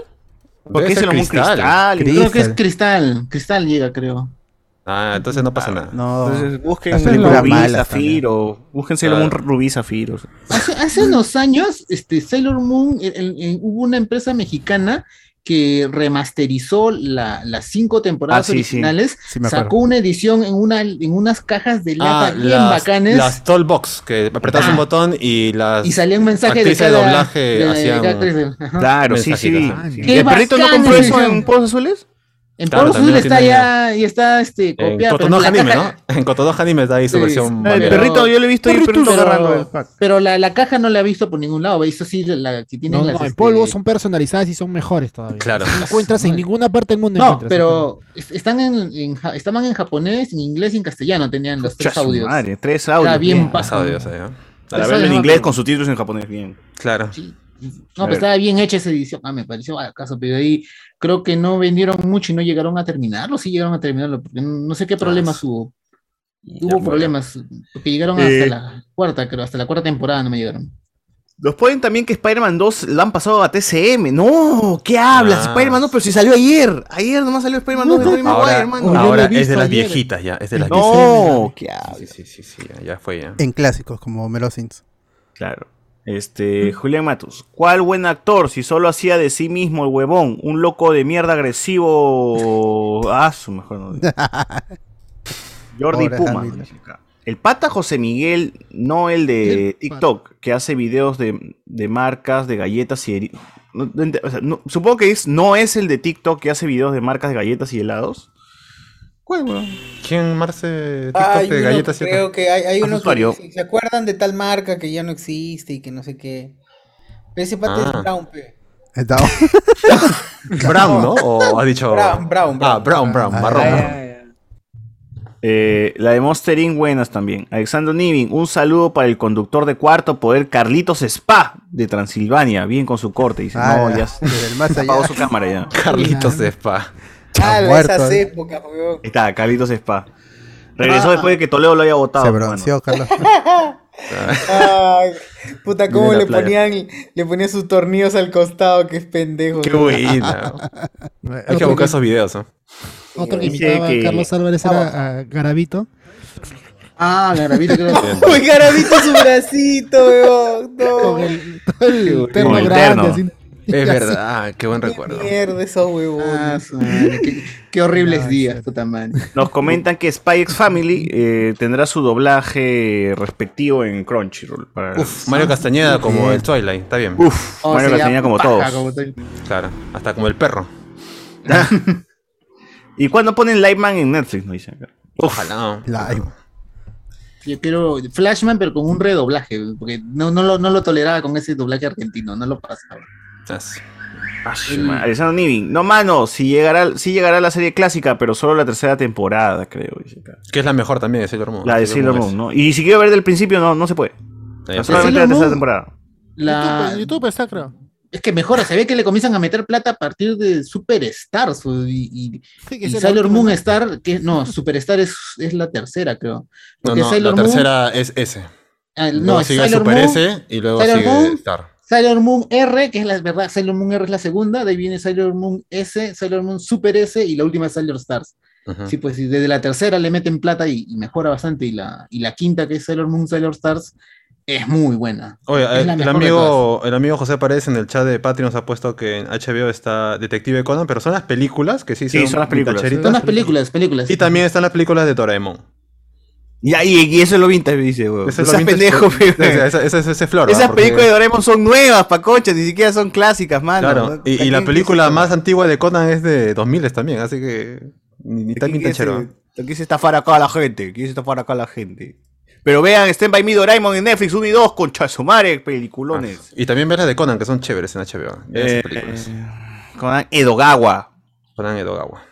Porque
Debe
es
ser
Sailor Moon
Cristal.
Cristal.
Creo que es Cristal, Cristal llega, creo.
Ah, entonces no pasa nada.
No.
Entonces busquen
Hacen películas
Rubí
malas
Zafiro. Busquen Sailor Moon
Claro. Ah,
Rubí Zafiro.
Hace, hace unos años, este, Sailor Moon, el- el- el- hubo una empresa mexicana que remasterizó la- las cinco temporadas
Ah, sí, sí.
originales,
Sí, me acuerdo.
sacó una edición en, una, en unas cajas de lata
Ah,
bien
las,
bacanes Ah.
las Toll Box, que apretas un botón y las.
y salía un mensaje de
actrices
cada,
doblaje
de- de
hacían-
cada actriz. Ajá.
Claro, sí, sí.
Ah,
Mensajitos.
sí.
¡Qué
¿El perrito no
bacán
compró eso
edición!
en Pozos Azules?
En
Claro,
Pablo
también
Azul
lo
está
tiene
ya, y está este,
En
copiada. pero
Cotonou
en la
Anime,
caja-
¿no? En Cotonou Anime está ahí su
Sí,
versión.
pero-
manga.
perrito, yo le he visto ahí, el perrito agarrando eh. el
Pero, pero la, la caja no la he visto por ningún lado, ¿veis? Así la que tienen
No,
las,
no, en
este,
polvo son personalizadas y son mejores todavía.
Claro.
No encuentras en ninguna parte del mundo.
No,
encuentras
pero es- están en, en ja- estaban en japonés, en inglés y en castellano tenían los tres
Chua, su
audios.
Madre, tres audios.
Está bien
Tres
paja.
audios, ahí, ¿no?
Tres
A ver, en
audios.
inglés con subtítulos en japonés, bien.
¿eh? Claro.
No, pero estaba bien hecha esa edición. Ah, me pareció acaso, pero ahí creo que no vendieron mucho y no llegaron a terminarlo. Sí llegaron a terminarlo, porque no sé qué problemas hubo. Hubo problemas, porque llegaron hasta
Eh.
la cuarta, creo, hasta la cuarta temporada no me llegaron.
Nos ponen también que Spider-Man 2 la han pasado a TCM. No, ¿qué hablas?
Ah.
Spider-Man 2, pero si salió ayer. Ayer nomás salió Spider-Man
pues,
2 de Tobey Maguire,
Ahora,
hermano.
ahora es de las viejitas ya. Es de las
No, ¿qué
Sí, sí, sí, sí, ya, ya fue ya.
En clásicos como Melosins.
Claro. Este, Julián Matus. ¿Cuál buen actor si solo hacía de sí mismo el huevón? Un loco de mierda agresivo. Ah, su mejor no. digo. Jordi
Pobre
Puma.
Hamilton.
dice acá. El pata José Miguel, no el de TikTok, que hace videos de, de marcas, de galletas y heri- no- no ent- o sea, no- supongo que es, no es el de TikTok que hace videos de marcas de galletas y helados. ¿Cuál, huevón?
¿Quién Marce TikTok
Hay
de
uno
galletas
que
y
creo
otras?
que hay, hay uno
Usuario.
que se acuerdan de tal marca que ya no existe y que no sé qué. Pero ese pata
Ah.
es Brown, pe.
Brown, ¿no? ¿O ha dicho?
Brown, Brown,
Ah, Brown, Brown, marrón. marrón.
Eh, la de Monster Inc. buenas también. Alexander Nivin, un saludo para el conductor de cuarto poder Carlitos Spa de Transilvania. Bien con su corte. Dice,
Ah,
no,
ya,
ya
desde el más allá.
apagó su cámara ya.
Carlitos de Spa.
Ah,
muerto,
esas
eh.
épocas, weón.
Ahí está, Carlitos Spa. Regresó después de que Toledo lo haya votado.
Se bronceó, Carlos.
Ay, puta, cómo
De la
le
playa.
ponían, le ponían sus tornillos al costado, que es pendejo.
Qué
[laughs]
buena. Hay que buscar esos videos, ¿no?
Otro que
Dice
imitaba
que-
a Carlos Álvarez era a Garavito.
Ah, Garavito, creo.
Uy, Garavito su bracito, weón. No.
[laughs] el terno
Con el
grande,
terno.
así.
Es
así.
verdad, Ah, qué buen recuerdo.
Mierda, esos huevones.
Ah, qué, qué horribles días, puta madre.
Nos comentan que Spy X Family eh, tendrá su doblaje respectivo en Crunchyroll. para-
Uf, Mario Castañeda como el Twilight, está bien.
Uf,
Oh,
Mario
sería
Castañeda como
paja
todos.
como Claro, hasta como el perro.
¿Y cuándo ponen Lightman en Netflix? No dicen acá.
Ojalá.
Yo quiero Flashman, pero con un redoblaje, porque no, no, lo, no lo toleraba con ese doblaje argentino, no lo pasaba.
Ah, su madre. Alessandro Nivin. No, mano, si llegará, si llegará la serie clásica, pero solo la tercera temporada, creo. dice acá.
Que es la mejor también de Sailor Moon.
La de Sailor Moon, ¿no? Y si quiero ver del principio, no, no se puede.
Eh,
Solamente
Sailor
la tercera
Moon.
temporada.
La-
YouTube, YouTube está, creo.
Es que mejora, se ve que le comienzan a meter plata a partir de Superstar su- y, y-
Sí,
y
que es el
Sailor
último.
Moon
[laughs]
Star, que no, Superstar es, es la tercera, creo.
No,
Porque
no,
Sailor
la
Moon-
tercera es S.
Ah, no,
luego sigue
Sailor
Super
Moon,
S y luego
Sailor
sigue
Moon,
Star.
Sailor Moon R, que es la verdad, Sailor Moon R es la segunda, de ahí viene Sailor Moon S, Sailor Moon Super S y la última es Sailor Stars.
Ujú.
Sí, pues y desde la tercera le meten plata y, y mejora bastante y la, y la quinta que es Sailor Moon Sailor Stars es muy buena.
Oye, eh, el,
Es la
el
mejor de
amigo, el amigo José Paredes en el chat de Patreon nos ha puesto que en HBO está Detective Conan, pero son las películas que sí,
Sí, son las películas.
vintageritas.
Son las
películas, películas.
Y también están las películas de Doraemon.
Y, ahí- y eso es lo vintage, dice, weón.
Ese es
Esas
lo vintage,
pendejo,
porque- ese-
weón.
ese- ese- ese es flor,
Esas
¿verdad? Porque-
películas de Doraemon son nuevas, pacochas, ni siquiera son clásicas, mano.
Claro, y, y la película más antigua de Conan es de 2000 también, así que ni, ni tan vintagero.
Lo quise estafar acá a la gente, quise estafar acá a la gente. Pero vean, Stand By Me Doraemon en Netflix 1 y 2, con Chasumare, peliculones.
Y también ver las de Conan, que son chéveres en HBO. vean Ah,
Eh,
esas películas.
Conan Edogawa.
Conan Edogawa.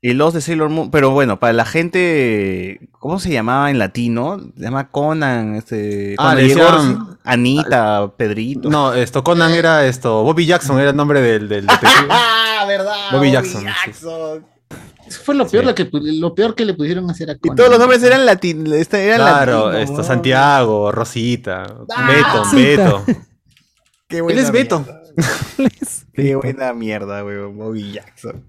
Y los de Sailor Moon, pero bueno, para la gente, ¿cómo se llamaba en latino? Se llama Conan, este,
Ah,
cuando
le
llegó
decían-
así, Anita, Pedrito.
No, esto, Conan
Eh.
era esto, Bobby Jackson era el nombre del, del detective.
Ah, [laughs] verdad.
Bobby Jackson. sí.
Eso fue lo peor, lo, que, pu- lo peor que le pudieron hacer a Conan.
Todos los nombres eran latinos. Eran
Claro,
latinos,
esto,
weón.
Santiago, Rosita,
Ah,
Beto,
Rosita.
Beto.
Qué
Él es Beto.
Qué buena mierda, weón. Bobby Jackson.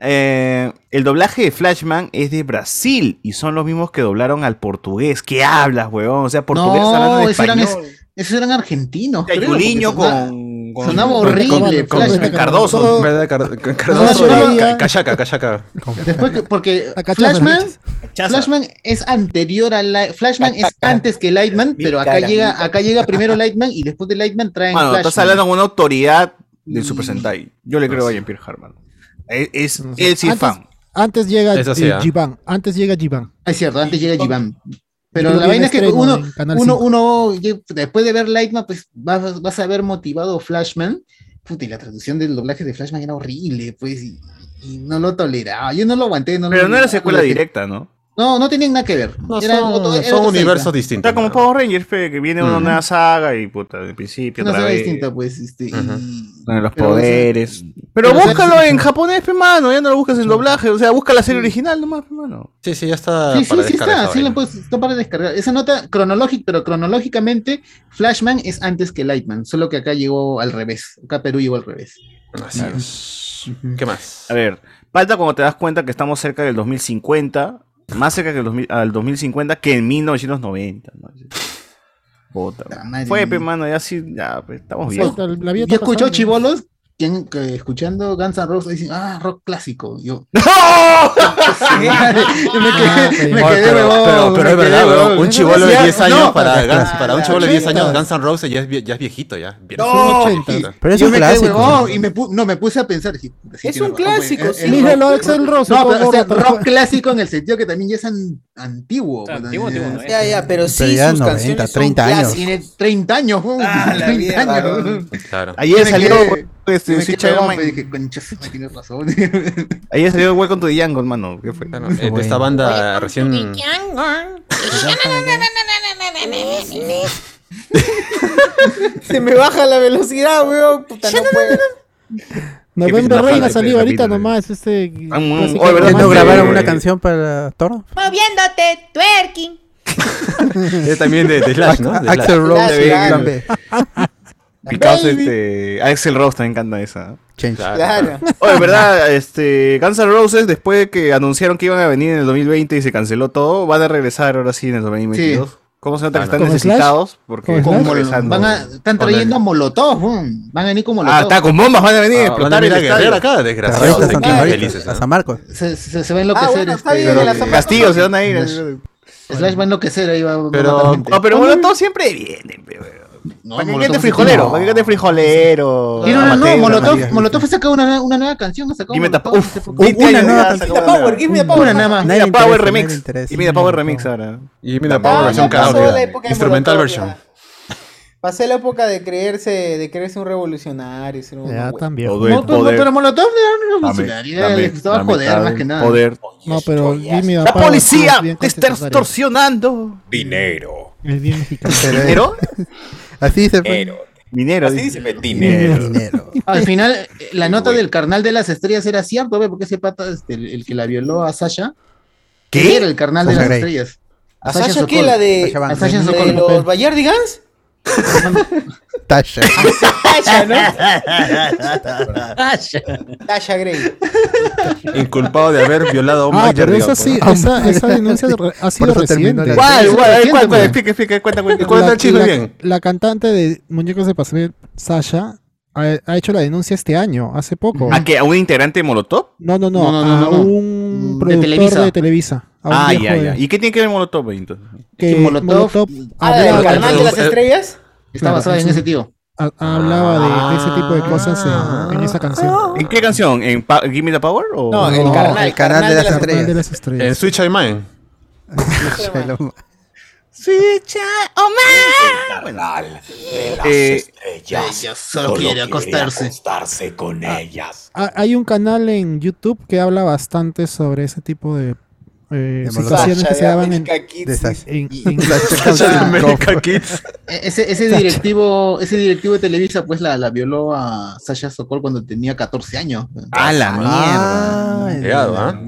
Eh, el doblaje de Flashman es de Brasil y son los mismos que doblaron al portugués. ¿Qué hablas, weón? O sea, portugués hablando
no,
de
esos
español.
eran, es- esos eran argentinos. creo, porque
Yuliño
sonaba-
con,
Sonaba horrible.
Con, con-
Flashman.
Cardoso. ¿verdad? Car- Car- Cardoso.
sonaba-
y Ca- Cachaca, cachaca.
Después que- porque
Cachaza,
Flashman,
Cachaza.
Flashman es anterior a Light- Flashman es antes que Lightman, pero acá
cara, mi
llega, acá llega primero Lightman y después de Lightman traen
Mano,
Flashman.
estás hablando con una autoridad del Super Sentai. Yo le creo a Jean-Pierre Harman. Es, es, él sí es
Antes-
fan.
Antes llega
Eso sí,
eh,
¿ah?
Gibran, Antes llega Gibran.
Ah, Es cierto, antes llega Gibam. Pero
Creo
la
que
vaina
el
es que
estreno
uno,
en Canal
uno,
cinco.
uno, ye- después de ver Lightman, pues vas, vas a haber motivado Flashman. Puta, y la traducción del doblaje de Flashman era horrible, pues, y, y no lo toleraba. Yo no lo aguanté. No lo-
Pero no era secuela
lo-
directa, ¿no?
No, no tenían nada que ver.
No,
Era
son-
otro- era
son
otra
universos
saga.
distintos.
Está como Power Rangers, pe, que viene una
Mm.
nueva saga y puta, de principio
Una
otra
saga
vez.
distinta, pues, este, y-
Con los
Pero,
poderes. Pero,
pero, o sea,
búscalo en japonés, pe, mano. Ya no lo buscas en doblaje. O sea, busca la serie original nomás, pe, mano.
Sí, sí, ya está.
Sí, sí,
para
sí
descarga
está,
esa
sí
vaina.
la puedes, está para descargar. Esa nota cronológica, pero cronológicamente Flashman es antes que Lightman, solo que acá llegó al revés, acá Perú llegó al revés.
Así es. ¿Qué más?
A ver, falta cuando te das cuenta que estamos cerca del 2050. Más cerca que el 2000 al 2050 que en 1990. ¿no? Puta,
madre.
Fue, pe, mano. Ya sí, ya, pe, estamos bien.
[laughs]
La- la vida
Yo
está
escucho
pasando.
chivolos que, que escuchando Guns N' Roses dicen, ah, rock clásico. Yo, [laughs] me quedé, me
Oye,
quedé,
pero,
huevón,
pero- pero
me
es verdad,
quedé,
weón,
huevón.
un chivolo de
Decía,
10 años
no,
para,
claro,
Guns- para un chivolo de 10 años,
claro.
Guns N' Roses ya es, vie- ya es viejito, ya. Bien.
Pero es
Yo
un
me quedé,
clásico.
huevón, y me pu- no, me puse a pensar. dije, puta, sí
Es
tiene
un
razón, pues,
clásico,
el-
sí.
el
Míralo,
rock-
Axl
Rose,
No,
todo
pero o sea,
gordo,
rock
todo-
clásico en el sentido que también ya es an- antiguo. pues,
antiguo,
ya-
antiguo, ¿no?
Ya, ya, pero sí,
Pero ya
sus
90,
canciones son
30 años.
clásicas.
Tiene 30 años, huevón,
Ah, la
30
mierda,
años.
huevón.
Claro.
Ayer
Yo me
salió
quedé-
este,
yo me
Switch
quedé,
Iron
huevón,
Man.
pues, dije, "Concha, su madre, tienes razón.
Ayer salió igual con tu Django, hermano. ¿Qué fue?
Eh, de esta banda recién.
[laughs] Se me baja la velocidad, weón. Puta, no puedo.
November
Qué
Rain ha
pinta
salido
la
ahorita
pinta,
nomás. Este.
Ah, mm,
clásico
oh, ¿verdad?
romántico.
¿No grabaron una canción para Toro?
Moviéndote, twerking.
es también de, de Slash, ¿no? De
Axel
Slash.
Rose.
Slash,
Gran
grande.
B. Because
Baby.
este, Axel Rose también canta esa. ¿no?
Claro.
Oye, verdad, este, Guns N' Roses, después de que anunciaron que iban a venir en el 2020 y se canceló todo, van a regresar ahora sí en el 2022.
Sí.
¿Cómo se nota que están
¿Como Slash?
necesitados? Porque
Como
están regresando.
van a- están
Con el-
trayendo a Molotov, mm, van a venir con Molotov.
Ah, está con bombas, van a venir a
Ah,
explotar el
van a venir a
estadio.
guerrear acá, desgraciados,
Terroristas
se
antimaristas,
quedan felices,
A San Marcos.
Se, se, se va a enloquecer.
Ah, bueno, está bien,
Pero
la
que
San Marcos
Castillo se van a ir.
Slash, Slash va a enloquecer ahí va, va a matar
Pero,
gente.
no, pero bueno, todo siempre viene. ¿Para qué
Molotov
cante
sí
frijolero?
tiene-
¿Para qué cante frijolero?
Y no, no, no,
Amateur,
Molotov,
amateur.
Molotov ha sacado una, una nueva canción, ha sacado
Give me the
Molotov
power.
hace poco.
Uf, Give me
nueva
the
canción.
power. Give me the power.
este Una nada más.
Give me the power remix. Give me the power remix ahora.
Give me the power versión
pasó la
karaoke.
época de
Instrumental
Molotov,
version.
Pasé la época de creerse, de creerse un revolucionario. ser un-
Ya, también.
Todo
No,
el
pero-
poder.
pero
Molotov
era
Dame,
una revolucionaria,
dame,
le gustaba
dame
joder,
mitad
más
de
que nada.
Poder.
No, pero Jimmy
La
Aparo
policía
es bien
te está
contestatario.
extorsionando. Dinero.
Es
[laughs]
bien mexicano.
¿Dinero?
Así dice.
Dinero. Dinero.
Así
dice.
Dinero. Dinero.
Al final, eh, la nota del carnal de las estrellas era cierto, ¿ve? porque ese pata, este, el, el que la violó a Sasha,
¿Qué?
era el carnal de
Sasha
las
Grey.
estrellas.
¿A Sasha qué? ¿La de,
Sasha Banks.
la
Sasha
de
Sokol.
los Bayardigans?
Tasha.
Tasha, ¿no? Tasha. Tasha Grey.
Inculpado de haber violado a un
Ah,
Michael
pero esa
Jordan,
sí,
¿no?
esa, esa denuncia re- ha sido
eso terminó
reciente.
la- ¿Cuál, cuál? A ver, cuál, cuál?
Explica, explica, cuenta, cuenta.
¿Cuál es
La-
el chisme
la-
bien?
La cantante de Muñecos de Papel, Sasha, ha, ha hecho la denuncia este año, hace poco.
¿A qué? ¿A un integrante de Molotov?
No, no, no,
No, no, no,
a
no, no. De
un productor
Televisa.
de Televisa. a un
Ah,
viejo
ya,
de-
ya. ¿Y qué tiene que ver Molotov ahí, entonces?
Que Molotov,
Ah, ¿la
hablaba-
del carnal de las
eh,
estrellas?
Claro, sí. Ha- hablaba de, de ese tipo de cosas en- en esa canción.
¿En qué canción? ¿En Pa- Give Me the Power? O...
No, el No, carnal, el carnal de las
carnal
[laughs]
estrellas. de las estrellas.
En Switch ¿eh? I Mind.
Switcha, Omar.
Eh,
estrellas.
ella solo quiere acostarse.
acostarse con ellas.
Ah, Hay un canal en YouTube que habla bastante sobre ese tipo de eh,
De Molotov.
situaciones que se
Sasha de
daban en,
America Kids.
en- [laughs] en- en-
E- Ese, ese directivo, ese directivo de Televisa, pues la, la violó a Sasha Sokol cuando tenía 14 años.
¡A la
Ah,
mierda!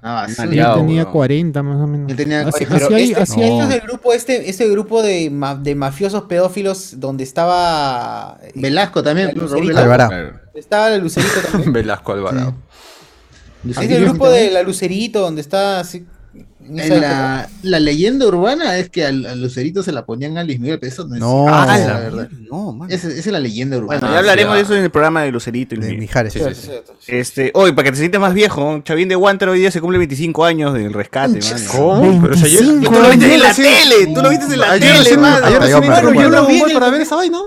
Ah, sí.
Él tenía 40 más o menos. así,
Oye, pero
así hay-
este,
así
este
hay-
es el grupo, este, este grupo de, ma- de mafiosos pedófilos donde estaba...
Velasco también, Raúl
Lucerito.
Velasco.
Estaba la Lucerito
[laughs]
[laughs]
también.
Velasco Alvarado.
Es el grupo de la Lucerito donde está así... en esa
En Eh, la, la leyenda urbana es que al, al Lucerito se la ponían a Luis Miguel, pero eso no es
No.
cierto,
Ah,
la
la
verdad.
No, man.
Esa esa es la leyenda urbana.
Bueno, Ah, ya hablaremos de eso en el programa de Lucerito y de
Mijares.
Sí, sí, sí. Este, hoy, para que te sientas más viejo, Chavín de Wanter hoy día se cumple 25 años del rescate, mano.
¿Cómo? Oh, Pero si ayer-
Tú lo viste en la tele, tú lo viste en la
Ayer
tele,
recién-
mano.
ayer recién- Bueno, yo lo vi
en el-
para ver esa vaina.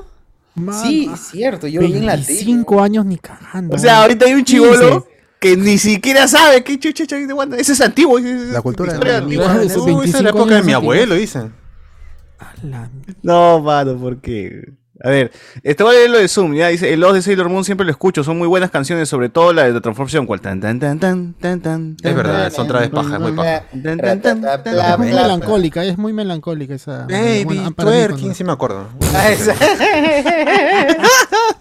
Sí, es cierto, yo lo vi en la tele.
25 años ni cagando.
O sea, ahorita hay un
chivolo
chivolo que ni siquiera sabe qué chucha Chavín de Wanter. Ese es antiguo. La
cultura.
Claro,
Esa
eso es la época de mi abuelo, dicen.
No, mano, ¿por qué? A ver, esto va a leer lo de Zoom, ya dice, el los de Sailor Moon siempre lo escucho, son muy buenas canciones, sobre todo la de la transformación, cual tan tan tan tan tan tan.
Es verdad, son otra vez paja, es muy paja.
Es muy melancólica, es muy melancólica esa.
Baby,
Ah, para mí
twerking, sí me acuerdo.
Ah,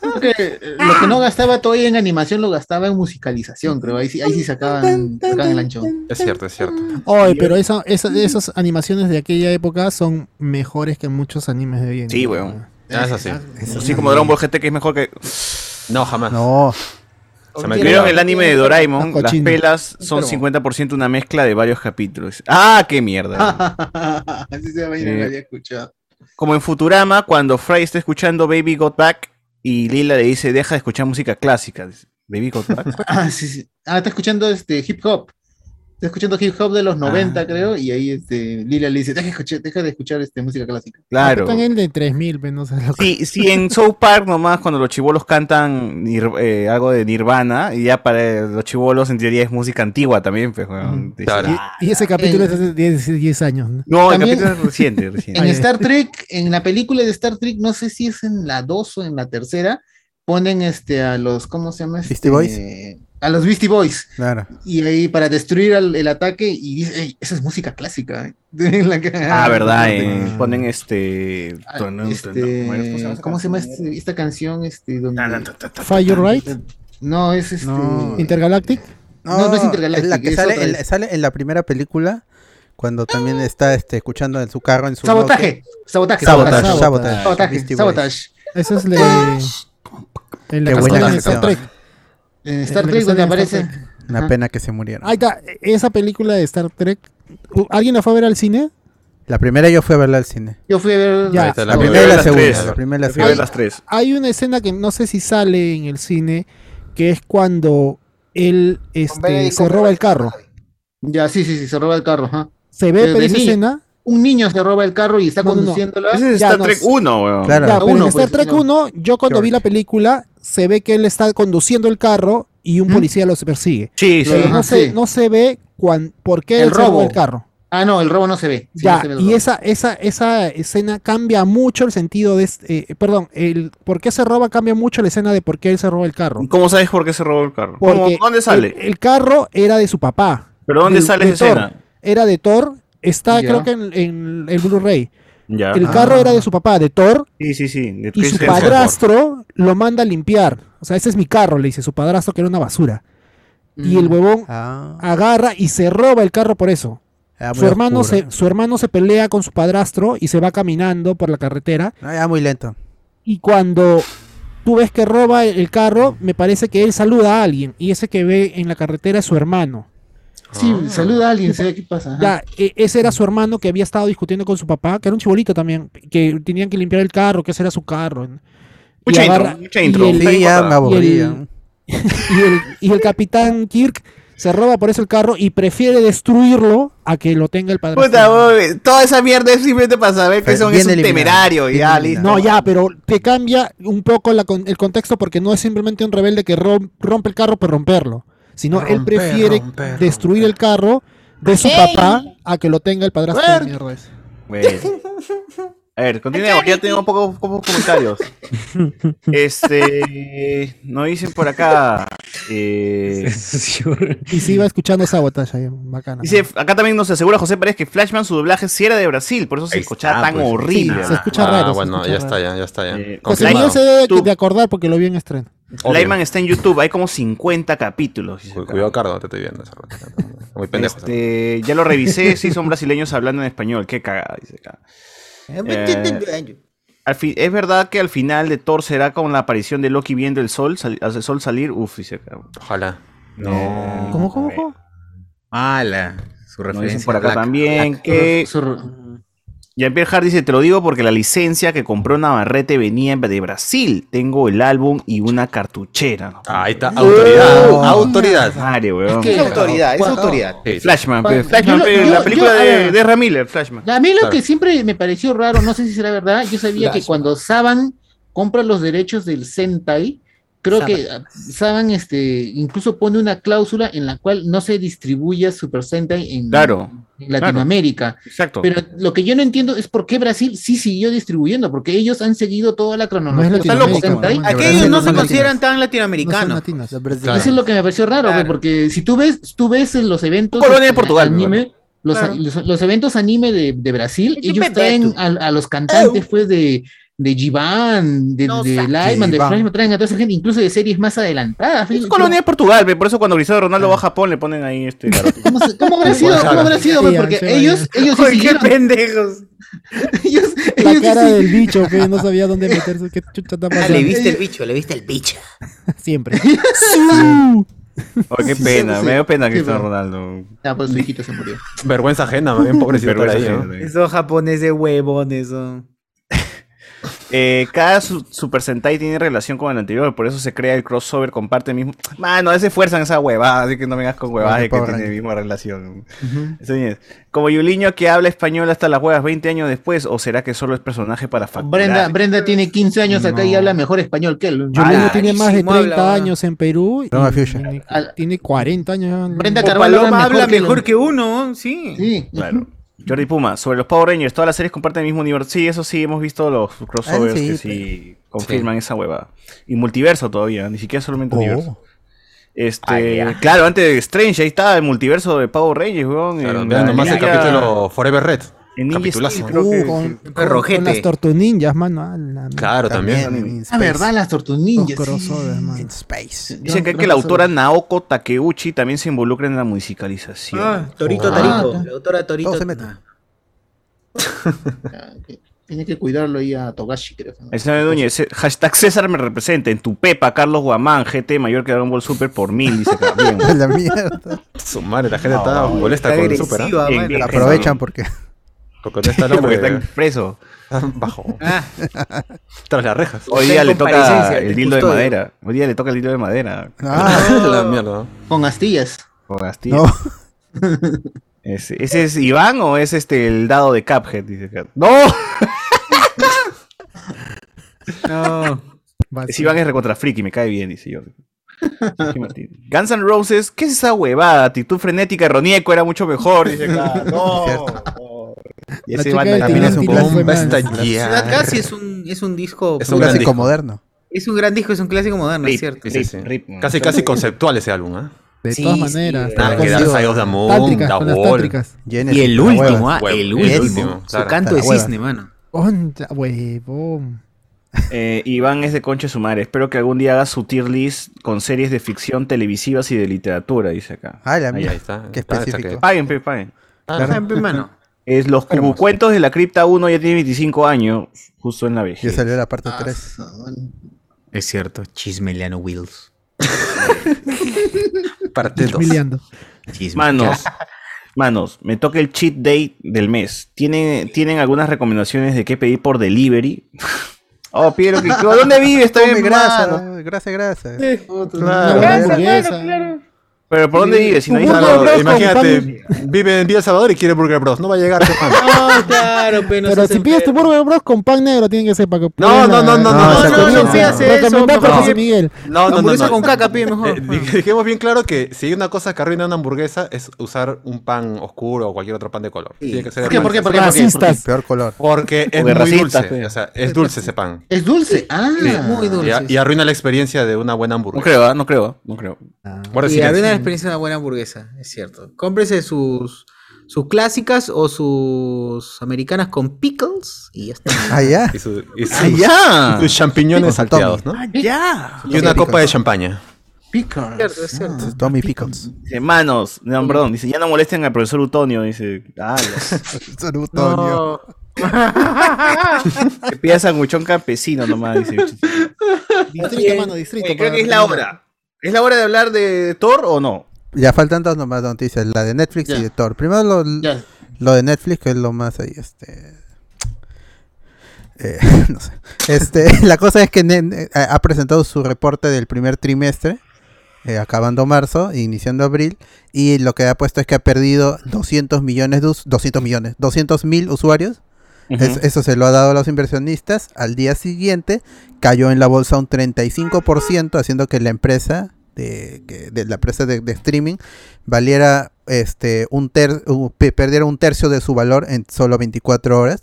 Creo que, eh, lo que no gastaba todavía en animación lo gastaba en musicalización, creo. Ahí sí, ahí sí sacaban, sacaban el ancho.
Es cierto, es cierto.
Oye, pero esa, esa- esas animaciones de aquella época son mejores que muchos animes de hoy en
Sí,
día.
weón.
Ah, es así.
[laughs] Así como Dragon Ball GT que es mejor que.
No, jamás.
No.
Se me vieron el anime de [laughs] Doraemon,
Está
las
cochino.
pelas son 50% una mezcla de varios capítulos. ¡Ah, qué mierda!
Así se llama, y no lo había escuchado.
Como en Futurama, cuando Fry está escuchando Baby Got Back y Lila le dice, deja de escuchar música clásica. Dice, Baby Got
[laughs]
Back.
Ah, sí, sí. Ah, está escuchando este hip hop. Está escuchando hip hop de los 90, creo, y ahí este Lila le dice, deja, de escuchar- deja de escuchar este música clásica.
Claro.
Están en el de 3000, pero no sé lo
Si, si en South Park nomás, cuando los chivolos cantan Nir- eh, algo de Nirvana, y ya para los chivolos en teoría es música antigua también. Pues, weón. Dice, "Ah".
Y ese capítulo
El-
es de 10, 10 años. ¿no?
No, el
También-
capítulo es
[laughs]
reciente, reciente.
En Star Trek, en la película de Star Trek, no sé si es en la 2 o en la tercera, ponen este a los, ¿cómo se llama?
Beastie
Este,
Boys.
A los Beastie Boys.
Claro.
Y ahí para destruir al- el ataque, y dice, "Ey, esa es música clásica. ¿eh?" [laughs] La que-
Ah, verdad, eh, ponen este.
Este,
pues,
¿Cómo se llama este- esta canción? Este, donde-
Fire Right.
No, es este.
Intergalactic.
No, no es Intergalactic,
La que
es
sale
otra
en,
vez.
sale en la primera película Cuando también está este, escuchando en su carro, en su
Sabotaje, sabotaje,
sabotaje,
sabotaje,
sabotaje,
sabotaje,
Beastie Boys.
sabotaje.
Eso es de. en la
Qué
que
buena
sale en
canción.
Star Trek.
En
la
Star
que
Trek,
sale
donde
en Eh, Star
aparece.
Trek.
Una
Ajá.
pena que se murieron.
Ahí está, esa película de Star Trek. ¿u- ¿Alguien la fue a ver al cine?
La primera yo fui a verla al cine.
Yo fui a ver.
Ya.
Ahí está, la La primera y la las segunda, tres. la primera y la
Fui a ver
segunda.
las tres.
Hay una escena que no sé si sale en el cine, que es cuando él este,
Benedict
se roba el carro.
Ya, sí, sí, sí, se roba el carro, ajá.
Se ve
Eh,
pero
de
esa
niño.
escena.
Un niño se roba el carro y está
No, no, no.
conduciéndola.
Ese es Ya, Star no, Trek sí.
1, weón.
Ya, pero en
Uno,
Star
pues,
Trek
no.
1, yo cuando vi la película, se ve que él está conduciendo el carro y un policía los persigue.
Sí,
Pero
sí.
No, se,
Sí.
no se ve cuán, por qué
El
él se robó
robo.
el carro.
Ah, no, el robo no se ve. Sí,
ya,
no se ve el
y
robo.
esa, esa, esa escena cambia mucho el sentido de... este- eh, perdón, el por qué se roba cambia mucho la escena de por qué él se roba el carro.
¿Cómo sabes por qué se robó el carro? ¿Cómo-
Porque
¿Dónde sale?
El, el carro era de su papá.
¿Pero dónde
Del-
sale
de
esa
Thor.
escena?
Era de Thor. Está,
Ya.
creo que en, en el Blu-ray.
Ya.
El carro
Ah.
era de su papá, de Thor.
Sí, sí, sí. ¿De
Y
qué
su
es el carro?
padrastro lo manda a limpiar. O sea, ese es mi carro, le dice su padrastro que era una basura. Y
Mm.
Mm.
el huevón agarra y se roba el carro por eso.
Ah, muy
Ah. Su hermano,
oscuro.
se, su hermano se pelea con su padrastro y se va caminando por la carretera.
No, ya muy lento.
Y cuando tú ves que roba el el carro, me parece que él saluda a alguien. Y ese que ve en la carretera es su hermano.
Sí, saluda a alguien, se ve qué pasa. ajá.
Ya, e- ese era su hermano que había estado discutiendo con su papá, que era un chibolito también, que tenían que limpiar el carro, que ese era su carro. ¿no? Y
Mucha intro,
agarra-
mucha intro,
y el-
está bien
y
contada.
el-
me aburría.
Y el, y el capitán Kirk se roba por eso el carro y prefiere destruirlo a que lo tenga el padre.
Puta, oh. weón, toda esa mierda es simplemente para saber que son, es un temerario. Ya, listo.
No, ya, pero te cambia un poco la con- el contexto porque no es simplemente un rebelde que rom- rompe el carro por romperlo, sino él
Romper,
prefiere
romper,
destruir el carro de su
¡Ey!
papá a que lo tenga el padrastro. de
Puerco.
mierda ese.
Bueno. A ver, continuemos, que ya tengo pocos pocos
[laughs]
comentarios. Este. No dicen por acá. eh,
Y si iba escuchando esa batalla, bacana.
dice, acá también nos asegura José Pérez que Flashman, su doblaje sí era de Brasil, por eso se escuchaba tan
pues.
horrible.
Sí, se
weón.
escucha
ah,
raro, se
bueno,
escucha
ya
raro.
está, ya, ya está, ya.
Pues el
Confirmado.
mío se debe de- de acordar porque lo vi en estreno.
Lyman está en YouTube, hay como 50 capítulos. Cuidado, Cardo, te estoy viendo.
Muy pendejo.
Este, ya lo revisé, sí son brasileños hablando en español, qué cagada, dice acá. Eh, al fin- es verdad que al final de Thor será con la aparición de Loki viendo el sol, sal- hace el sol salir, uff, dice acá. Ojalá. No.
¿Cómo, cómo, cómo?
Mala. Su
referencia
por acá
Black-
también
Black-
que... Jean-Pierre Hart dice, te lo digo porque la licencia que compró Navarrete venía de Brasil. Tengo el álbum y una cartuchera. Ahí
Eh,
está,
Ah, autoridad,
Oh.
Ah,
autoridad.
Madre, weón.
Es autoridad, es
Cuando-
autoridad.
eh,
Sí, Flashman, pe-
Pues, Yo
Flashman,
lo-
pe-
yo-
la película
yo- a
de,
ver.
de Ramírez, Flashman.
A mí lo
Claro.
que siempre me pareció raro, no sé si será verdad, yo sabía que cuando Saban compra los derechos del Sentai, creo que
Saban.
ah, Saban este, incluso pone una cláusula en la cual no se distribuya Super Sentai en,
Claro.
en Latinoamérica.
Exacto.
Pero lo que yo no entiendo es por qué Brasil sí siguió distribuyendo, porque ellos han seguido toda la cronología. del Sentai.
Aquellos no se consideran tan latinoamericanos.
Eso es lo que me pareció raro, güey, porque si tú ves, tú ves en los eventos
Colonia de
este,
Portugal,
anime,
bueno.
los,
Claro.
los- los eventos anime de, de Brasil,
Equipe
ellos traen a, a los cantantes pues de de Givan, de,
No,
de
sa-
Lyman, de
Givan.
Flashman, traen a toda esa gente, incluso de series más adelantadas.
Es colonia de Portugal, pe, por eso cuando Cristiano Ronaldo va a Japón le ponen ahí este.
¿Cómo, se- cómo habrá sido? ¿Cómo habrá sido? güey? Porque ellos, ellos sí
Oye, qué
siguieron. [laughs]
pendejos.
La cara del bicho, que no sabía dónde meterse. ¿Qué chucha
Ah,
está pasando?
le viste el bicho, le viste el bicho.
Siempre.
Oh, qué pena,
sí,
me dio pena
sí,
Cristiano
sí.
Ronaldo.
Ah, pues su hijito se murió.
Vergüenza ajena, man, pobrecito. estar
Vergüenza
ahí, ¿no?
ajena, pe.
Esos japoneses huevones son.
[laughs] Eh, cada su- Super Sentai tiene relación con el anterior, por eso se crea el crossover, comparte el mismo. Mano, a veces fuerzan esa huevada, así que no vengas con huevadas
Vale,
de que
Power
tiene la
Rangers.
misma relación.
Ujú.
Eso bien es. Como Yuliño que habla español hasta las huevas 20 años después, o será que solo es personaje para facturar.
Brenda, Brenda tiene 15 años acá y habla mejor español que él.
Yolanda tiene más de 30 años en Perú. y
Broma
tiene, tiene 40 años.
Brenda
O Paloma habla mejor que uno, sí.
Sí.
Claro. [laughs] Jordi Puma, sobre los Power Rangers, todas las series comparten el mismo universo. Sí, eso sí, hemos visto los crossovers
Ah, sí,
que sí confirman esa hueva. Y multiverso todavía, ni siquiera solamente
Oh.
universo. Este,
Ah,
claro, antes de Strange, ahí estaba el multiverso de Power Rangers, weón.
Claro,
en
vean
la
nomás el
línea-
capítulo Forever Red.
En Ninja
Capitulazo.
Steel, creo que-
con,
que-
con- con las tortu ninjas, mano. a la
Claro, también.
Ah, verdad, las Tortugas Ninjas.
Los
sí.
crossovers, mano.
Dicen que, que la autora Naoko Takeuchi también se involucra en la musicalización.
Ah, Torito
Ah.
Tarito. La autora Torito.
Todos se Tiene que cuidarlo ahí a Togashi, creo.
Ahí está
Pues
Núñez, eh, hashtag César me representa. En tu Pepa, Carlos Guamán, GT mayor que Dragon Ball Super por mil, dice también.
la mierda.
Su madre, la gente está molesta con el Super. ¿ah? En- en-
La aprovechan porque.
[laughs] Porque no está el
Porque
hombre.
están [laughs] presos.
[laughs] Bajo. Tras las rejas. [laughs]
Hoy día le toca el dildo de madera. Hoy día le toca el dildo de madera.
Ah.
la mierda.
Con astillas.
Con astilla. ¿Ese, ese [laughs] es Iván o es este el dado de Cuphead? Dice acá.
[laughs]
¡No! [laughs]
No.
Es Iván es recontra friki, me cae bien, dice yo. Jorge Martín. Guns N' Roses, ¿qué es esa huevada? Actitud frenética, Ronieco era mucho mejor, dice
[laughs]
acá. No. no. Y
La
ese
chica
Iván
de
también es un
Tirantilas fue
bomba
más-
estallar.
Ciudad Casi es un, es un disco.
Es un gran disco.
moderno.
Es un gran disco, es un clásico moderno, es cierto.
Sí, sí, sí. Casi, casi conceptual ese álbum, ¿ah?
De
Sí,
todas
sí,
maneras.
Nada que dar Saiyos de Amor,
Tántricas, con las
Dabol.
tántricas.
Y el último, ah, el último. Su
claro.
canto de
Hueva.
cisne, mano.
Onda, huevón.
Eh, Iván es de concha su madre. Espero que algún día haga su tier list con series de ficción, televisivas y de literatura, dice acá.
Ah, la
Ahí
mierda.
está.
Qué
Está, está
específico.
que- Paguen, pe, paguen.
Ah, Claro. paguen, pe, mano.
Es los cuentos de la cripta 1 ya tiene 25 años, justo en la vejez.
Ya salió la parte 3.
Es cierto, Chismeliano Wills.
Parte dos.
Miliando.
Manos, manos, me toca el cheat day del mes. ¿Tienen, ¿Tienen algunas recomendaciones de qué pedir por delivery? [laughs] oh, pide lo que. ¿Dónde vive? Está
Come
bien,
grasa,
mano.
¿no? grasa, grasa.
Sí.
Claro.
Pero ¿por dónde vive? Si no hay
Claro,
Claro,
imagínate, vive en Villa Salvador y quiere Burger Bros. No va a llegar. qué mal.
No, claro, pero
Pero si pides tu burger bros con pan negro, tiene que ser para que
No, no, no, no, no, no,
esa
no, no,
experiencia.
no [laughs] pidas eso,
Recomendado por
mejor.
José Miguel.
No, no, no,
Hamburguesa
no.
con caca, pide mejor.
Eh, dij- Dijimos bien claro que si hay una cosa que arruina una hamburguesa es usar un pan oscuro o cualquier otro pan de color. Tiene que ser
¿Por
de
qué,
pan
por qué, por qué? por qué?
Racistas.
Peor color.
Porque es
Porque
muy
racistas,
dulce.
pe.
O sea, es dulce ese pan.
Es dulce. Ah,
Sí.
muy
Y, a-
dulce.
y arruina la experiencia de una buena
No
hamburguesa.
creo, ¿ah? no creo, ¿ah? no creo.
Guarda
Y
silencio.
arruina la experiencia de una buena hamburguesa, es cierto. Cómprese sus, sus clásicas o sus americanas con pickles y ya está.
Allá.
Y, su- y sus-
Ah,
Ah,
¡Allá!
sus champiñones salteados, ¿no?
[laughs] ¡Ya!
Y una copa de champaña.
Es cierto, es cierto.
[laughs] Tommy Pickles.
Dice, manos, no, perdón, dice, ya no molesten al profesor Utonio, dice, ah,
Salud, Toño.
no. que pida sanguchón campesino nomás, dice.
Distrito, mano, distrito.
Oye, creo que es la hora. ¿Es la hora de hablar de Thor o no?
Ya faltan dos nomás noticias, la de Netflix y de Thor. Primero lo,
Ah, Ya.
lo de Netflix, que es lo más ahí, este... eh, [laughs] no sé. Este, [laughs] la cosa es que Nen- eh, ha presentado su reporte del primer trimestre, eh, acabando marzo, iniciando abril, y lo que ha puesto es que ha perdido 200 millones de us- 200 millones, 200 mil usuarios.
Ujú.
Es- eso se lo ha dado a los inversionistas. Al día siguiente cayó en la bolsa un 35%, haciendo que la empresa de, que- de la empresa de, de streaming valiera este un ter, u- pe- perdiera un tercio de su valor en solo 24 horas.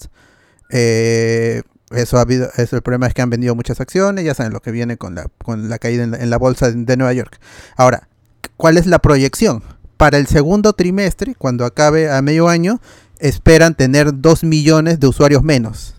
Eh, eso ha habido, eso el problema es que han vendido muchas acciones, ya saben lo que viene con la, con la caída en la, en la bolsa de, de Nueva York. Ahora, ¿cuál es la proyección? Para el segundo trimestre, cuando acabe a medio año, esperan tener 2 millones de usuarios menos.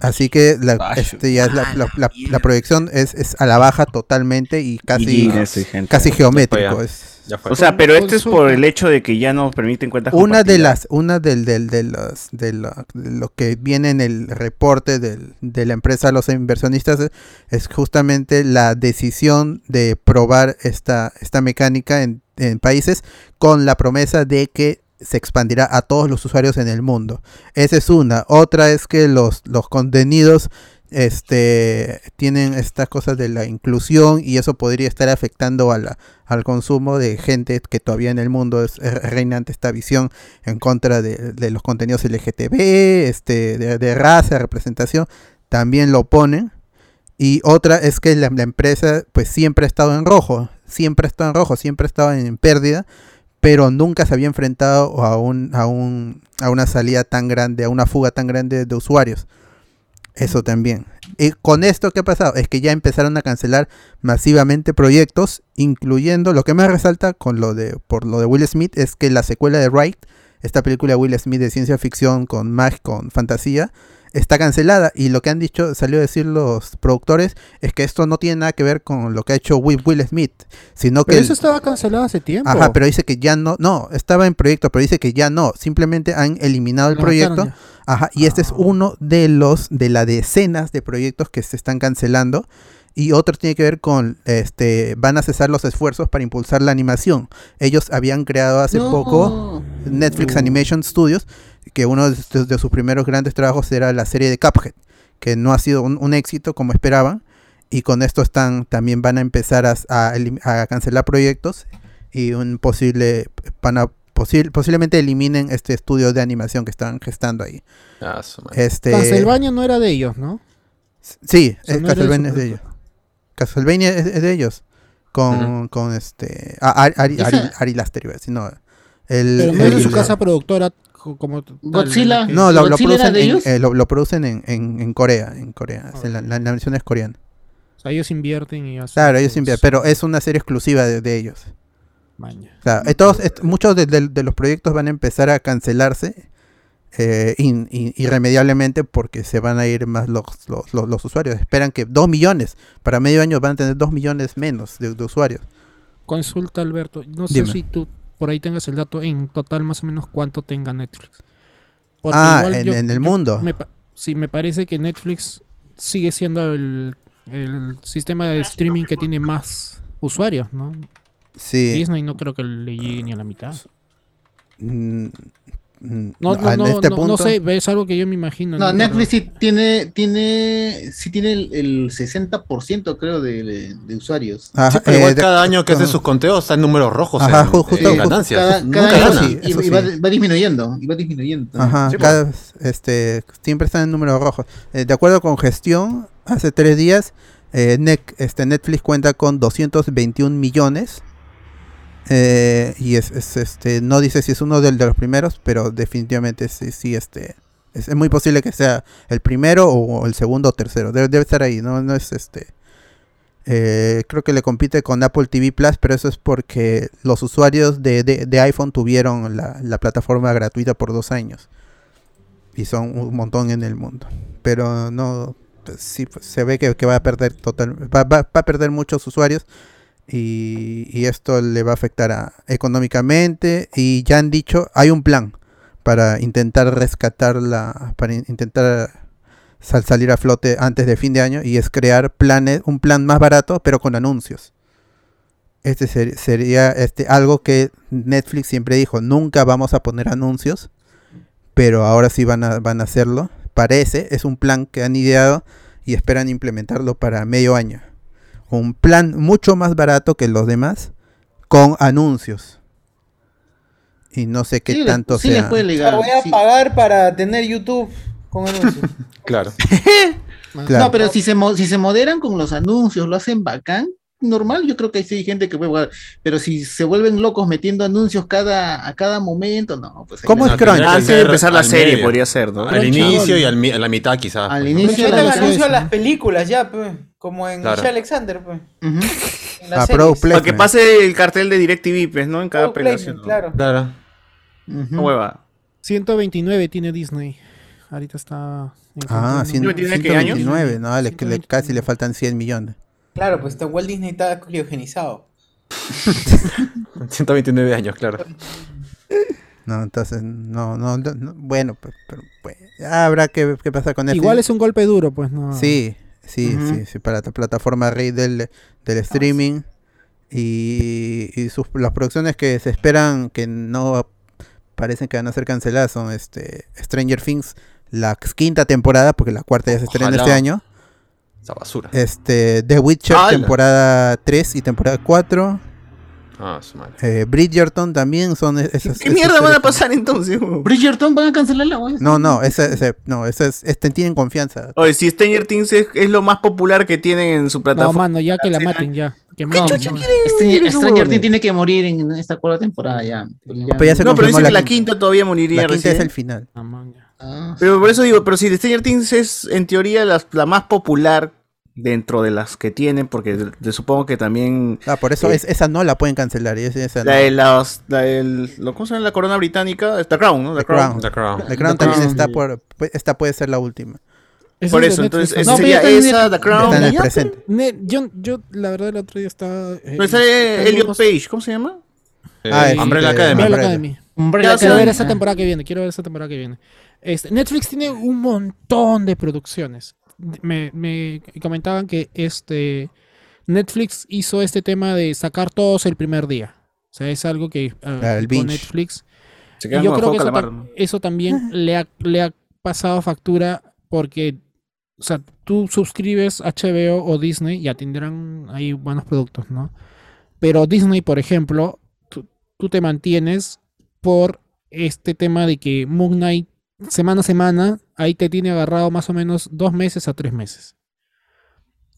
Así que la, este, ya es la, la- la- la proyección es, es a la baja totalmente y casi,
Genius, sí, gente.
casi
Ya
geométrico.
fue, ya.
Es,
Ya fue.
O sea, pero este es por el hecho de que ya no permiten cuentas
una de
compartidas.
las una del, del- de los de lo, de lo que viene en el reporte del- de la empresa a los inversionistas es, es justamente la decisión de probar esta esta mecánica en, en países con la promesa de que se expandirá a todos los usuarios en el mundo. Esa es una. Otra es que los, los contenidos este, tienen estas cosas de la inclusión y eso podría estar afectando a la, al consumo de gente que todavía en el mundo es es reinante esta visión en contra de, de los contenidos LGTB, este, de, de raza, representación, también lo ponen. Y otra es que la, la empresa pues siempre ha estado en rojo, siempre ha estado en rojo, siempre ha estado en pérdida, pero nunca se había enfrentado a, un, a, un, a una salida tan grande, a una fuga tan grande de usuarios. Eso también. Y con esto, ¿qué ha pasado? Es que ya empezaron a cancelar masivamente proyectos, incluyendo lo que más resalta con lo de, por lo de Will Smith, es que la secuela de Wright esta película de Will Smith de ciencia ficción con mag, con fantasía, está cancelada. Y lo que han dicho, salió a decir los productores, es que esto no tiene nada que ver con lo que ha hecho Will, Will Smith, sino que...
Pero
el-
eso estaba cancelado hace tiempo.
Ajá, pero dice que ya no, no, estaba en proyecto, pero dice que ya no, simplemente han eliminado el
Lo
proyecto.
mataron Ah.
Ajá, y este es uno de los de las decenas de proyectos que se están cancelando y otro tiene que ver con este van a cesar los esfuerzos para impulsar la animación. Ellos habían creado hace
No.
poco Netflix Animation Studios, que uno de, sus- de sus primeros grandes trabajos era la serie de Cuphead, que no ha sido un, un éxito como esperaban y con esto están también van a empezar a, a elim- a cancelar proyectos y un posible van a posi- posiblemente eliminen este estudio de animación que están gestando ahí.
Ah, su madre.
Este
Castlevania no era de ellos, ¿no?
sí,
sea,
es
no era de
Castlevania
su
es de ellos. Castlevania es, es de ellos con, con este ah, Ari, Ari,
Esa-
Ari- Ari Laster iba a decir, no. El,
Pero no era
el-
su casa productora co- como tal.
No, lo, lo producen, en, eh, lo, lo producen en, en- en Corea, en
Ah,
Corea. O sea, la, la animación es coreana.
O sea, ellos invierten y hacen.
Claro, ellos
sus-
envían, pero es una serie exclusiva de, de ellos.
Maña.
O sea, eh, todos- eh, muchos de, de- de los proyectos van a empezar a cancelarse eh, in- in- irremediablemente porque se van a ir más los, los, los- los usuarios. Esperan que 2 millones, para medio año van a tener 2 millones menos de, de usuarios.
Consulta, Alberto. No sé
Dime.
si tú por ahí tengas el dato en total más o menos cuánto tenga Netflix. Porque
Ah,
igual
en- en el mundo.
me pa- sí, me parece que Netflix sigue siendo el, el sistema de streaming que tiene más usuarios, ¿no?
Sí.
Disney no creo que le llegue ni a la mitad.
Mm, mm,
No,
ah,
no,
en
no,
este
no, no
punto-
sé, es algo que yo me imagino.
No,
Pero-
Netflix sí tiene, tiene, sí tiene el, el 60% creo de, de- de usuarios.
Ajá,
Sí, pero igual
eh, de-
cada año que hace
ajá.
sus conteos está en números rojos.
Ajá,
en,
ju- justo-
en
justo-
ganancias.
Eh, Cada,
Nunca
cada año
gana.
sí, y, y va, va disminuyendo, y va disminuyendo. también.
Ajá, cada vez, este, siempre están en números rojos. Eh, de acuerdo con gestión, hace tres días eh, Nec- este, Netflix cuenta con 221 millones. Eh, y es, es, este no dice si es uno del, de los primeros, pero definitivamente sí, sí este, es, es muy posible que sea el primero o, o el segundo o tercero. Debe, debe estar ahí, no, no es este. eh, creo que le compite con Apple TV Plus, pero eso es porque los usuarios de, de- de iPhone tuvieron la, la plataforma gratuita por dos años. Y son un montón en el mundo. Pero no, pues, sí, pues, se ve que, que va a perder total, va, va- va a perder muchos usuarios y, y esto le va a afectar a- económicamente y ya han dicho hay un plan para intentar rescatarla para in- intentar sal- salir a flote antes de fin de año y es crear planes un plan más barato pero con anuncios este ser- sería este algo que Netflix siempre dijo nunca vamos a poner anuncios pero ahora sí van a, van a hacerlo. Parece, es un plan que han ideado y esperan implementarlo para medio año. Un plan mucho más barato que los demás, con anuncios. Y no sé qué
Sí le-
tanto
sí
sea.
le fue legal, O sea, voy a sí. pagar para tener YouTube con anuncios.
Claro.
Claro.
No, pero si se, mo- si se moderan con los anuncios, lo hacen bacán, normal, yo creo que ahí sí hay gente que puede jugar. Pero si se vuelven locos metiendo anuncios cada, a cada momento, no, pues ahí la-
Ah,
Ah,
Antes de empezar la serie podría ser, ¿no?
Al
Crunchyroll.
inicio y al mi- a la mitad quizás. pues,
Al
¿no?
Yo te anuncio a las películas ya, pues. Como en
Claro.
Michelle Alexander, pues. En las
Ah,
series.
Pro
Para que
Placement.
pase el cartel de DirecTV, pues, ¿no? En cada
Pro
aplicación.
placement, Oh, claro.
Claro.
No hueva.
129 tiene Disney. Ahorita está. en
Ah,
129.
100 129, no, le- le- casi le faltan 100 millones.
Claro, pues este Walt Disney está criogenizado.
129 años, claro.
No, entonces, no, no, no, no, bueno, pe- pero, pues, ya habrá que, que pasar con esto.
Igual es un golpe duro, pues no.
Sí, sí,
Ujú. Ah,
sí, sí, para la plataforma rey del, del streaming y, y sus, las producciones que se esperan que no parecen que van a ser canceladas son este Stranger Things, la quinta temporada, porque la cuarta ya se estrena
Ojalá.
este año.
Esa basura.
Este, The Witcher,
¡Hala!
temporada 3 y temporada 4.
Ah, su madre.
Eh, Bridgerton también son es- esas.
¿Qué
esas
mierda van
series.
a pasar entonces? huevón?
Bridgerton van a cancelarla, güey.
No, no, ese, ese- no, ese es, este, tienen confianza.
Oye, si Stranger Things es, es lo más popular que tienen en su
No,
plataforma.
mano, ya que la maten, ya. Que
No,
maten, ya.
Stranger,
esos
Este, Stranger
huevones?
Things tiene que morir en esta cuarta temporada ya.
Pero
Pues
ya se
no, pero
confirmó
dice que
la
la quinta, todavía
La
moriría
quinta
recién.
es el final.
Ah, man, ya.
Ah.
Pero por eso digo, pero si Stranger Things es en teoría la, la más popular dentro de las que tienen, porque de- de- supongo que también...
Ah, por eso
eh,
es- esa no la pueden cancelar. y es- esa no.
La de las, la del- lo- ¿Cómo se llama la corona británica? The Crown, ¿no?
The Crown.
The Crown.
The Crown también está por. pu- Esta puede ser la última.
Por eso, entonces, esa
No,
sería
pero ya está en
esa,
Netflix.
The Crown.
Está en el
Ya,
presente.
pero, ne- yo, yo, la verdad, el otro día estaba. eh,
No, sale
tengo
Elliot
unos-
Page, ¿cómo se llama?
Eh,
Ah, este,
Eh, Umbrella Academy.
Umbrella Academy.
Umbrella
quiero ver
Academy.
esa temporada que viene, quiero ver esa temporada que viene. Este, Netflix tiene un montón de producciones. Me, me comentaban que este Netflix hizo este tema de sacar todos el primer día. O sea, es algo que ah,
Ah, el
con
binge.
Netflix.
Se
Y
quedan
yo
con el
creo que
juego
eso,
calamar,
tam-
¿no?
eso también le ha, le ha pasado factura porque, o sea, tú suscribes HBO o Disney y atendrán ahí buenos productos, ¿no? Pero Disney, por ejemplo, tú, tú te mantienes por este tema de que Moon Knight semana a semana ahí te tiene agarrado más o menos dos meses a tres meses.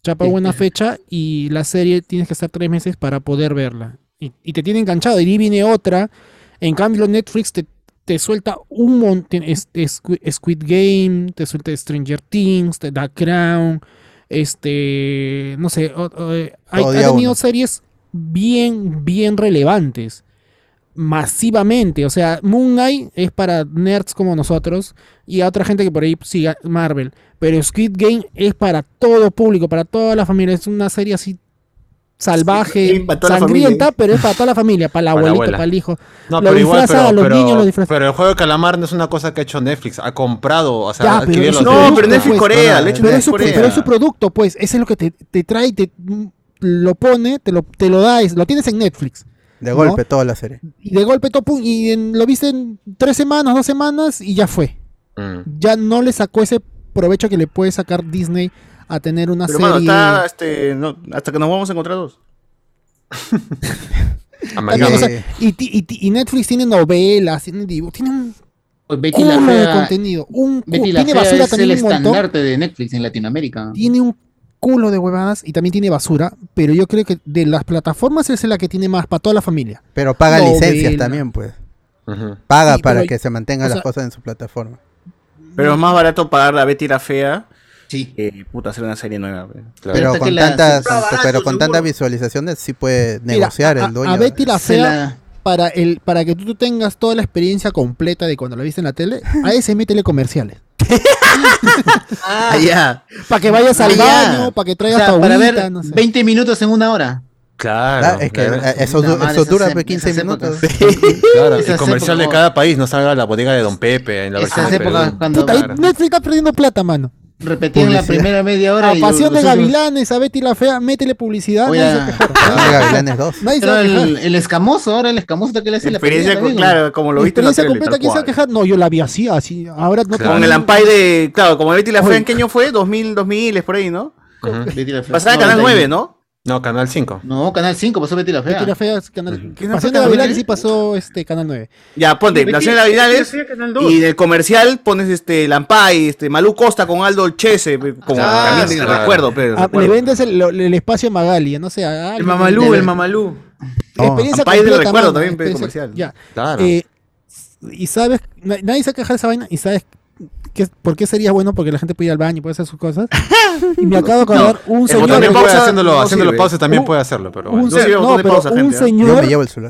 Chapa buena fecha y la serie tienes que estar tres meses para poder verla. Y, y te tiene enganchado. Y ahí viene otra. En cambio, Netflix te, te suelta un montón. Este, Squi- Squid Game, te suelta Stranger Things, te da Crown. Este. No sé. o- o- eh, hay-
Todo
ha
día
tenido
uno.
series bien, bien relevantes masivamente. O sea, Moon Knight es para nerds como nosotros y a otra gente que por ahí siga Marvel. Pero Squid Game es para todo público, para toda la familia. Es una serie así salvaje,
Game para toda la
sangrienta,
familia. ¿eh?
pero es para toda
[laughs]
la familia, para la
Para la
abuelita,
abuela.
para el hijo.
No,
lo
pero igual,
disfraza
pero,
a los
pero-
niños, lo disfraza.
pero el juego de calamar no es una cosa que ha hecho Netflix, ha comprado, o sea,
Ya,
ha
pero
adquirido
es
los
su
derechos.
producto, pues.
le ha hecho
Pero es
Netflix
su- pero es su producto, pues. Ese es lo que te, te trae, te mm, lo pone, te lo, te lo da, es- lo tienes en Netflix.
De
¿no?
golpe, toda la serie.
Y de golpe todo, pum, y en- lo viste en tres semanas, dos semanas y ya fue.
Mm,
Ya no le sacó ese provecho que le puede sacar Disney a tener una
Pero,
serie.
mano, está, este, no, hasta que nos vamos a encontrar dos.
También, o sea, y, ti- y ti- y Netflix tiene novelas, tiene dibu- tiene un
pues Betty la
culo de
Fea-
contenido, un cu-
Betty la
tiene
Fea
basura
es el
también un montón,
estandarte de Netflix en Latinoamérica.
tiene un culo de huevadas y también tiene basura, pero yo creo que de las plataformas es la que tiene más para toda la familia.
Pero paga
Novela.
licencias también, pues. Paga
Sí,
para
pero-
que se mantengan
o
las
sea-
cosas en su plataforma.
Pero es más barato pagar la Betty la Fea que puta, hacer una serie nueva. pe.
Pero con, tantas, pero con tantas visualizaciones sí puede
Mira,
negociar
a- a-
el dueño.
A Betty la
Se
Fea, para, el, para que tú tengas toda la experiencia completa de cuando la viste en la tele, a ese métele comerciales.
Ah,
ya.
Para que vayas al
Ah, ya.
baño, para que
O
traigas
sea,
tu
para
agüita,
ver
no sé.
20 minutos en una hora.
Claro.
Ah, es que,
claro.
[laughs]
eh, eso,
Puta
du-
madre,
eso
esas
dura
ép-
pues, 15
esas
minutos. [laughs]
épocas.
Claro,
Esas
el comercial de
épocas-
cada país no salga la bodega de Don Pepe en la versión
Esas
de
épocas
Perú.
cuando-
Puta, ahí
Claro.
Netflix está perdiendo plata, mano.
Repetían la
Publicidad.
primera media hora.
A
y
Pasión
los
de
otros-
Gavilanes, a Betty la Fea, métele publicidad.
Oye,
nadie se queja. [laughs] Nadie se va
Pero
a
el,
quejar.
el escamoso, ahora el escamoso que le hace la
Experiencia
pelea
con-
también.
claro, como lo viste en la
Experiencia
tele,
completa,
tal
¿quién se va a
cual.
quejar? No, yo la vi así, así. Ahora no
Con el ampay de, claro, como Betty la Fea, ¿en qué año fue? 2000, 2000, es por ahí, ¿no?
Betty la Fea.
Pasaba a Canal
91.
9, ¿no?
No, Canal 5.
No, Canal 5 pasó Betty la Fea.
Betty la Fea, es canal-
no fue
Pasión de
Canal
Gavilanes
nueve?
sí pasó este, Canal 9.
Ya, ponte,
Betty-
la serie de
Betty la
Navidades,
Fea, Canal dos.
y en el comercial pones este Lampay, este Malú Costa con Aldo Chese, pe, como
Ah,
también
sí,
el
claro.
recuerdo, pero
Ah, le vendes el, lo- el espacio a Magali, no sé. a alguien.
el mamalú.
experiencia
Ampay del
completa,
recuerdo
mano,
también, pe,
experiencia-
comercial.
Ya.
Claro.
Eh, y sabes, na- nadie se queja de esa vaina y sabes que, por qué sería bueno porque la gente puede ir al baño y puede hacer sus cosas. Y me acabo de acordar
No,
un
el
señor.
También puede
pausa-
haciéndolo,
no
haciéndolo
sirve.
pausa también
Un-
puede hacerlo, pero
un,
bueno.
se- no, pero un
¿eh?
señor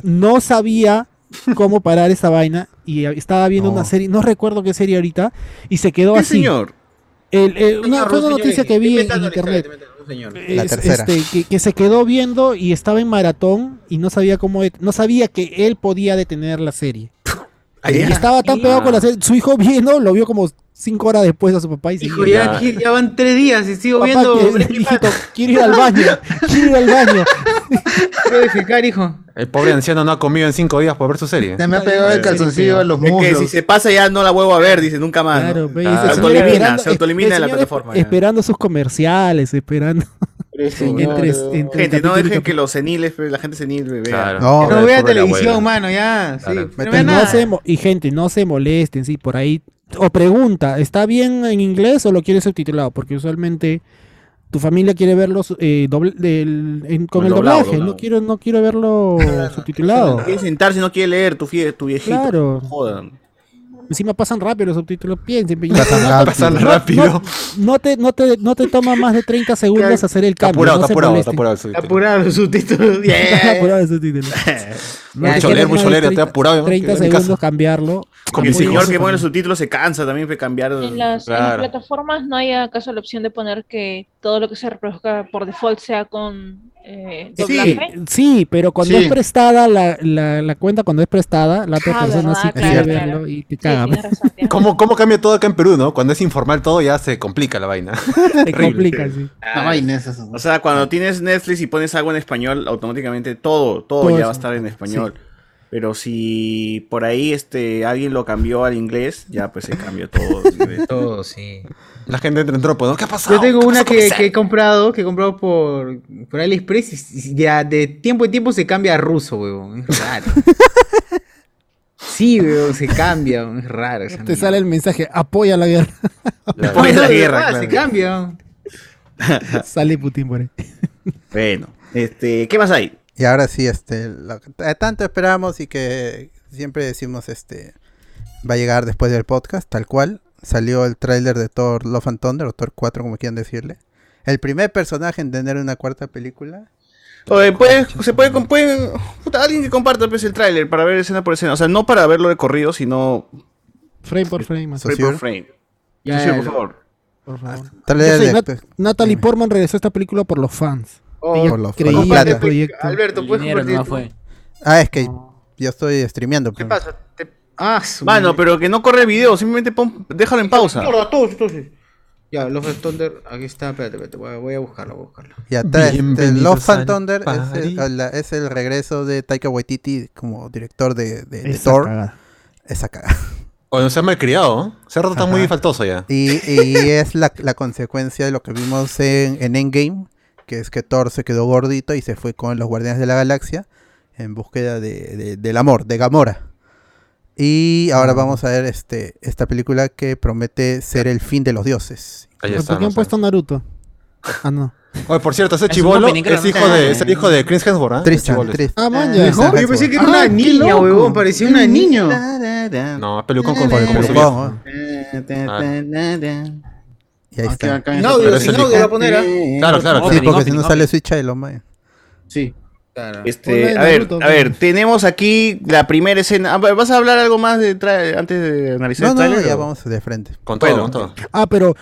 no sabía cómo parar esa vaina y estaba viendo una serie, no recuerdo qué serie ahorita, y se quedó
¿Qué
así.
señor?
El- el-
Señor,
una, fue una
un señor
noticia
que-
que vi en
inventando la historia,
internet.
La
Es-
tercera.
este, que, que se quedó viendo y estaba en maratón y no sabía cómo det- no sabía que él podía detener la serie. y estaba tan pegado con la serie, su hijo viendo, lo vio como cinco horas después a su papá y se
Hijo, ya, ya van tres días y sigo
Papá,
viendo.
que- hijito, quiero ir al baño. Quiero ir al baño.
Quiero defecar, hijo.
El pobre anciano no ha comido en 5 días por ver su serie.
Se me ha pegado el calzoncillo a los
Es que
muslos.
si se pasa ya no la vuelvo a ver, dice nunca más.
Claro,
Ah, ¿no?
ve, y
Se
ese señor
autoelimina,
esperando-
se autoelimina de la
el señor
plataforma. ya.
Esperando sus comerciales, esperando. entre- entre
Gente, no
capítulo y
dejen que los seniles, pe, la gente senil, ve, vea.
No,
No vea
pobre la
televisión,
abuela.
mano, ya. Sí,
Claro.
no
Y
vea
no
nada.
se mo- y gente, no se molesten, sí, por ahí. O pregunta, ¿está bien en inglés o lo quieres subtitulado? Porque usualmente tu familia quiere verlo su- eh, doble- del- en- con
Con
el
doblado,
doblaje.
doblado.
No quiero, no
[laughs]
quiero verlo subtitulado.
Quiere sentarse, no quiere leer, tu, fie- tu viejito.
Claro.
Jodan.
Encima pasan rápido los subtítulos, piensen. piensen.
Pasan
No-
rápido. Pasan
[laughs] no-
rápido.
No, no te, no, te, no te toma más de 30 segundos hacer el cambio.
apurado,
no
está
se
apurado, está
molesten.
apurado el subtítulo.
Apurado los [laughs] subtítulos. Yeah.
[laughs] Está apurado el subtítulo. [laughs] No te
Mucho leer,
quedas más
mucho
de
leer, ya
30
estoy apurado. ¿no?
30
Quedo en mi casa.
segundos cambiarlo.
Como el
Sí,
señor
sí,
que pone
sí.
los subtítulos se cansa también de cambiar.
En las, en las
Claro.
plataformas no hay acaso la opción de poner que todo lo que se reproduzca por default sea con eh,
Sí,
doblaje.
sí, pero cuando
Sí.
es prestada, la, la, la cuenta cuando es prestada, la otra
Ah,
persona
verdad,
sí
claro,
quiere
claro.
verlo y te caga. [laughs]
¿Cómo, ¿Cómo cambia todo acá en Perú, no? Cuando es informal todo ya se complica la vaina.
Te
Horrible.
complica, sí.
Ah,
O sea, cuando tienes Netflix y pones algo en español, automáticamente todo, todo,
Todo
ya
eso.
va a estar en español. Pero si por ahí este alguien lo cambió al inglés, ya pues se cambió todo.
todo, sí.
La gente entra en tropo, ¿no? ¿Qué ha pasado?
Yo tengo
¿Qué
una
pasó,
que,
comisario?
que he comprado, que he comprado por, por AliExpress y- y ya de tiempo en tiempo se cambia a ruso, huevón. Es raro. sí, huevón, se cambia, huevón, es raro. esa
Te
mierda.
sale el mensaje, apoya
[laughs]
la guerra.
No,
Apoya
no,
la
de
guerra,
verdad, Se
claro.
cambia. huevón.
sale Putin por ahí.
bueno, este, ¿qué más hay?
Y ahora sí, este, lo que t- tanto esperamos y que siempre decimos, este, va a llegar después del podcast, tal cual. Salió el tráiler de Thor Love and Thunder, o Thor 4, como quieran decirle. El primer personaje en tener una cuarta película.
Oye, puede- se puede, com- pueden- puta, alguien que comparta pues, el tráiler para ver escena por escena. O sea, no para verlo de corrido, sino
Frame por frame. más.
frame por frame.
Ya,
Socio,
ya,
por
ya.
favor.
Por favor.
Tal vez
Yo soy
el
Nat-
actor.
Natalie Portman regresó a esta película por los fans. Ella
Por los
creía
fans.
en
Comparte,
el proyecto.
Alberto, puedes compartir. tu-
Ah, es que yo estoy streameando.
¿Qué
pero-
pasa? Te- Ah, su
Mano, pero que no corre el video, simplemente pon- déjalo en pausa.
Mierda, todo, todo, sí. Ya, Love and Thunder, aquí está, espérate, espérate, voy a- voy a buscarlo, voy a buscarlo.
Ya está, este,
Bienvenidos
Love and
al
Thunder es
París.
el, la- es el regreso de Taika Waititi como director de, de- de
Esa
Thor.
cagada.
Esa cagada.
O no se ha malcriado, ¿no? Se ha roto tan muy faltoso ya.
Y, y es la, la consecuencia de lo que vimos en, en Endgame, que es que Thor se quedó gordito y se fue con los Guardianes de la Galaxia en búsqueda de- de- del amor, de Gamora. Y ahora vamos a ver este, esta película que promete ser el fin de los dioses.
Ahí
¿Por
está.
qué han puesto Naruto? Ah, no.
Oye, por cierto, ese
Es un
chivolo
dominicano,
es
no
hijo
sé.
de, es el hijo de Chris Hemsworth, ¿ah?
Tristan,
El chivolo.
Tristan.
Ah, man,
Ah,
ya.
Yo pensé que era
Ah,
una
qué
niña,
loco.
huevón, parecía una niña.
No, es pelucón con con- con-
Pelucón, Y ahí
Ah, qué
está.
bacán esa película.
sin audio va a poner, ¿ah? Claro, claro,
Sí,
claro.
porque si no
Opening,
sale Switch de los maes.
Sí.
Este, a ver, a ver, tenemos aquí la primera escena. Ah, ¿Vas a hablar algo más de tra- antes de analizar
No,
el
no,
tráiler?
ya
o-
vamos de frente.
Con todo,
Bueno,
con todo.
Ah, pero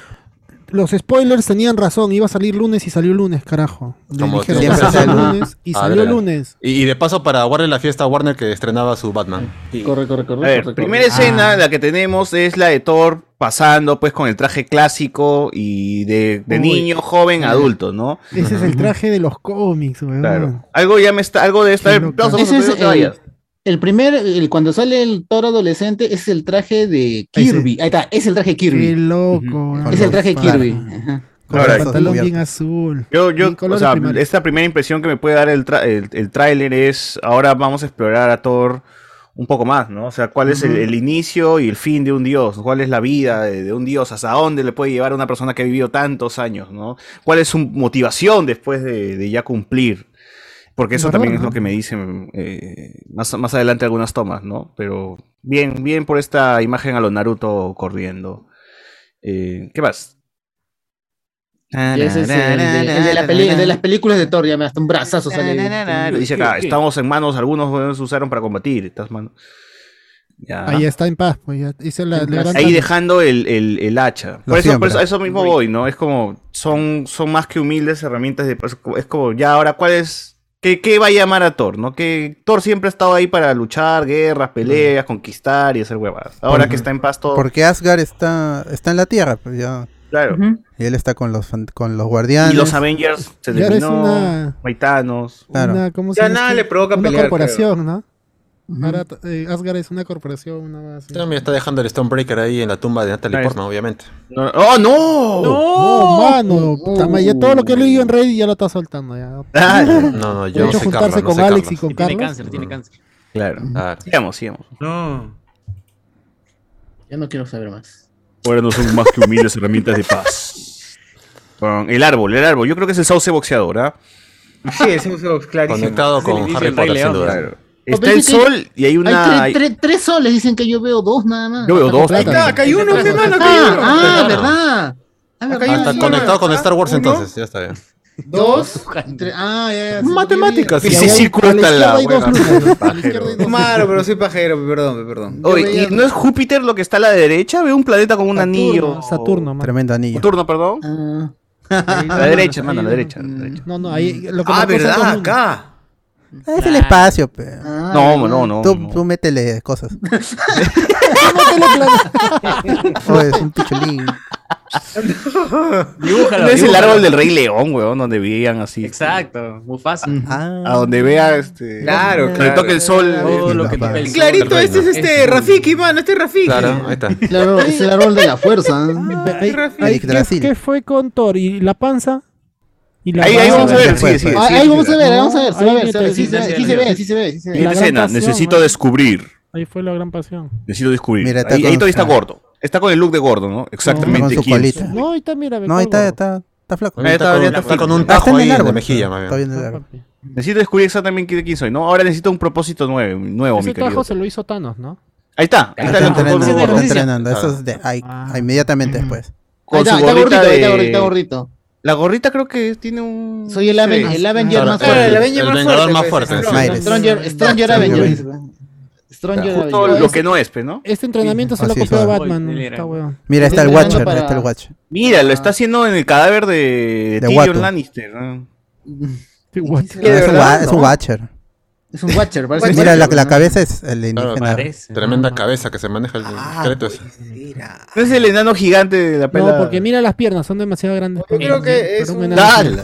los spoilers tenían razón. Iba a salir lunes y salió lunes, carajo. Le
Como
dijeron,
siempre.
"Va a salir
Ajá.
lunes y
A
salió
ver, a ver.
lunes.
Y, y de paso para guardarle la fiesta a Warner que estrenaba su Batman.
Corre, corre, corre.
A ver,
corre,
primera
corre. Ah,
escena,
Ah.
la que tenemos es la de Thor pasando pues con el traje clásico y de, de
Uy.
niño, joven, adulto, ¿no?
Ese es el traje de los cómics, weón.
Claro. Algo ya me está, algo de estar. Aplausos, aplausos,
Ese es
aplausos, no te
el,
vayas.
el primer, el- cuando sale el toro adolescente, es el traje de Kirby. Ahí está, es el traje Kirby.
Qué loco. weón.
Es el traje Kirby. Ajá.
Con
Ahora,
el pantalón bien azul.
Yo, yo,
Y colores
o sea,
primarios.
esta primera impresión que me puede dar el, tra- el, el tráiler es, ahora vamos a explorar a Thor un poco más, ¿no? O sea, cuál es el,
Ujú.
el inicio y el fin de un dios, cuál es la vida de, de un dios, hasta dónde le puede llevar a una persona que ha vivido tantos años, ¿no? ¿Cuál es su motivación después de, de ya cumplir? Porque eso
Valor,
también es
¿no?
lo que me dicen eh, más, más adelante algunas tomas, ¿no? Pero bien, bien por esta imagen a los Naruto corriendo. Eh, ¿Qué más?
Y ese es el de, el de la peli- el de las películas de Thor, ya me hasta un brazazo
Claro,
sale.
dice acá, estamos en manos, algunos weones se usaron para combatir. Estas manos. Ya.
Ahí está en paz, pues ya hice la levanta-
Ahí dejando el, el- el hacha.
Lo
Por eso, por
siembra.
eso, a eso mismo voy, ¿no? Es como, son, son más que humildes herramientas. De, pues, es como, ya ahora, ¿cuál es? ¿Qué, qué va a llamar a Thor? ¿no? Que Thor siempre ha estado ahí para luchar, guerras, peleas, conquistar y hacer huevadas. Ahora
Ujú.
que está en paz todo.
Porque Asgard está, está en la Tierra, pues ya.
Claro.
Y él está con los, fan- con los guardianes.
Y los Avengers se
Y ahora es
terminó.
una-
Maitanos.
Claro.
Una, ¿cómo se
Ya
llama
nada
esto?
le provoca
una
pelear,
corporación, ¿no? Ahora eh, Asgard es una corporación, una más así.
También está dejando el Stonebreaker ahí en la tumba de Natalie
Claro.
Portman, obviamente.
No, ¡Oh, no!
Oh,
No, Oh, mano, puta madre, ya todo lo que he leído en Reddit ya lo está soltando ya.
Ah, [laughs]
De
No, no, yo
hecho,
no sé
juntarse
Carlos, no
con
sé
Alex y
Carlos.
con
Tiene
Carlos.
cáncer, tiene cáncer.
Claro.
Ah,
Claro.
Sigamos, sigamos.
No.
Ya no quiero saber más.
Ahora no son más que humildes herramientas de paz. Con el árbol, el árbol. Yo creo que es el sauce boxeador, ¿ah?
Sí, es un clarísimo.
Conectado
Así le
con
dicen.
Harry Potter, sin duda.
Claro. Está el sol y hay una.
Hay tre- tre- tres soles, dicen que yo veo dos nada más.
Yo veo dos.
Ahí está,
acá hay
uno, mi hermano, acá hay
Ah,
uno.
ah,
Claro.
verdad. Ah,
Acá
verdad.
hay
Ah, está
uno,
conectado con
¿verdad?
Star Wars
Uno,
entonces, ya está bien.
Dos. tres. Ah, ya, ya.
Matemáticas.
sí,
Y
sí,
ese
sí.
círculo está al lado,
Malo, pero soy pajero, perdón, perdón.
Oye, ¿y no es Júpiter lo que está a la derecha? Veo un planeta con un anillo.
Saturno, Ah,
Tremendo anillo.
Saturno, perdón.
Ah,
a la derecha, mano, a la derecha.
No, Mm. no, ahí lo que
Ah,
marcó son
¿verdad?
dos lunas.
Acá.
Ah, Es el espacio, pe.
Ah,
No, no, no,
Tú,
no.
tú métele cosas. [laughs] Oye,
no
es Pues, un picholín.
es el árbol del Rey León, weón, donde veían así.
Exacto, muy fácil.
Ah.
A donde vea este.
Claro,
donde
claro.
toque el sol.
Todo Oh, lo que toque el sol.
Clarito, este es este Rafiki, mano, este es Rafiki.
Claro, ahí está.
Claro, es el árbol de la fuerza.
Ahí- ahí, ¿qué, qué fue con Thor? ¿Y la panza? ¿Y la
Ahí- ahí
panza?
vamos a ver, sí, sí,
Ah,
sí,
ahí
sí,
vamos a ver,
No,
vamos a ver, se va a
ahí
ver, se ve, sí se ve, sí se ve, sí se ve, sí se ve.
Siguiente escena, necesito descubrir.
Ahí fue la gran pasión.
Necesito descubrir.
Mira, está
ahí,
con-
ahí todavía está
ah.
gordo. Está con el look de gordo, ¿no? Exactamente.
con su
quién es.
colita.
No, ahí está, mira. ve
No, ahí
todo.
está, está, está flaco.
Ahí está, Eh, ahí está flaco.
Ah, está en el árbol.
Está
Está
bien.
bien en
Ah,
el árbol.
Necesito descubrir exactamente quién- quién soy, ¿no? Ahora necesito un propósito nuevo, nuevo mi
Ese
querido.
trabajo se lo hizo Thanos, ¿no?
Ahí está. Ahí está,
Está
el gordo
entrenando,
gordo.
está entrenando. Eso
Claro.
es
Ah.
de ahí, inmediatamente después.
Con
Ahí está,
su
está
gorrita
gordito, ahí
de...
está gordito, está gordito.
La gorrita creo que tiene un...
Soy el, Aven-
Sí.
el Avenger
Claro,
más
Ah, el-
fuerte.
el Avenger El más Vengador fuerte, más pues, fuerte, Strong- sí.
Stronger, Stronger
Stronger
Avenger.
Avenger.
Stronger
Justo
Avenger.
lo que no es, pe, ¿no?
Este entrenamiento se
Así
lo
es.
copió de
Ah.
Batman.
Oye,
Está weón.
Mira, está el
Entrenando
Watcher,
para-
está el Watcher.
Mira, lo está haciendo en el cadáver de, de
De
Tyrion
Watto.
Lannister. ¿no?
No, es, un, wa- es un Watcher.
Es un Watcher, parece.
Mira, la, la
¿no?
cabeza es el indígena.
Tremenda cabeza que se maneja el
Ah,
esqueleto ese.
¿No es el enano gigante de la pela?
No, porque Eh, mira las piernas, son demasiado grandes. Yo
creo que es un-
¡Dala!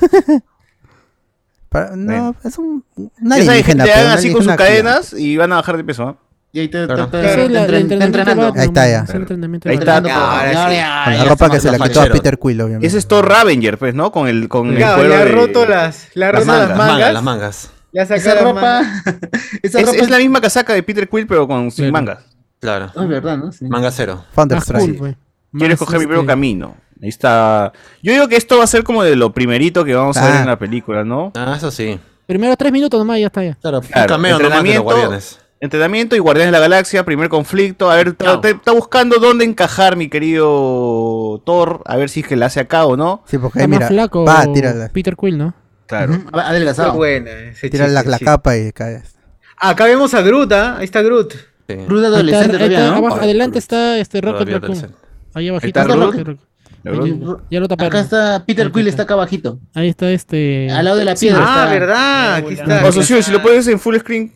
Para- no, es un, una
Esa gente
alienígena.
te
pero
hagan
una
así con sus
alienígena que-
cadenas y van a bajar de peso, ¿ah?
Y ahí te,
Claro.
te- te-
Ese
te
es la-
entren-
el
te
entrenamiento
entrenando.
Ahí está ya.
Es el entrenamiento
Ahí
de
está.
Batman.
Ah,
Con la ropa que se la quitó a Peter Quill, obviamente.
Ese es Thor Ravenger, pues, ¿no? Con el, con el
Claro,
cuero
le ha
de-
roto las- le ha roto las mangas.
Las mangas.
Le ha
Esa
sacado la
ropa.
mano.
[laughs] Esa
es,
ropa
es la misma casaca de Peter Quill, pero con sin mangas.
Claro.
Ah, es verdad, ¿no? Sí.
Manga cero.
Thunderstrike.
Quiero escoger mi
este
propio camino. Ahí está. Yo digo que esto va a ser como de lo primerito que vamos a ver
Ah.
en la película, ¿no?
Ah, eso sí.
Primero tres minutos nomás y ya está ya.
Claro,
Claro,
un cameo nomás de los
entrenamiento,
guardianes.
Entrenamiento y Guardianes de la Galaxia, primer conflicto. A ver, está, está- está buscando dónde encajar mi querido Thor. A ver si es que la hace acá o no.
Sí, porque
Está
ahí
más
mira.
flaco
Va, tírala.
Peter Quill, ¿no?
Claro.
Adelgazado.
Está buena ese
Tira
chiste,
la,
ese
la
chiste.
capa y caes.
Acá vemos a Groot, ¿ah? Ahí está Groot.
Groot adolescente
Ahí está,
todavía, ¿no?
abajo, adelante está este Rocket
Todavía
Raccoon.
adolescente.
Ahí abajito.
está
está
Groot.
Rocket Raccoon.
Ahí
está. Ya lo taparon.
Acá está Peter Quill, está acá abajito.
Ahí está este.
Al lado de la piedra.
Ah,
está-
verdad, aquí está.
O sea, sí, si lo puedes en full screen.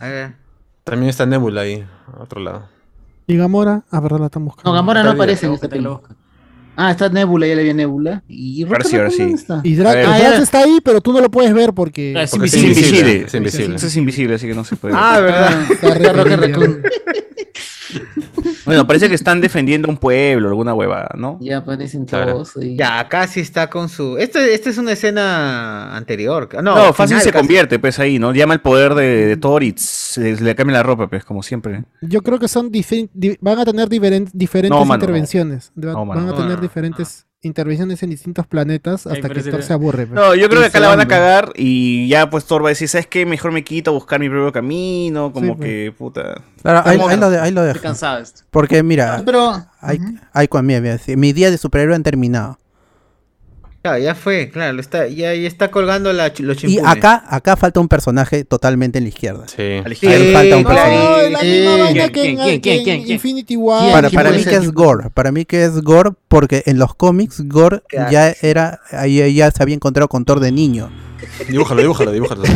A ver.
También está Nebula ahí, a otro lado.
Y Gamora. Ah, verdad, la están buscando.
No, Gamora no
Está
aparece en esta película. Ah, está Nebula, ya le vi a Nebula. Y
Ahora sí, ahora sí.
Y
A ver.
Drax,
Ah,
Drax está ahí, pero tú no lo puedes ver porque.
Porque
es invisible.
Es
Es
invisible.
invisible.
Eso es invisible, así que no se puede.
Ah, verdad.
Está [laughs] Rocket Raccoon.
Bueno, parece que están defendiendo un pueblo, alguna huevada, ¿no?
Ya aparecen
Claro.
todos. y-
Ya, acá sí está con su. Este, esta es una escena anterior. No,
No, fácil
final
se
casi.
convierte, pues ahí, ¿no? Llama el poder de, de Thor y tss, le, le cambia la ropa, pues, como siempre.
Yo creo que son dife- di- van a tener diferen- diferentes
No, mano,
intervenciones. Va-
No, mano.
van a
No,
tener
no,
diferentes intervenciones en distintos planetas hasta que Thor se aburre. pues.
No, yo creo que
Y se
acá la van a
aburre.
cagar y ya, pues, Thor va a decir, ¿sabes qué? Mejor me quito a buscar mi propio camino, como
Sí, pues.
que, puta.
Claro, ahí,
Estamos-
ahí lo, de, ahí lo dejo.
Estoy cansado de esto.
Porque [laughs] mira,
Pero.
hay, hay con mira, mira, sí, mi día de superhéroe han terminado.
Claro, ya fue, claro. Está, ya, ya está colgando la, ch- los
Y
chimpunes.
acá, acá falta un personaje totalmente en la izquierda.
Sí.
Ahí
Ah,
falta un personaje.
Ay, la misma
Eh,
vaina
¿quién,
que en-
quién, quién,
que
quién,
en
quién?
Infinity War. pues,
Para, para mí que es Gore, para mí que es Gore porque en los cómics Gore
Claro.
ya era, ahí ahí ya se había encontrado con Thor de niño.
Dibújalo, dibújalo, dibújalo.
[laughs]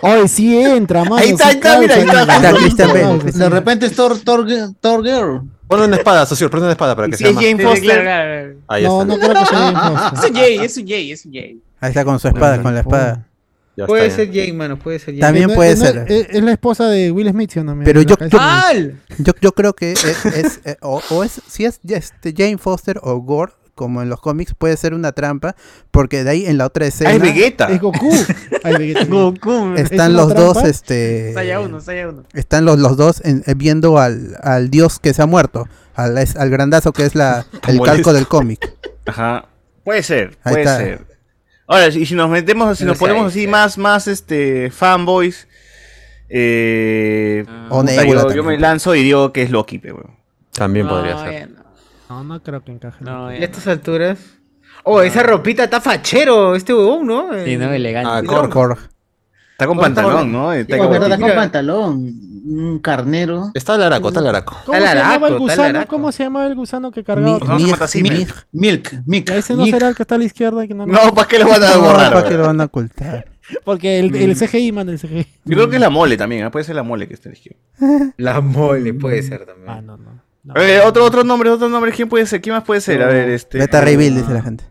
Ay, sí entra, mano.
Ahí está,
sí
ahí está, mira, ahí
causa,
está.
mano,
Está
sí
Christian
causa,
Bale.
sí.
De repente es Thor, Thor, Thor Girl.
Ponle una espada, socio, ponle una espada para que sea más. Ahí
No,
está.
no creo que sea Jane Foster.
Es un Jay, es un Jay, es un Jay.
Ahí está con su espada, con la espada.
Ya está,
Puede
ya.
ser Jake, mano, puede ser Jake.
También
No,
puede
no,
ser.
Oh. Es, es la esposa de Will Smith, ¿sí o no? Mira,
Pero
la
yo,
cabeza-
yo, yo, yo creo que es, es, eh, o, o es si es este, Jane Foster o Gore, como en los cómics, puede ser una trampa, porque de ahí en la otra escena
es Vegeta!
Es Goku. Ay, Vegeta.
Eh,
¿Es
están
una
los
trampa?
dos, este,
Saya uno, saya uno.
están los, los dos en- eh, viendo al, al dios que se ha muerto, al, es- al
[laughs]
grandazo que es la, el
Como
calco
listo.
del cómic.
Ajá. Puede ser,
Ahí
puede
está.
ser. Ahora, y si nos metemos, si
No
nos
sé,
ponemos
ahí,
así más, más este fanboys, eh,
O
puta,
Nebula
yo, yo
también.
me lanzo y digo que es Loki, pero
También
podría ser. No, no creo que encaje.
No,
¿Y a estas alturas? Oh, esa ropita está fachero, este huevón, ¿no?
Sí,
Eh,
no, elegante.
Ah, Korg. Está con
Korg,
pantalón,
Korg.
¿no?
Sí,
Está
Korg,
con
¿verdad?
Está con
Mira.
pantalón, un carnero.
Está el araco, está el araco.
¿Cómo se llamaba el gusano? ¿Cómo se llamaba el gusano que cargaba?
Milk,
[laughs]
milk, milk, milk.
Ese no
milk.
será el que está a la izquierda. Que no,
No, ¿para qué lo van a
No,
borrar?
¿para qué lo van a ocultar? Porque el, el CGI, man, el CGI.
Yo Mm. creo que es la mole también, ¿ah? puede ser la mole que está elegido.
La mole puede ser también.
Ah, no, no.
Eh, otro, otro nombre, otro nombre, ¿quién puede ser? ¿Quién más puede ser? A ver, este.
Beta Ray Bill, dice la gente.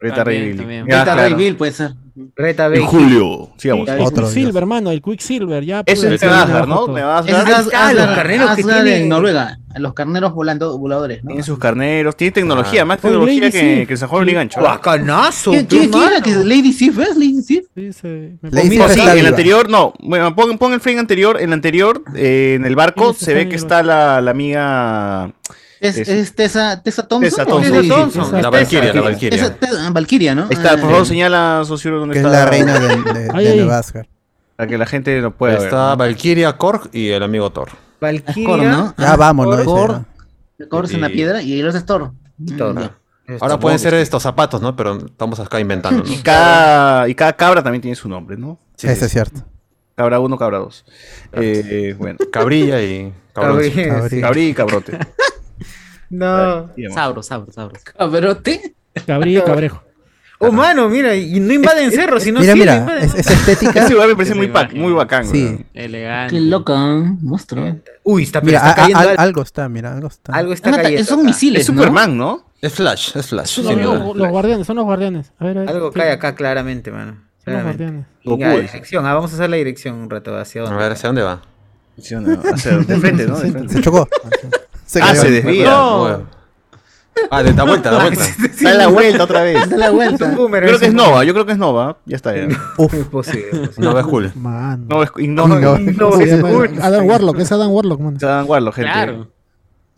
Reta
También,
Ray Bill.
también.
Ya,
Reta
claro.
Ray Bill puede ser.
Reta
En julio. Sigamos.
El Quicksilver, hermano, el Quicksilver. Ya,
Ese
pues,
es el
ya
Asgard,
abajo
¿no?
todo.
Me vas a
Esos
dar-
son
Ah, los
Asgard-
carneros que
Asgard
tiene-
en Noruega, los carneros volando, voladores, ¿no?
Tiene sus carneros, tiene tecnología,
Ah.
más
Oye,
tecnología
Lady
que,
Sif.
que San Juan Oligancho.
¡Guacanazo!
¿Quién, quién, quién era que Lady Sif es? Lady Sif.
Lady Sif sí, el anterior, no. Bueno, pon, pon el frame anterior. En el anterior, eh, en el barco,
este
se ve que está la, la amiga.
Es,
es-
es Tessa, Tessa Thompson.
Tessa Thompson.
Lady Sif?
Thompson,
Esa-
la Valquiria, la Valquiria.
Esa- Tessa- Valquiria, ¿no?
Ahí está, por
Ah,
favor,
sí.
señala, socio, dónde
Que es
está.
la reina de, de,
Ay,
de
ay.
Nueva Asgard.
Para que la gente lo pueda ver.
[laughs] Está Valkyria, Korg y el amigo Thor.
Korg,
[laughs]
¿no?
Ya vamos, ¿no?
Korg,
Ese,
Korg es una
Y-
piedra y el otro es Thor. Mm, ya.
Ahora pueden ser estos zapatos, ¿no? Pero estamos acá inventando.
[laughs] Y cada, y cada cabra también tiene su nombre, ¿no?
Ese es cierto.
Cabra 1, cabra 2. bueno.
Cabrilla y
cabrón.
cabrones. Cabrilla, sí.
Cabrí y cabrote.
No.
Ah.
Sabro, sabro, sabro.
¿Cabrote?
Cabrillo y cabrejo.
Oh, mano, mira, y no invaden cerros, sino
mira,
sí,
mira,
invaden.
es- esa
[laughs]
estética-
Ese lugar me parece muy, pa- muy bacán.
Sí.
Elegante.
Qué loca, ¿eh? monstruo.
Uy, está,
Mira,
Ah, está
a- a-
cayendo
al-
algo.
algo está, mira, algo está.
Algo
está Anda, cayendo Ah, son acá. misiles,
Es Superman, ¿no? Es Flash, es Flash.
Son los, los guardianes, son los guardianes. A ver, a ver.
Algo
Sí.
cae acá claramente, mano. Claramente. [laughs]
guardianes.
Y ya,
Goku,
dirección. Ah, vamos a hacer la dirección un rato hacia
A
dónde.
ver, ¿hacia dónde va?
¿Hacia dónde va? Hacia- de frente,
[laughs]
¿no? De frente. Se chocó.
Se
ah,
cayó.
se desvía.
No.
Bueno. Ah, de la vuelta, la [laughs]
[laughs]
vuelta.
Sí,
Da la vuelta otra vez.
Da la vuelta.
Yo creo que es Nova, yo creo que es Nova. Ya está. Ya.
Uf, posible.
Nova es cool.
Man.
Nova es Innova-
No,
Innova
se
es
llama
cool.
Adam Warlock, es Adam Warlock, man.
Está Dan Warlock, gente.
Claro.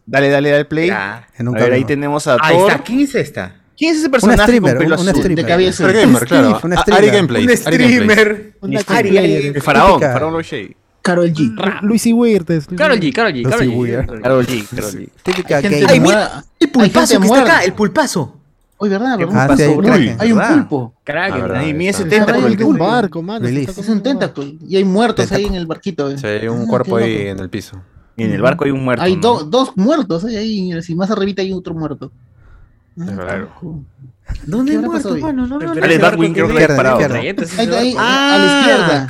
Dale, dale, dale play.
En un
a ver, ahí
camino.
tenemos a
Ahí
Thor.
está, ¿quién es esta?
¿Quién es ese personaje
streamer,
con pelo
un- un
azul?
streamer.
De cabeza.
Un
Gamer,
streamer,
claro.
un
A-
streamer.
Ari Gameplay.
Un streamer.
Un
Un streamer.
El faraón,
Típica.
faraón O'Shea.
Carol G.
Lucy Weird.
Carol G, Carol G, Carol G.
Carol G, Carol G.
Típica
Gente
gay.
de
Ay, mira,
muerda.
el
Hay gente
pulpazo que está
muerta.
acá, el pulpazo.
Hoy, ¿verdad?
¿Qué
¿verdad?
pulpazo?
Hay un
Uy,
pulpo. Hay un
¿verdad?
pulpo.
Crack,
Ah, verdad,
ahí
ahí
está.
mide ese
Está
tentáculo.
ahí
que
un
tiene.
barco, mano.
Release.
Es un tentáculo. Y hay muertos ahí en el barquito. eh.
Sí, hay
Ah,
un
qué
cuerpo ahí
loco.
en el piso.
Y en el barco hay un muerto.
Hay
¿no?
do- dos muertos. eh, ahí, y más arribita hay otro muerto. Ah,
Claro.
¿Dónde
¿Qué
hay
habrá
muerto,
pasado ahí?
mano? No, no, no.
Dale, Darwin, creo que le ha disparado.
Ahí, ahí,
Ah,
a la izquierda.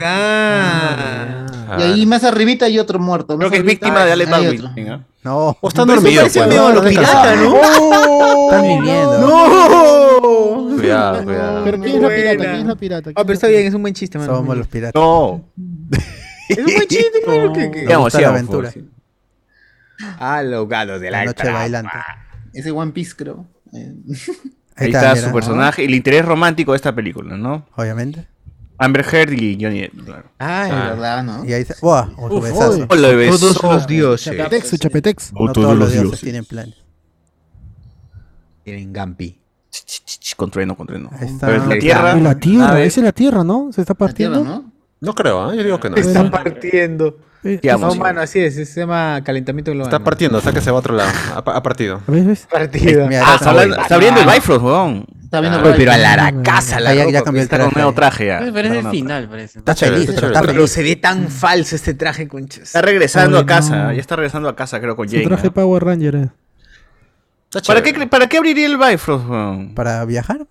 Acá.
Y ahí más arribita hay otro muerto.
Creo que es víctima de Alec Baldwin.
No.
O está
Pero eso
dormido.
parece
pues.
medio los piratas, ¿no?
Están viniendo.
¡No!
Cuidado, cuidado.
Pero ¿quién es la pirata?
Buena.
¿Quién es la pirata?
Ah, pero está bien, es un buen chiste, mano.
Somos los piratas.
No.
Es un buen chiste, mano.
Oh.
que- que-
Sigamos,
gusta la
sigamos,
aventura.
por favor, sí.
Ah, los gatos de
La
la
noche
trampa.
bailante.
Ese One Piece, creo. Eh, [laughs]
Ahí
está,
está
mira.
su personaje, el interés romántico de esta película, ¿no?
Obviamente.
Amber Heard y Johnny Depp, claro.
Ah, es verdad, ¿no?
Y ahí se... ¡Buah! Un
Uf,
besazo.
uy.
Hola, bebés.
Todos los dioses
Chapetex, su chapetex.
No todos los dioses tienen planes.
tienen Gampi.
Ch, Con trueno, con trueno.
Ahí está.
Pero es la tierra.
Uy, La tierra,
Ah, nave.
esa es la tierra, ¿no? Se está partiendo.
¿no?
No creo, ¿eh? yo digo que no.
Se
Está
están partiendo.
Eh,
Digamos,
no,
sí.
mano, así es. Se llama calentamiento global. mano.
partiendo, hasta que se va a otro lado. Ha, ha partido.
¿Ves, ves?
Partido.
Mira,
Ah,
ya
está,
está.
hablando- está abriendo el Bifrost, weón.
Está viendo
Ah,
por ahí.
Pero a la aracaza, la
Ah, ya-
ropa,
ya cambió el
Está con
traje.
nuevo traje ya.
Pero es
Está
el
con nuevo traje.
final, parece.
Está
chévere,
feliz, pero
está chévere.
está
Pero
feliz.
se ve tan falso este traje, conchas.
Está regresando
Ay,
a casa,
no.
ya está regresando a casa, creo, con
Su
Jane.
traje
¿eh?
Power Ranger. eh.
¿Para qué, cre- ¿Para qué abriría el Bifrost, weón?
Para viajar.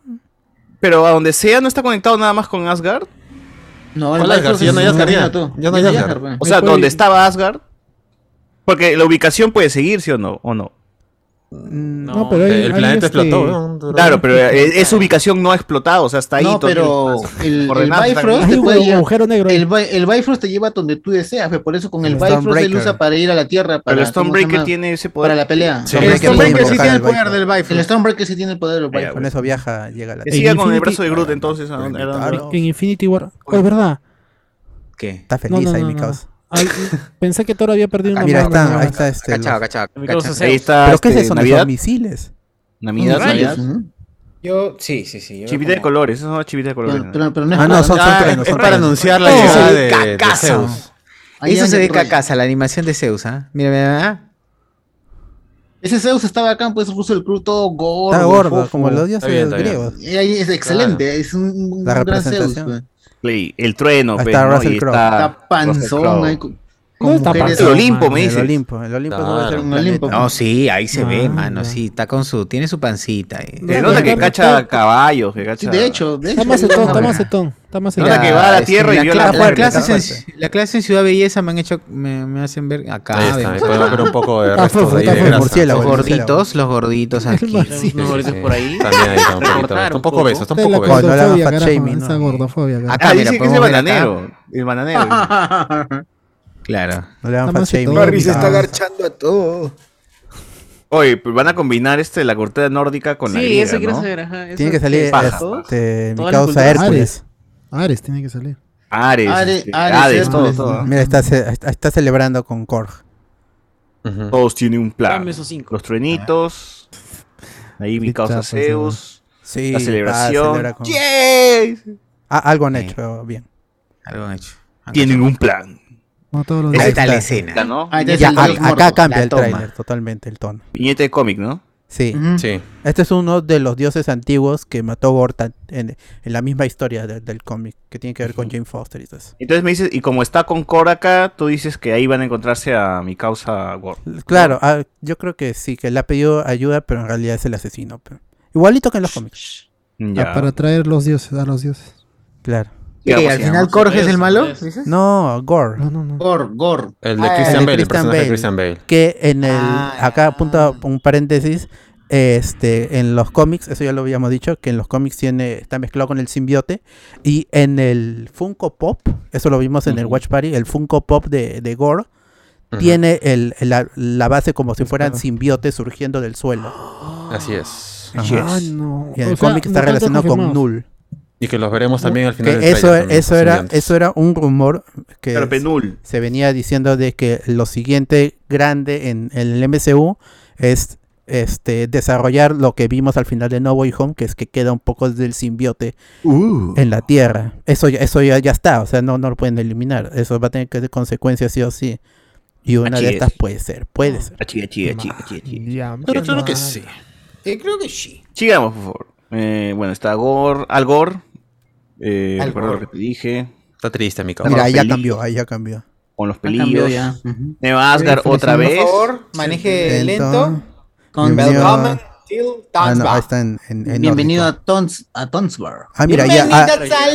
Pero a donde sea, ¿no está conectado nada más con Asgard?
No, el
¿Cuál
barco
Asgard?
se
Ya no hay Asgard, ya.
tú.
Ya no hay Asgard.
bueno.
O sea,
puede-
¿dónde estaba Asgard? Porque la ubicación puede seguir, ¿sí o no? ¿O no?
mm,
No, pero hay,
El,
hay
planeta
este-
explotó. ¿no?
Claro, pero eh, esa ubicación no ha explotado, o sea, está ahí.
No,
todavía.
pero el, el
Coordenadas están-
Bifrost
Hay
te
un
puede llevar.
agujero negro. ahí.
El, Bi- el Bifrost te lleva donde tú deseas, pues, por eso con el
El
Bifrost él
Stormbreaker.
usa para ir a la Tierra. Para,
Pero el
¿cómo se
Stonebreaker
llama?
tiene ese poder.
para la pelea.
Sí.
El
Hombre, que
Stormbreaker
puede
sí
invocar
tiene el
al
poder
Bifrost.
del
El
Bifrost.
Stormbreaker sí tiene el poder de los
Ya,
Bifrost.
Con eso viaja, llega a la
Que
En
siga con el
Infinity-
brazo de Groot, entonces. ¿a dónde- a dónde-
Claro.
En Infinity War. Oh, es verdad.
¿Qué?
Está
No,
feliz
no,
ahí
no,
mi
no.
causa.
Ay, pensé que Thor había perdido una
Ah, mira, ahí
mano,
está,
¿no?
ahí está este.
Cachao,
los-
cachao.
Amigos,
cachao.
o sea,
Ahí está.
¿Pero qué es
este,
eso? ¿No
Navidad.
son misiles?
Navidad,
Rayos,
Navidad.
¿no?
Yo, sí, sí, sí. yo
Chivita de
como-
colores, eso no es chivita de colores.
Pero- pero- pero no es Ah, no, para- son- son
Ah,
truenos,
es
son
para
truenos.
anunciar la
Eso
llegada
se ve
de, de
cacazo.
Zeus.
Ahí
eso
anda
se ve
el rollo.
cacaza, la animación de Zeus, ¿ah? Mira, mira, mira.
Ese Zeus estaba acá, pues justo el club todo gordo.
Está gordo,
fofo.
como los dioses Está bien, está bien. griegos.
Y ahí es excelente, es un, un
La
gran Zeus.
representación.
pues.
Sí, el trueno,
Ahí
pe,
está
¿no?
Russell
Y
Crowe.
Está panzón, ahí con- con mujeres.
El Olimpo, me
El
dices.
Olimpo, el Olimpo se va a hacer un Olimpo.
No, sí, ahí se ve, mano. Sí, está con su. Tiene su pancita. eh.
Se nota que cacha caballos, que cacha...
Está macetón, está macetón. Está macetón.
Mira, este, la cla- la
fuerte,
clase
está
en-
fuerte.
La clase en Ciudad Belleza me han hecho. Me, me hacen ver. Acá.
Ahí está,
ven,
ahí podemos ver un poco de
Está
restos
fofo,
ahí
está
de
fofo.
grasa.
Los
Murciélago,
gorditos, los gorditos aquí.
unos gorditos por ahí.
También
También ahí está, un poquito, está un poco beso, está un poco beso.
Cuando la
Gordofobia,
haga fat
carajo,
shaming. Esa gordofobia. carajo.
Acá, mira,
Ah, dice que es el
podemos ver acá.
bananero. El bananero.
Claro.
No le dan
Está
fat shaming.
macetón, Barry se está
Ah.
Echando a todo.
Oye, pues van a combinar este, la corteza nórdica con la
Sí,
griega,
eso quiero
¿no?
saber, ajá, eso
Tiene que salir este, mi
Todas las
causa
culturas.
Hércules.
Ares. Ares tiene que salir.
Ares,
Are-
este,
Ares,
Hades, todo,
Hércules.
todo.
Mira, está, ce- está celebrando con Korg.
Todos tienen un plan.
Dame esos cinco.
Los truenitos. Ahí mi causa
chapas,
Zeus.
Sí,
la
está,
celebración.
celebra con-
¡Yay!
Ah, algo han hecho bien.
Algo han hecho.
Tienen un plan.
No todos los
Eh,
Esa
días.
está la escena, ¿no? Ah, ya es
Ya,
el
a-
dios
acá
muerto.
cambia
La
el
toma.
trailer totalmente el tono.
Viñeta de cómic, ¿no?
Sí.
Ujú. Sí.
Este es uno de los dioses antiguos que mató Gortan en, en la misma historia de- del cómic, que tiene que ver con Jane Foster y todo eso.
Entonces me dices, y como está con Korra acá, tú dices que ahí van a encontrarse a mi causa Gord.
Claro, ah, yo creo que sí, que le ha pedido ayuda, pero en realidad es el asesino. pero- Igualito que en los cómics.
Ah, Para traer los dioses, a los dioses.
Claro.
¿Y al final Corge es el malo? ¿Dices?
No, Gore.
Mm.
Gore, Gore.
El de Christian Bale, el personaje de Christian Bale.
Que en el. acá apunta un paréntesis. Este, en los cómics, eso ya lo habíamos dicho, que en los cómics tiene, está mezclado con el simbiote. Y en el Funko Pop, eso lo vimos en el Watch Party, el Funko Pop de, de Gore
Ujú.
tiene el, la, la base como si fueran simbiotes surgiendo del suelo.
Así es.
Así Ajá. es.
no.
Y en el
O sea,
cómic está
mutantes
relacionado con
confirmados.
Null.
Y que los veremos también al final.
Que
del
eso, e,
trailer también,
eso,
los
era,
simbiontes.
eso era un rumor que
Pero Penul.
se venía diciendo de que lo siguiente grande en, en el MCU es este desarrollar lo que vimos al final de No Way Home, que es que queda un poco del simbiote
Uh.
en la Tierra. Eso, ya- eso ya, ya está, o sea, no, no lo pueden eliminar. Eso va a tener que ser consecuencias sí o sí. Y una
Así
de
es.
estas puede ser, puede ser.
Achi, achi, achi, achi, achi.
Ya,
Pero creo que sí.
Eh, creo que sí.
Sigamos, por favor. Eh, bueno, está Gor, Al Gore. Eh,
Al
recuerdo
Gore.
lo que te dije.
Está triste, mi
Mira, ahí ya cambió, ahí ya cambió.
Con los
cambiado
pelillos.
ya.
Nueva Asgard
Sí,
otra
por
vez.
favor, maneje lento.
Con
Welcome till
Ah, no,
Townsbar.
ahí está en, en- en
Bienvenido a Tons, a Tonsbar.
Ah, mira, ya. ah,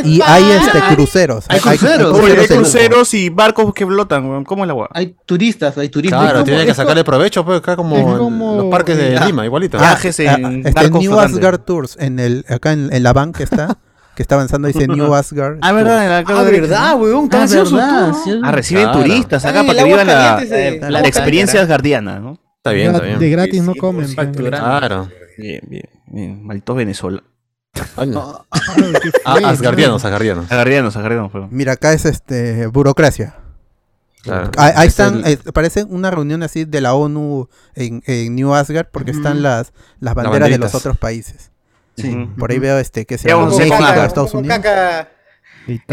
y hay este cruceros.
Hay cruceros.
Oye, hay cruceros y barcos que flotan, weón. ¿Cómo es la weá?
Hay turistas, hay turistas.
Claro, tiene que sacarle provecho, pues acá como,
Es
en
como-
los parques de
Ah,
Lima, igualito.
viajes
Ah, ah, este, New Asgard Tours en el acá en, en la van que está que está avanzando dice New Asgard.
Ah, verdad, en la
Ah, verdad, weón.
Ah,
Cancioso tú,
verdad,
¿no?
sí.
Ah, reciben
Claro.
turistas acá
Ay,
para
el
que
agua
vivan la,
caliente se-
la
el agua
experiencia
caliente.
asgardiana, ¿no?
Está bien, está bien.
De gratis no
pues,
comen.
Claro.
Bien, bien, bien. Malditos Venezuela.
Ah, asgardianos, asgardianos.
Asgardianos, asgardianos, perdón.
Mira, acá es este burocracia.
Claro.
Ah, Ahí,
Es
están,
el-
eh, parece una reunión así de la ONU en, en New Asgard porque están las, las banderas de los
banderitas.
otros países.
Sí.
Por ahí veo este que se
Ya
llama
vamos a hacer
México,
con Asgard.
Estados Unidos.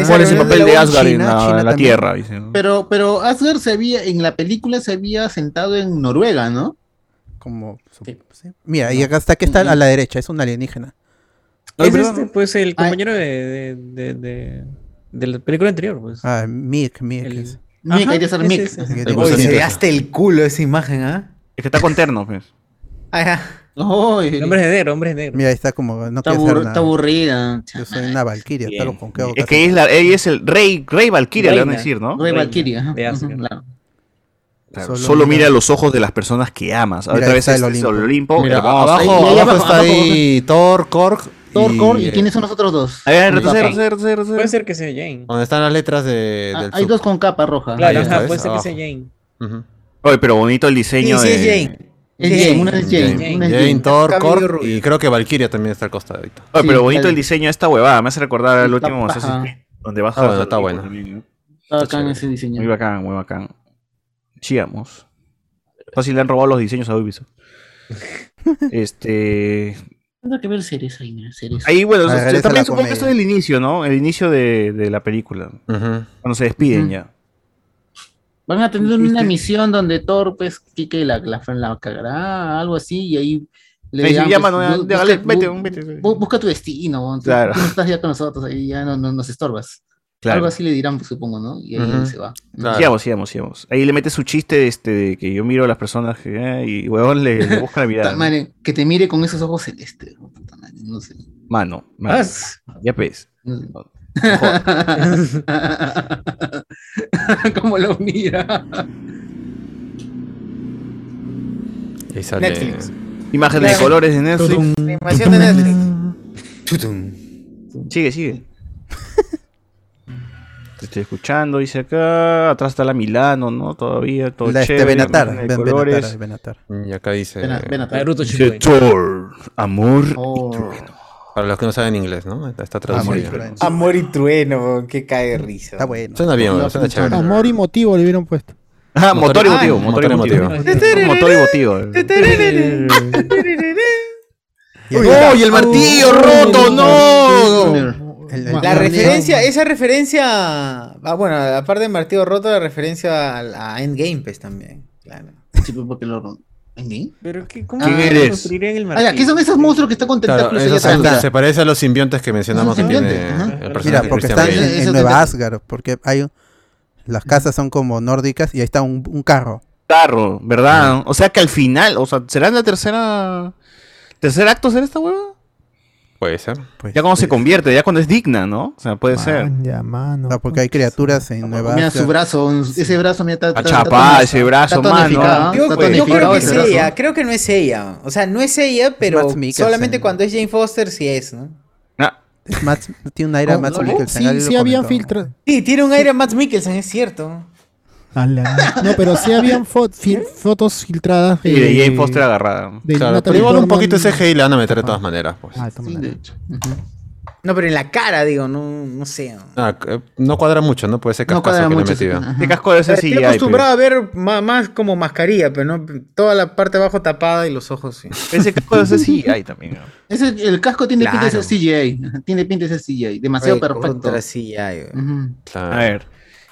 ¿Cuál es el
reunión
papel
de
de
la
Asgard en
China,
la,
China
en la
también.
Tierra? Dice, ¿no?
Pero, pero Asgard se había, en la película se había sentado en Noruega, ¿no?
Como Mira, y acá está que está a la derecha, es un alienígena.
Es este, pues el compañero de, de, de, de, de la película anterior, pues.
Ah, Mick, Mick.
El-
Mick,
Ajá,
ahí está el
ese,
Mick.
ese, ese.
El
Oye,
Oye,
se
se
ve
ve hasta el culo esa imagen, ¿ah?
Es que está con terno, pues.
Hombres de negro, hombres de negro.
Mira, ahí está como no
Está
quiere
aburri-
hacer nada.
está
aburrida.
Yo soy una valquiria, está lo con que hago
Es
casi.
que es, la, ella es el rey, rey Valkyria, le van a decir, ¿no?
Rey Valkyria. ajá. Ujú, claro.
Claro,
Solo
Solo,
mira-
mira los ojos de las personas que amas.
Mira,
Otra vez
está
es
el
el
Olimpo.
Olimpo.
Mira,
hermoso.
abajo,
ahí, ahí
abajo
abajo,
está
abajo,
ahí Thor, Korg.
Thor, Korg, ¿y
eh,
quiénes son los otros dos?
A ver,
Con
retroceder,
capa.
retroceder, retroceder.
Puede ser que sea Jane.
Donde están las letras de, del
Ah, Hay
sub.
dos con capa roja.
Claro,
Ahí está,
ajá, pues,
¿ves?
puede ser que
Abajo.
sea Jane.
Oye, pero bonito el diseño
Sí, sí,
de...
es Jane.
Es Jane, una es Jane, una es
Jane,
Jane.
Thor,
Cabello
Korg
rubio.
y creo que Valkyria también está al costado ahorita.
Oye,
Sí,
pero bonito
tal-
el diseño de esta huevada. Me hace recordar al
Está
último
paja.
Assassin's Creed, Donde baja
Ah, bueno,
los
está bueno.
Olimpo también, ¿no?
Está bacán ese diseño.
Muy bacán, muy bacán. Chillamos. Fácil le han robado los diseños a Ubisoft. Este.
Tendrá que ver series ahí, mira, series.
Ahí, bueno,
Ah,
eso-
regresa
también
la
supongo que esto es
comedia.
el inicio, ¿no? El inicio de, de la película. Cuando se despiden ya.
Van a tener una misión donde Thor, pues, Kike la, la, la cagará, algo así, y ahí
Le dice,
dirán,
ya,
pues,
mano, ya,
bu-
ya, dale,
busca-
vete,
bu-
vete.
bu- busca tu destino, weón, tú-
Claro.
tú no estás ya con nosotros, ahí ya no, no nos estorbas.
Claro.
Algo así le dirán, pues, supongo, ¿no? Y ahí
Ujú.
se va.
Sigamos, sigamos, sigamos. Ahí le mete su chiste este, de que yo miro a las personas que, eh, y huevón le, le busca la
[laughs]
mirada.
Ta madre, que te mire con esos ojos celestes, weón, puta madre, no sé.
Mano, mano.
Vas.
Ya pes.
[laughs] Como lo mira.
Ahí sale.
Netflix.
Imagen de
Claro.
colores de Netflix.
Tudum.
Animación de Netflix.
[laughs]
Sigue, sigue. Te estoy escuchando, dice acá. Atrás está la Milano, ¿no? Todavía, todo
La este,
chévere.
Benatar,
imagen
Ben-
de
Benatar,
colores.
Benatar.
Y acá dice.
Ven a- ven a-
Naruto
Dice
Shippuden.
Thor, amor
Oh,
y trueno.
Para los que no saben inglés, ¿no? Está, está
Ah,
traducido.
Amor y trueno, que cae de risa. Está
bueno.
Suena bien, weón, suena chévere.
Amor y motivo le hubieron puesto.
Ah, motor y
Ah,
motivo, motor y motivo. Motor y motivo.
Ah, ¡Oh, y el martillo roto!
¡No!
La referencia, esa referencia. Ah, bueno, aparte de Martillo Roto, la referencia a, a Endgame, pues también. Claro.
Sí, pues, porque lo. ¿Endgame?
Pero qué, ¿cómo
¿Quién
se
eres?
construirían el
Ah, ya,
martillo?
¿qué son esos monstruos que están con
Claro,
tentáculos? ahí
eso se,
atrás?
se parece a los simbiontes que mencionamos que tiene el personaje
Mira,
de
porque
Christian
están
Bale.
en, en Nueva Asgard, porque hay un- las casas son como nórdicas y ahí está un, un carro.
Tarro, ¿verdad? O sea que al final, o sea, ¿será en la tercera. ¿Tercer acto será esta hueva?
Puede ser.
pues.
ya cuando se convierte, ya cuando es digna, ¿no? O sea, puede ser.
Ya, mano.
No, porque hay criaturas en Nueva
Mira su
Asgard.
brazo, un- ese brazo, mira, está. está- está
Achapá,
tonificado,
ese brazo,
está
mano.
tonificado,
Ah,
está
Yo,
pues.
yo creo
tonificado
que
ese
es
brazo.
ella, creo que no es ella. O sea, no es ella, pero
Mads Mikkelsen.
solamente cuando es Jane Foster sí es, ¿no?
Ah,
Mads- tiene un aire a Mads Mikkelsen.
Sí,
alguien
sí
lo
habían
comentó.
filtrado.
Sí, tiene un aire a Matt Mikkelsen, es cierto.
A la- No, pero sí habían fo- fil- fotos filtradas.
Y de
eh,
Jane Foster agarrada.
de
Claro,
Natalie
pero igual un
Portman.
poquito ese CGI le van a meter de todas maneras, pues.
Ah, No, pero en la cara, digo, no, no sé.
Ah, eh, no cuadra mucho, ¿no? Puede ser cascazo
No cuadra
que le he
mucho,
metido.
ajá.
Este casco debe ser
Estoy
CGI,
acostumbrado a ver ma- más, como mascarilla, pero no toda la parte de abajo tapada y los ojos sí.
Ese casco debe ser CGI también. ¿no?
Ese, el casco tiene pinta de
Claro.
ser CGI. Tiene pinta de ser CGI. Demasiado perfecto. Ujú.
A ver.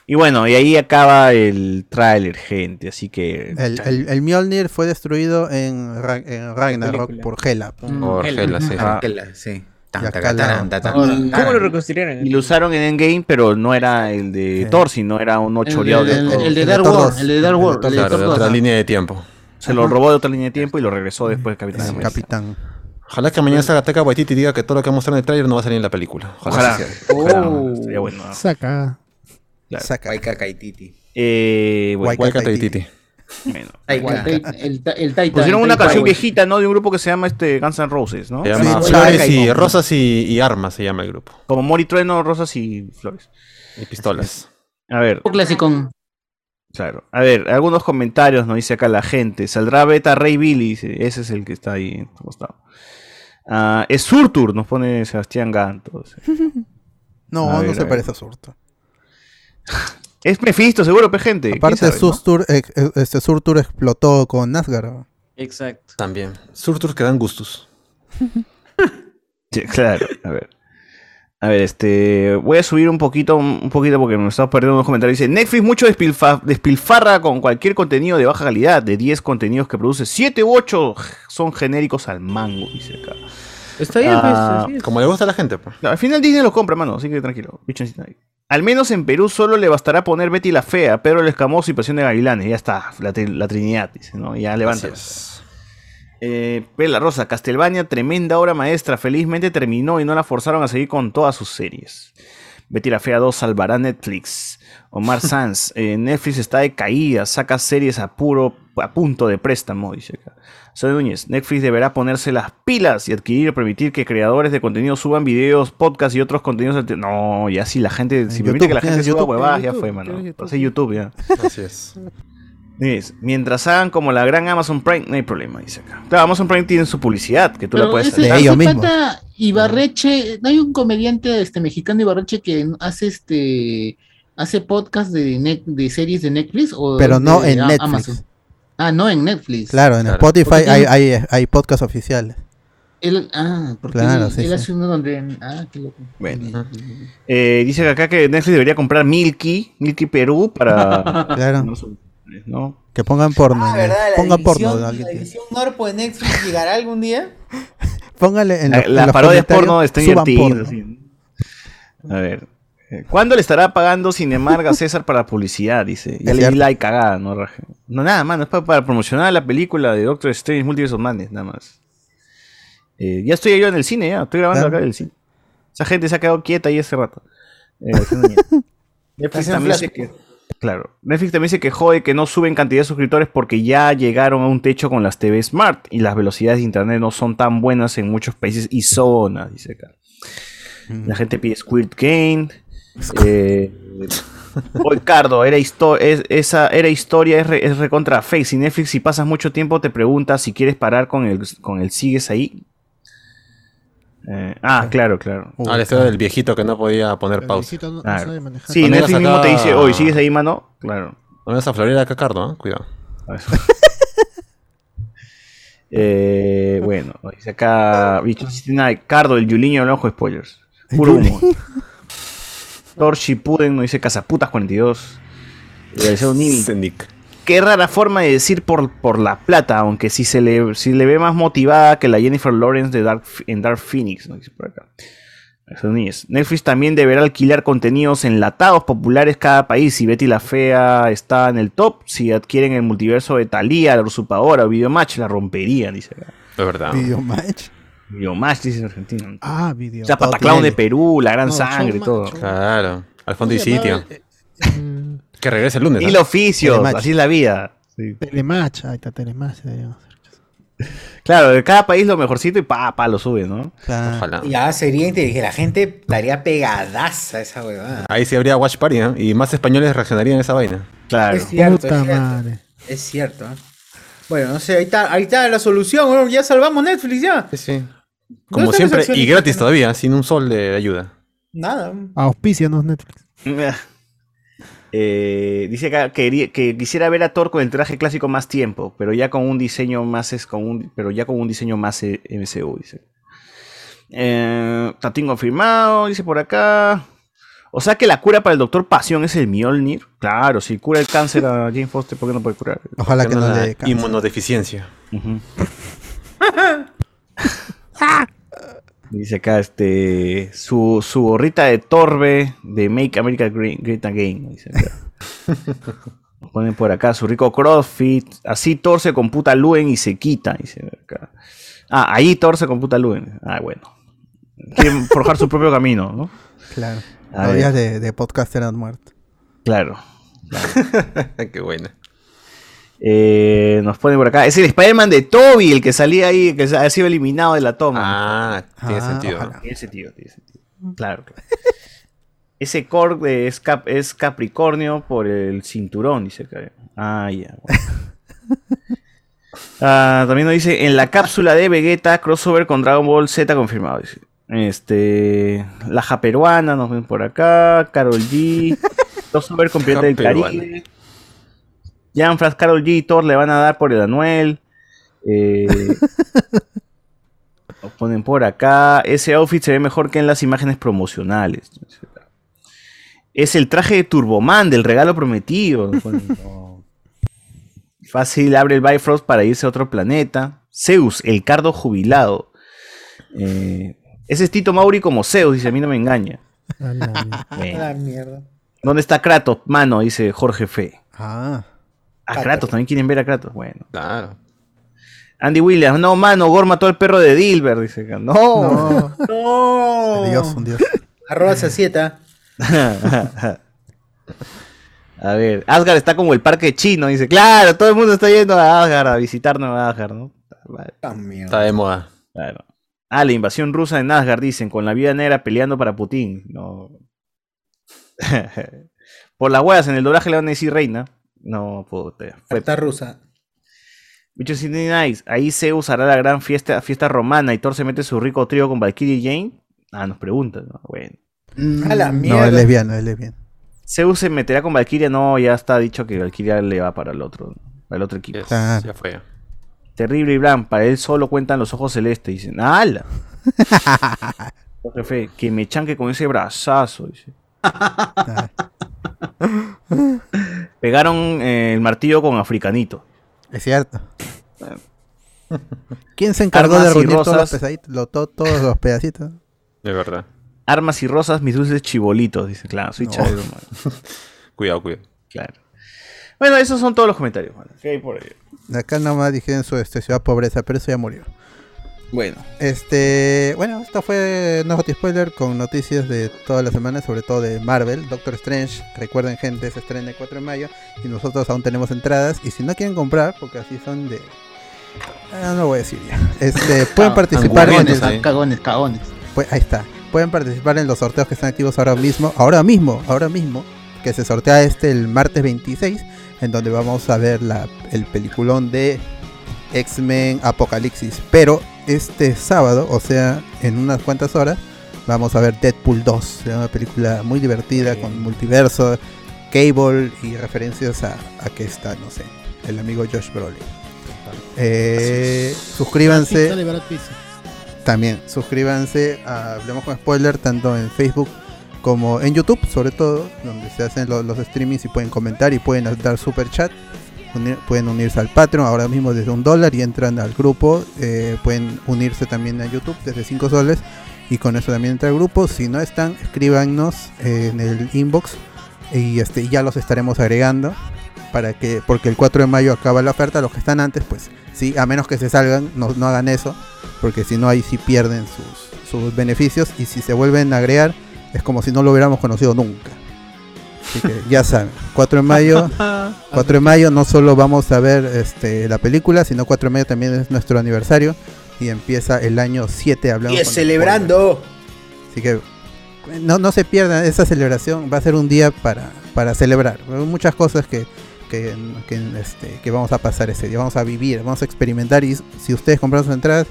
Y bueno, y ahí acaba el tráiler, gente. Así que.
El, el, el Mjolnir fue destruido en, Ra- en Ragnarok
película?
por Hela. pues,
Por Hela, Hela, sí.
Ah.
Ajá.
Hela, sí. Tan,
Y
tan,
acá la-
tan, tan, Ah. tan,
Ahora,
tan.
¿Cómo lo reconstruyeron?
Y lo usaron en Endgame, pero no era el de Thor, sino era uno
El-
choreado de
el-
otro-
el de Dark
Thor
World,
dos.
el de Dark World, el de
Claro,
Thor
de
dos.
otra línea
de tiempo.
Se lo robó de otra línea de tiempo y lo regresó después de Capitán
Sí,
América.
Capitán.
Ojalá que mañana salga Taika Waititi y diga que todo lo que ha mostrado en el tráiler no va a salir en la película. Ojalá.
Ojalá.
sí sea.
Ojalá. Sería bueno.
Saca.
Saca.
Waika Kaititi.
Eh, bueno.
Waika Waititi.
Bueno.
Taika.
El, el, el Taita.
Pusieron
el
una
Taita
canción
Way.
viejita, ¿no? De un grupo que se llama este Guns N' Roses, ¿no?
Se llama
Sí,
Flores
Waika
y
Waititi.
Rosas y, y Armas se llama el grupo.
Como Mori Trueno, Rosas y Flores.
Y pistolas.
A ver.
Un clasicón.
Claro. A ver, algunos comentarios nos dice acá la gente. Saldrá Beta Ray Billy. Dice, Ese es el que está ahí en tu costado. Ah, es Surtur, nos pone Sebastián Ganto.
No,
A
no
ver,
se
a ver.
parece a Surtur.
Es Mephisto, seguro, pe gente. ¿Quién
Aparte,
sabe, no?
Surtur, ex- ex- este Surtur explotó con Asgard.
Exacto.
También. Surtur que dan gustos.
Sí, claro, a ver. A ver, este. Voy a subir un poquito, un poquito porque me estaba perdiendo unos comentarios. Dice: Netflix mucho despilfa- despilfarra con cualquier contenido de baja calidad. De 10 contenidos que produce, 7 u 8 son genéricos al mango, dice acá.
Está
bien, pues, así es.
Como le gusta a la gente, pues.
No, al final Disney los compra, mano, así que tranquilo. bicho en Sinai. Al menos en Perú solo le bastará poner Betty la Fea, Pedro el Escamoso y Pasión de Gavilanes. Ya está, la, tri- la Trinidad, dice, ¿no? Ya levanta. Eh, Pela Rosa, Castelvania, tremenda obra maestra. Felizmente terminó y no la forzaron a seguir con todas sus series. Betty la Fea 2 salvará Netflix. Omar [laughs] Sanz, eh, Netflix está de caída, saca series a puro a punto de préstamo, dice acá. Soy Núñez, Netflix deberá ponerse las pilas y adquirir o permitir que creadores de contenido suban videos, podcasts y otros contenidos. alter- No, ya si la gente, si permite
YouTube,
que la gente
tienes
suba
YouTube,
huevadas, ya
tienes
fue,
YouTube,
mano.
tienes YouTube.
Entonces YouTube ya.
Así es.
Dices, mientras hagan como la gran Amazon Prime, no hay problema, dice acá. Claro, Amazon Prime tiene su publicidad, que tú la
Pero
puedes
ese,
hacer.
ese pata Ibarreche, no hay un comediante este mexicano Ibarreche que hace este hace podcast de, ne- de series de Netflix o
Pero no
de
en
A-
Netflix.
Ah, no en Netflix.
Claro, en
Claro.
Spotify
Porque
hay,
tiene-
hay, hay podcasts oficiales.
Él, ah, porque
Claro,
él,
sí,
él
sí.
hace uno donde. Ah, qué loco.
Bueno. Eh, dice acá que Netflix debería comprar Milky, Milky Perú
[laughs]
para.
Claro.
¿no?
Que pongan porno.
Ah,
¿no?
¿verdad? La
Pongan
división,
porno. ¿no?
la
Alguien tiene.
división Norpo de Netflix llegará algún día.
Póngale en
La-
los, en
las
los
parodias
comentarios,
porno están
suban
divertidas,
porno.
sí. A ver. eh, ¿Cuándo le estará pagando Cinemarga a César para publicidad? Dice. Ya le di like cagada, no raje. No, nada más, no es pa- para, promocionar la película de Doctor Strange Multiverse of Madness, nada más. Eh, ya estoy yo en el cine, ya, estoy grabando
Claro.
acá en el cine. Esa gente se ha quedado quieta ahí hace rato. Eh, haciendo mierda. Netflix
Están
también se
flacos.
que- Claro. Netflix también se quejó de que no suben cantidad de suscriptores porque ya llegaron a un techo con las TV Smart y las velocidades de internet no son tan buenas en muchos países y zonas, dice acá. La gente pide Squid Game. Eh, Hoy Cardo, era histo- es- esa era historia, es, re- es recontra fake. Si Netflix, si pasas mucho tiempo, te preguntas si quieres parar con el, con el sigues ahí. Eh, ah, claro, claro.
Ah, la historia del viejito que no podía poner pausa.
viejito no- no
Claro.
sabe manejar.
Sí,
Cuando
Netflix
llegas
mismo
acá-
te dice, hoy sigues ahí, mano. Claro.
No me vas a florear acá, Cardo, ¿eh? cuidado.
[laughs] Eh, bueno, dice acá bicho, Cristina, Cardo, el Yuliño del ojo spoilers. Puro humo. Torchi Puden nos dice Cazaputas 42. Y Alessandro Nini. Qué rara forma de decir por, por la plata, aunque si se le, si le ve más motivada que la Jennifer Lawrence de Dark, en Dark Phoenix, nos dice por acá. Alessandro Níñez. Netflix también deberá alquilar contenidos enlatados populares cada país. Si Betty la Fea está en el top, si adquieren el multiverso de Thalía, la usurpadora o Videomatch, la romperían, dice acá.
Es verdad.
Videomatch.
Videomatch, dice en Argentina.
Ah, video.
O sea, Pataclown de Perú, La Gran Sangre y
Showmatch,
todo.
Claro. Al fondo y
¿Cómo se
sitio.
llamaba?
Que regrese el lunes.
Y el
¿no?
oficio,
Telematch.
así es la vida.
Telematch. Ahí está Telematch. deberíamos hacer.
Claro, de cada país lo mejorcito y pa, pa, lo sube, ¿no?
Ojalá.
Ya sería inteligente. La gente estaría pegadaza a esa huevada.
Ahí sí habría Watch Party, ¿no? Y más españoles reaccionarían a esa vaina.
Claro.
Es cierto,
Puta
es cierto.
madre.
Es cierto, ¿eh? Bueno, no sé, ahí está, ahí está la solución, weón, ya salvamos Netflix ya.
Sí, sí.
No
Como
estamos
siempre, y
accionistas,
gratis todavía, sin un sol de ayuda.
Nada.
Auspícianos Netflix.
[laughs] Eh, dice acá que, quería- que quisiera ver a Thor con el traje clásico más tiempo, pero ya con un diseño más es con un, pero ya con un diseño más eh, MCU, dice. Eh, Tatín confirmado, dice por acá. O sea que la cura para el doctor Pasión es el Mjolnir. Claro, si cura el cáncer a Jane Foster, ¿por qué no puede curar?
Ojalá que no
La
le canse.
Eh, Inmunodeficiencia. [laughs]
[laughs] Dice acá este su, su gorrita de Torbe de Make America Great, Great Again. dice acá. Nos ponen por acá su rico CrossFit. Así torce con puta Luen y se quita. Dice acá. Ah, ahí torce con puta Luen. Ah, bueno. Quieren forjar su propio camino, ¿no?
Claro.
A
Parodias
ver.
de, de podcaster han muerto.
Claro.
Qué buena.
Eh, nos ponen por acá. Es el Spider-Man de Toby, el que salía ahí, que ha sido eliminado de la toma.
Ah, tiene sentido.
Tiene sentido, tiene sentido. Claro, claro. Ese Korg de- es, Cap- es Capricornio por el cinturón, dice acá. Ah, ya. bueno. Ah, también nos dice, en la cápsula de Vegeta, crossover con Dragon Ball Z confirmado. dice. Este, la ja peruana, nos ven por acá,
[laughs]
Carol G, crossover con Pirata del
Ja peruana.
Caribe. Janfras, Carol G y Thor le van a dar por el Anuel.
[laughs]
Eh, nos ponen por acá. Ese outfit se ve mejor que en las imágenes promocionales. Es el traje de Turboman del regalo prometido. nos ponen. Fácil abre el Bifrost para irse a otro planeta. Zeus, el cardo jubilado. Eh, ese es Tito Mauri como Zeus, dice, a mí no me engaña. Bueno.
Ah, mierda.
¿Dónde está Kratos? Mano, dice Jorge Fe.
Ah.
A Kratos, también quieren ver a Kratos. Bueno.
Claro.
Andy Williams, no, mano, Gore mató al perro de Dilbert, dice acá. No.
No.
Dios, un dios.
Arroba sacieta.
a ver, Asgard está como el parque chino, dice. Claro, todo el mundo está yendo a Asgard a visitar Nueva Asgard, ¿no?
Ah,
Está de moda.
Claro. Ah, la invasión rusa en Asgard, dicen, con la vida negra peleando para Putin. No. [laughs] Por las huevas, en el doblaje le van a decir reina. No, puta. Fue
Está rusa.
Bicho Nice, ahí Zeus hará la gran fiesta, fiesta romana y Thor se mete su rico trío con Valkyrie y Jane. Ah, nos preguntan, ¿no? Bueno.
Mm.
A la
No,
mierda.
es lesbiana, es lesbiana.
Zeus se meterá con
Eh.
Valkyria, no, ya está dicho que Valkyria le va para el otro, para el otro equipo.
Claro.
Ya fue.
Terrible y Blanc, para él solo cuentan los ojos celestes. Dicen, ¡ala! Jefe, que me chanque con ese brazazo. dice. Pegaron eh, el martillo con africanito.
[laughs] Es
[laughs]
cierto. ¿Quién se encargó de
Armas y
reunir todos los,
rosas.
pesaditos- lo- to- todos los pedacitos?
De verdad.
Armas y rosas, mis dulces chibolitos. Dice, claro, soy
No.
chavero, mano.
Cuidado, cuidado.
Claro. Bueno, esos son todos los comentarios, mano. ¿Qué hay por ahí?
Acá nomás dijeron su este, ciudad pobreza, pero eso ya murió.
Bueno.
Este, bueno, esta fue No Hot Spoiler con noticias de toda la semana, sobre todo de Marvel, Doctor Strange. Recuerden, gente, se estrena el 4 de mayo y nosotros aún tenemos entradas. Y si no quieren comprar, porque así son de. Ah, no voy a decir ya. Este, pueden
Ah,
participar en
cagones,
el.
cagones, cagones.
Pues, ahí está. Pueden participar en los sorteos que están activos ahora mismo. Ahora mismo, ahora mismo. Que se sortea este el martes 26. En donde vamos a ver la, el peliculón de X-Men Apocalipsis. Pero este sábado, o sea, en unas cuantas horas, vamos a ver Deadpool 2. Una película muy divertida con multiverso, cable y referencias a, a que está, no sé, el amigo Josh Brolin. Eh, suscríbanse.
Sale Brad Pitt.
También suscríbanse a Hablemos con Spoiler tanto en Facebook como en YouTube, sobre todo, donde se hacen lo- los streamings y pueden comentar y pueden dar super chat. Unir- pueden unirse al Patreon ahora mismo desde un dólar y entran al grupo. eh, pueden unirse también a YouTube desde 5 soles y con eso también entra al grupo. Si no están, escríbanos eh, en el inbox y este, ya los estaremos agregando para que porque el 4 de mayo acaba la oferta los que están antes pues sí a menos que se salgan no, no hagan eso porque si no ahí sí pierden sus, sus beneficios y si se vuelven a agregar es como si no lo hubiéramos conocido nunca así que ya saben 4 de mayo 4 de mayo no solo vamos a ver este, la película sino 4 de mayo también es nuestro aniversario y empieza el año 7 hablando
Y es celebrando.
Así que no, no se pierdan esa celebración. Va a ser un día para, para celebrar. Hay Muchas cosas que, que, que, este, que vamos a pasar ese día. Vamos a vivir, vamos a experimentar. Y si ustedes compran sus entradas,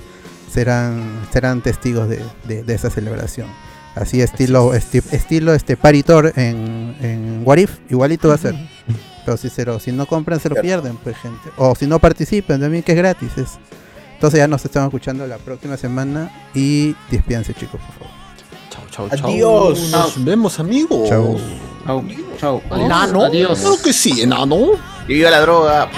serán, serán testigos de, de- de esa celebración. Así estilo, esti- estilo este paritor en, en What If, igualito va a ser. Pero si, se lo- si no compran, se lo pierden, pues gente. O si no participan, también que es gratis. Es. Entonces ya nos estamos escuchando la próxima semana y despídanse chicos, por favor.
Chau, chau.
Adiós.
Nos vemos, amigos. Ah,
Chau.
Chau.
Enano.
Claro que sí, enano.
Y viva la droga.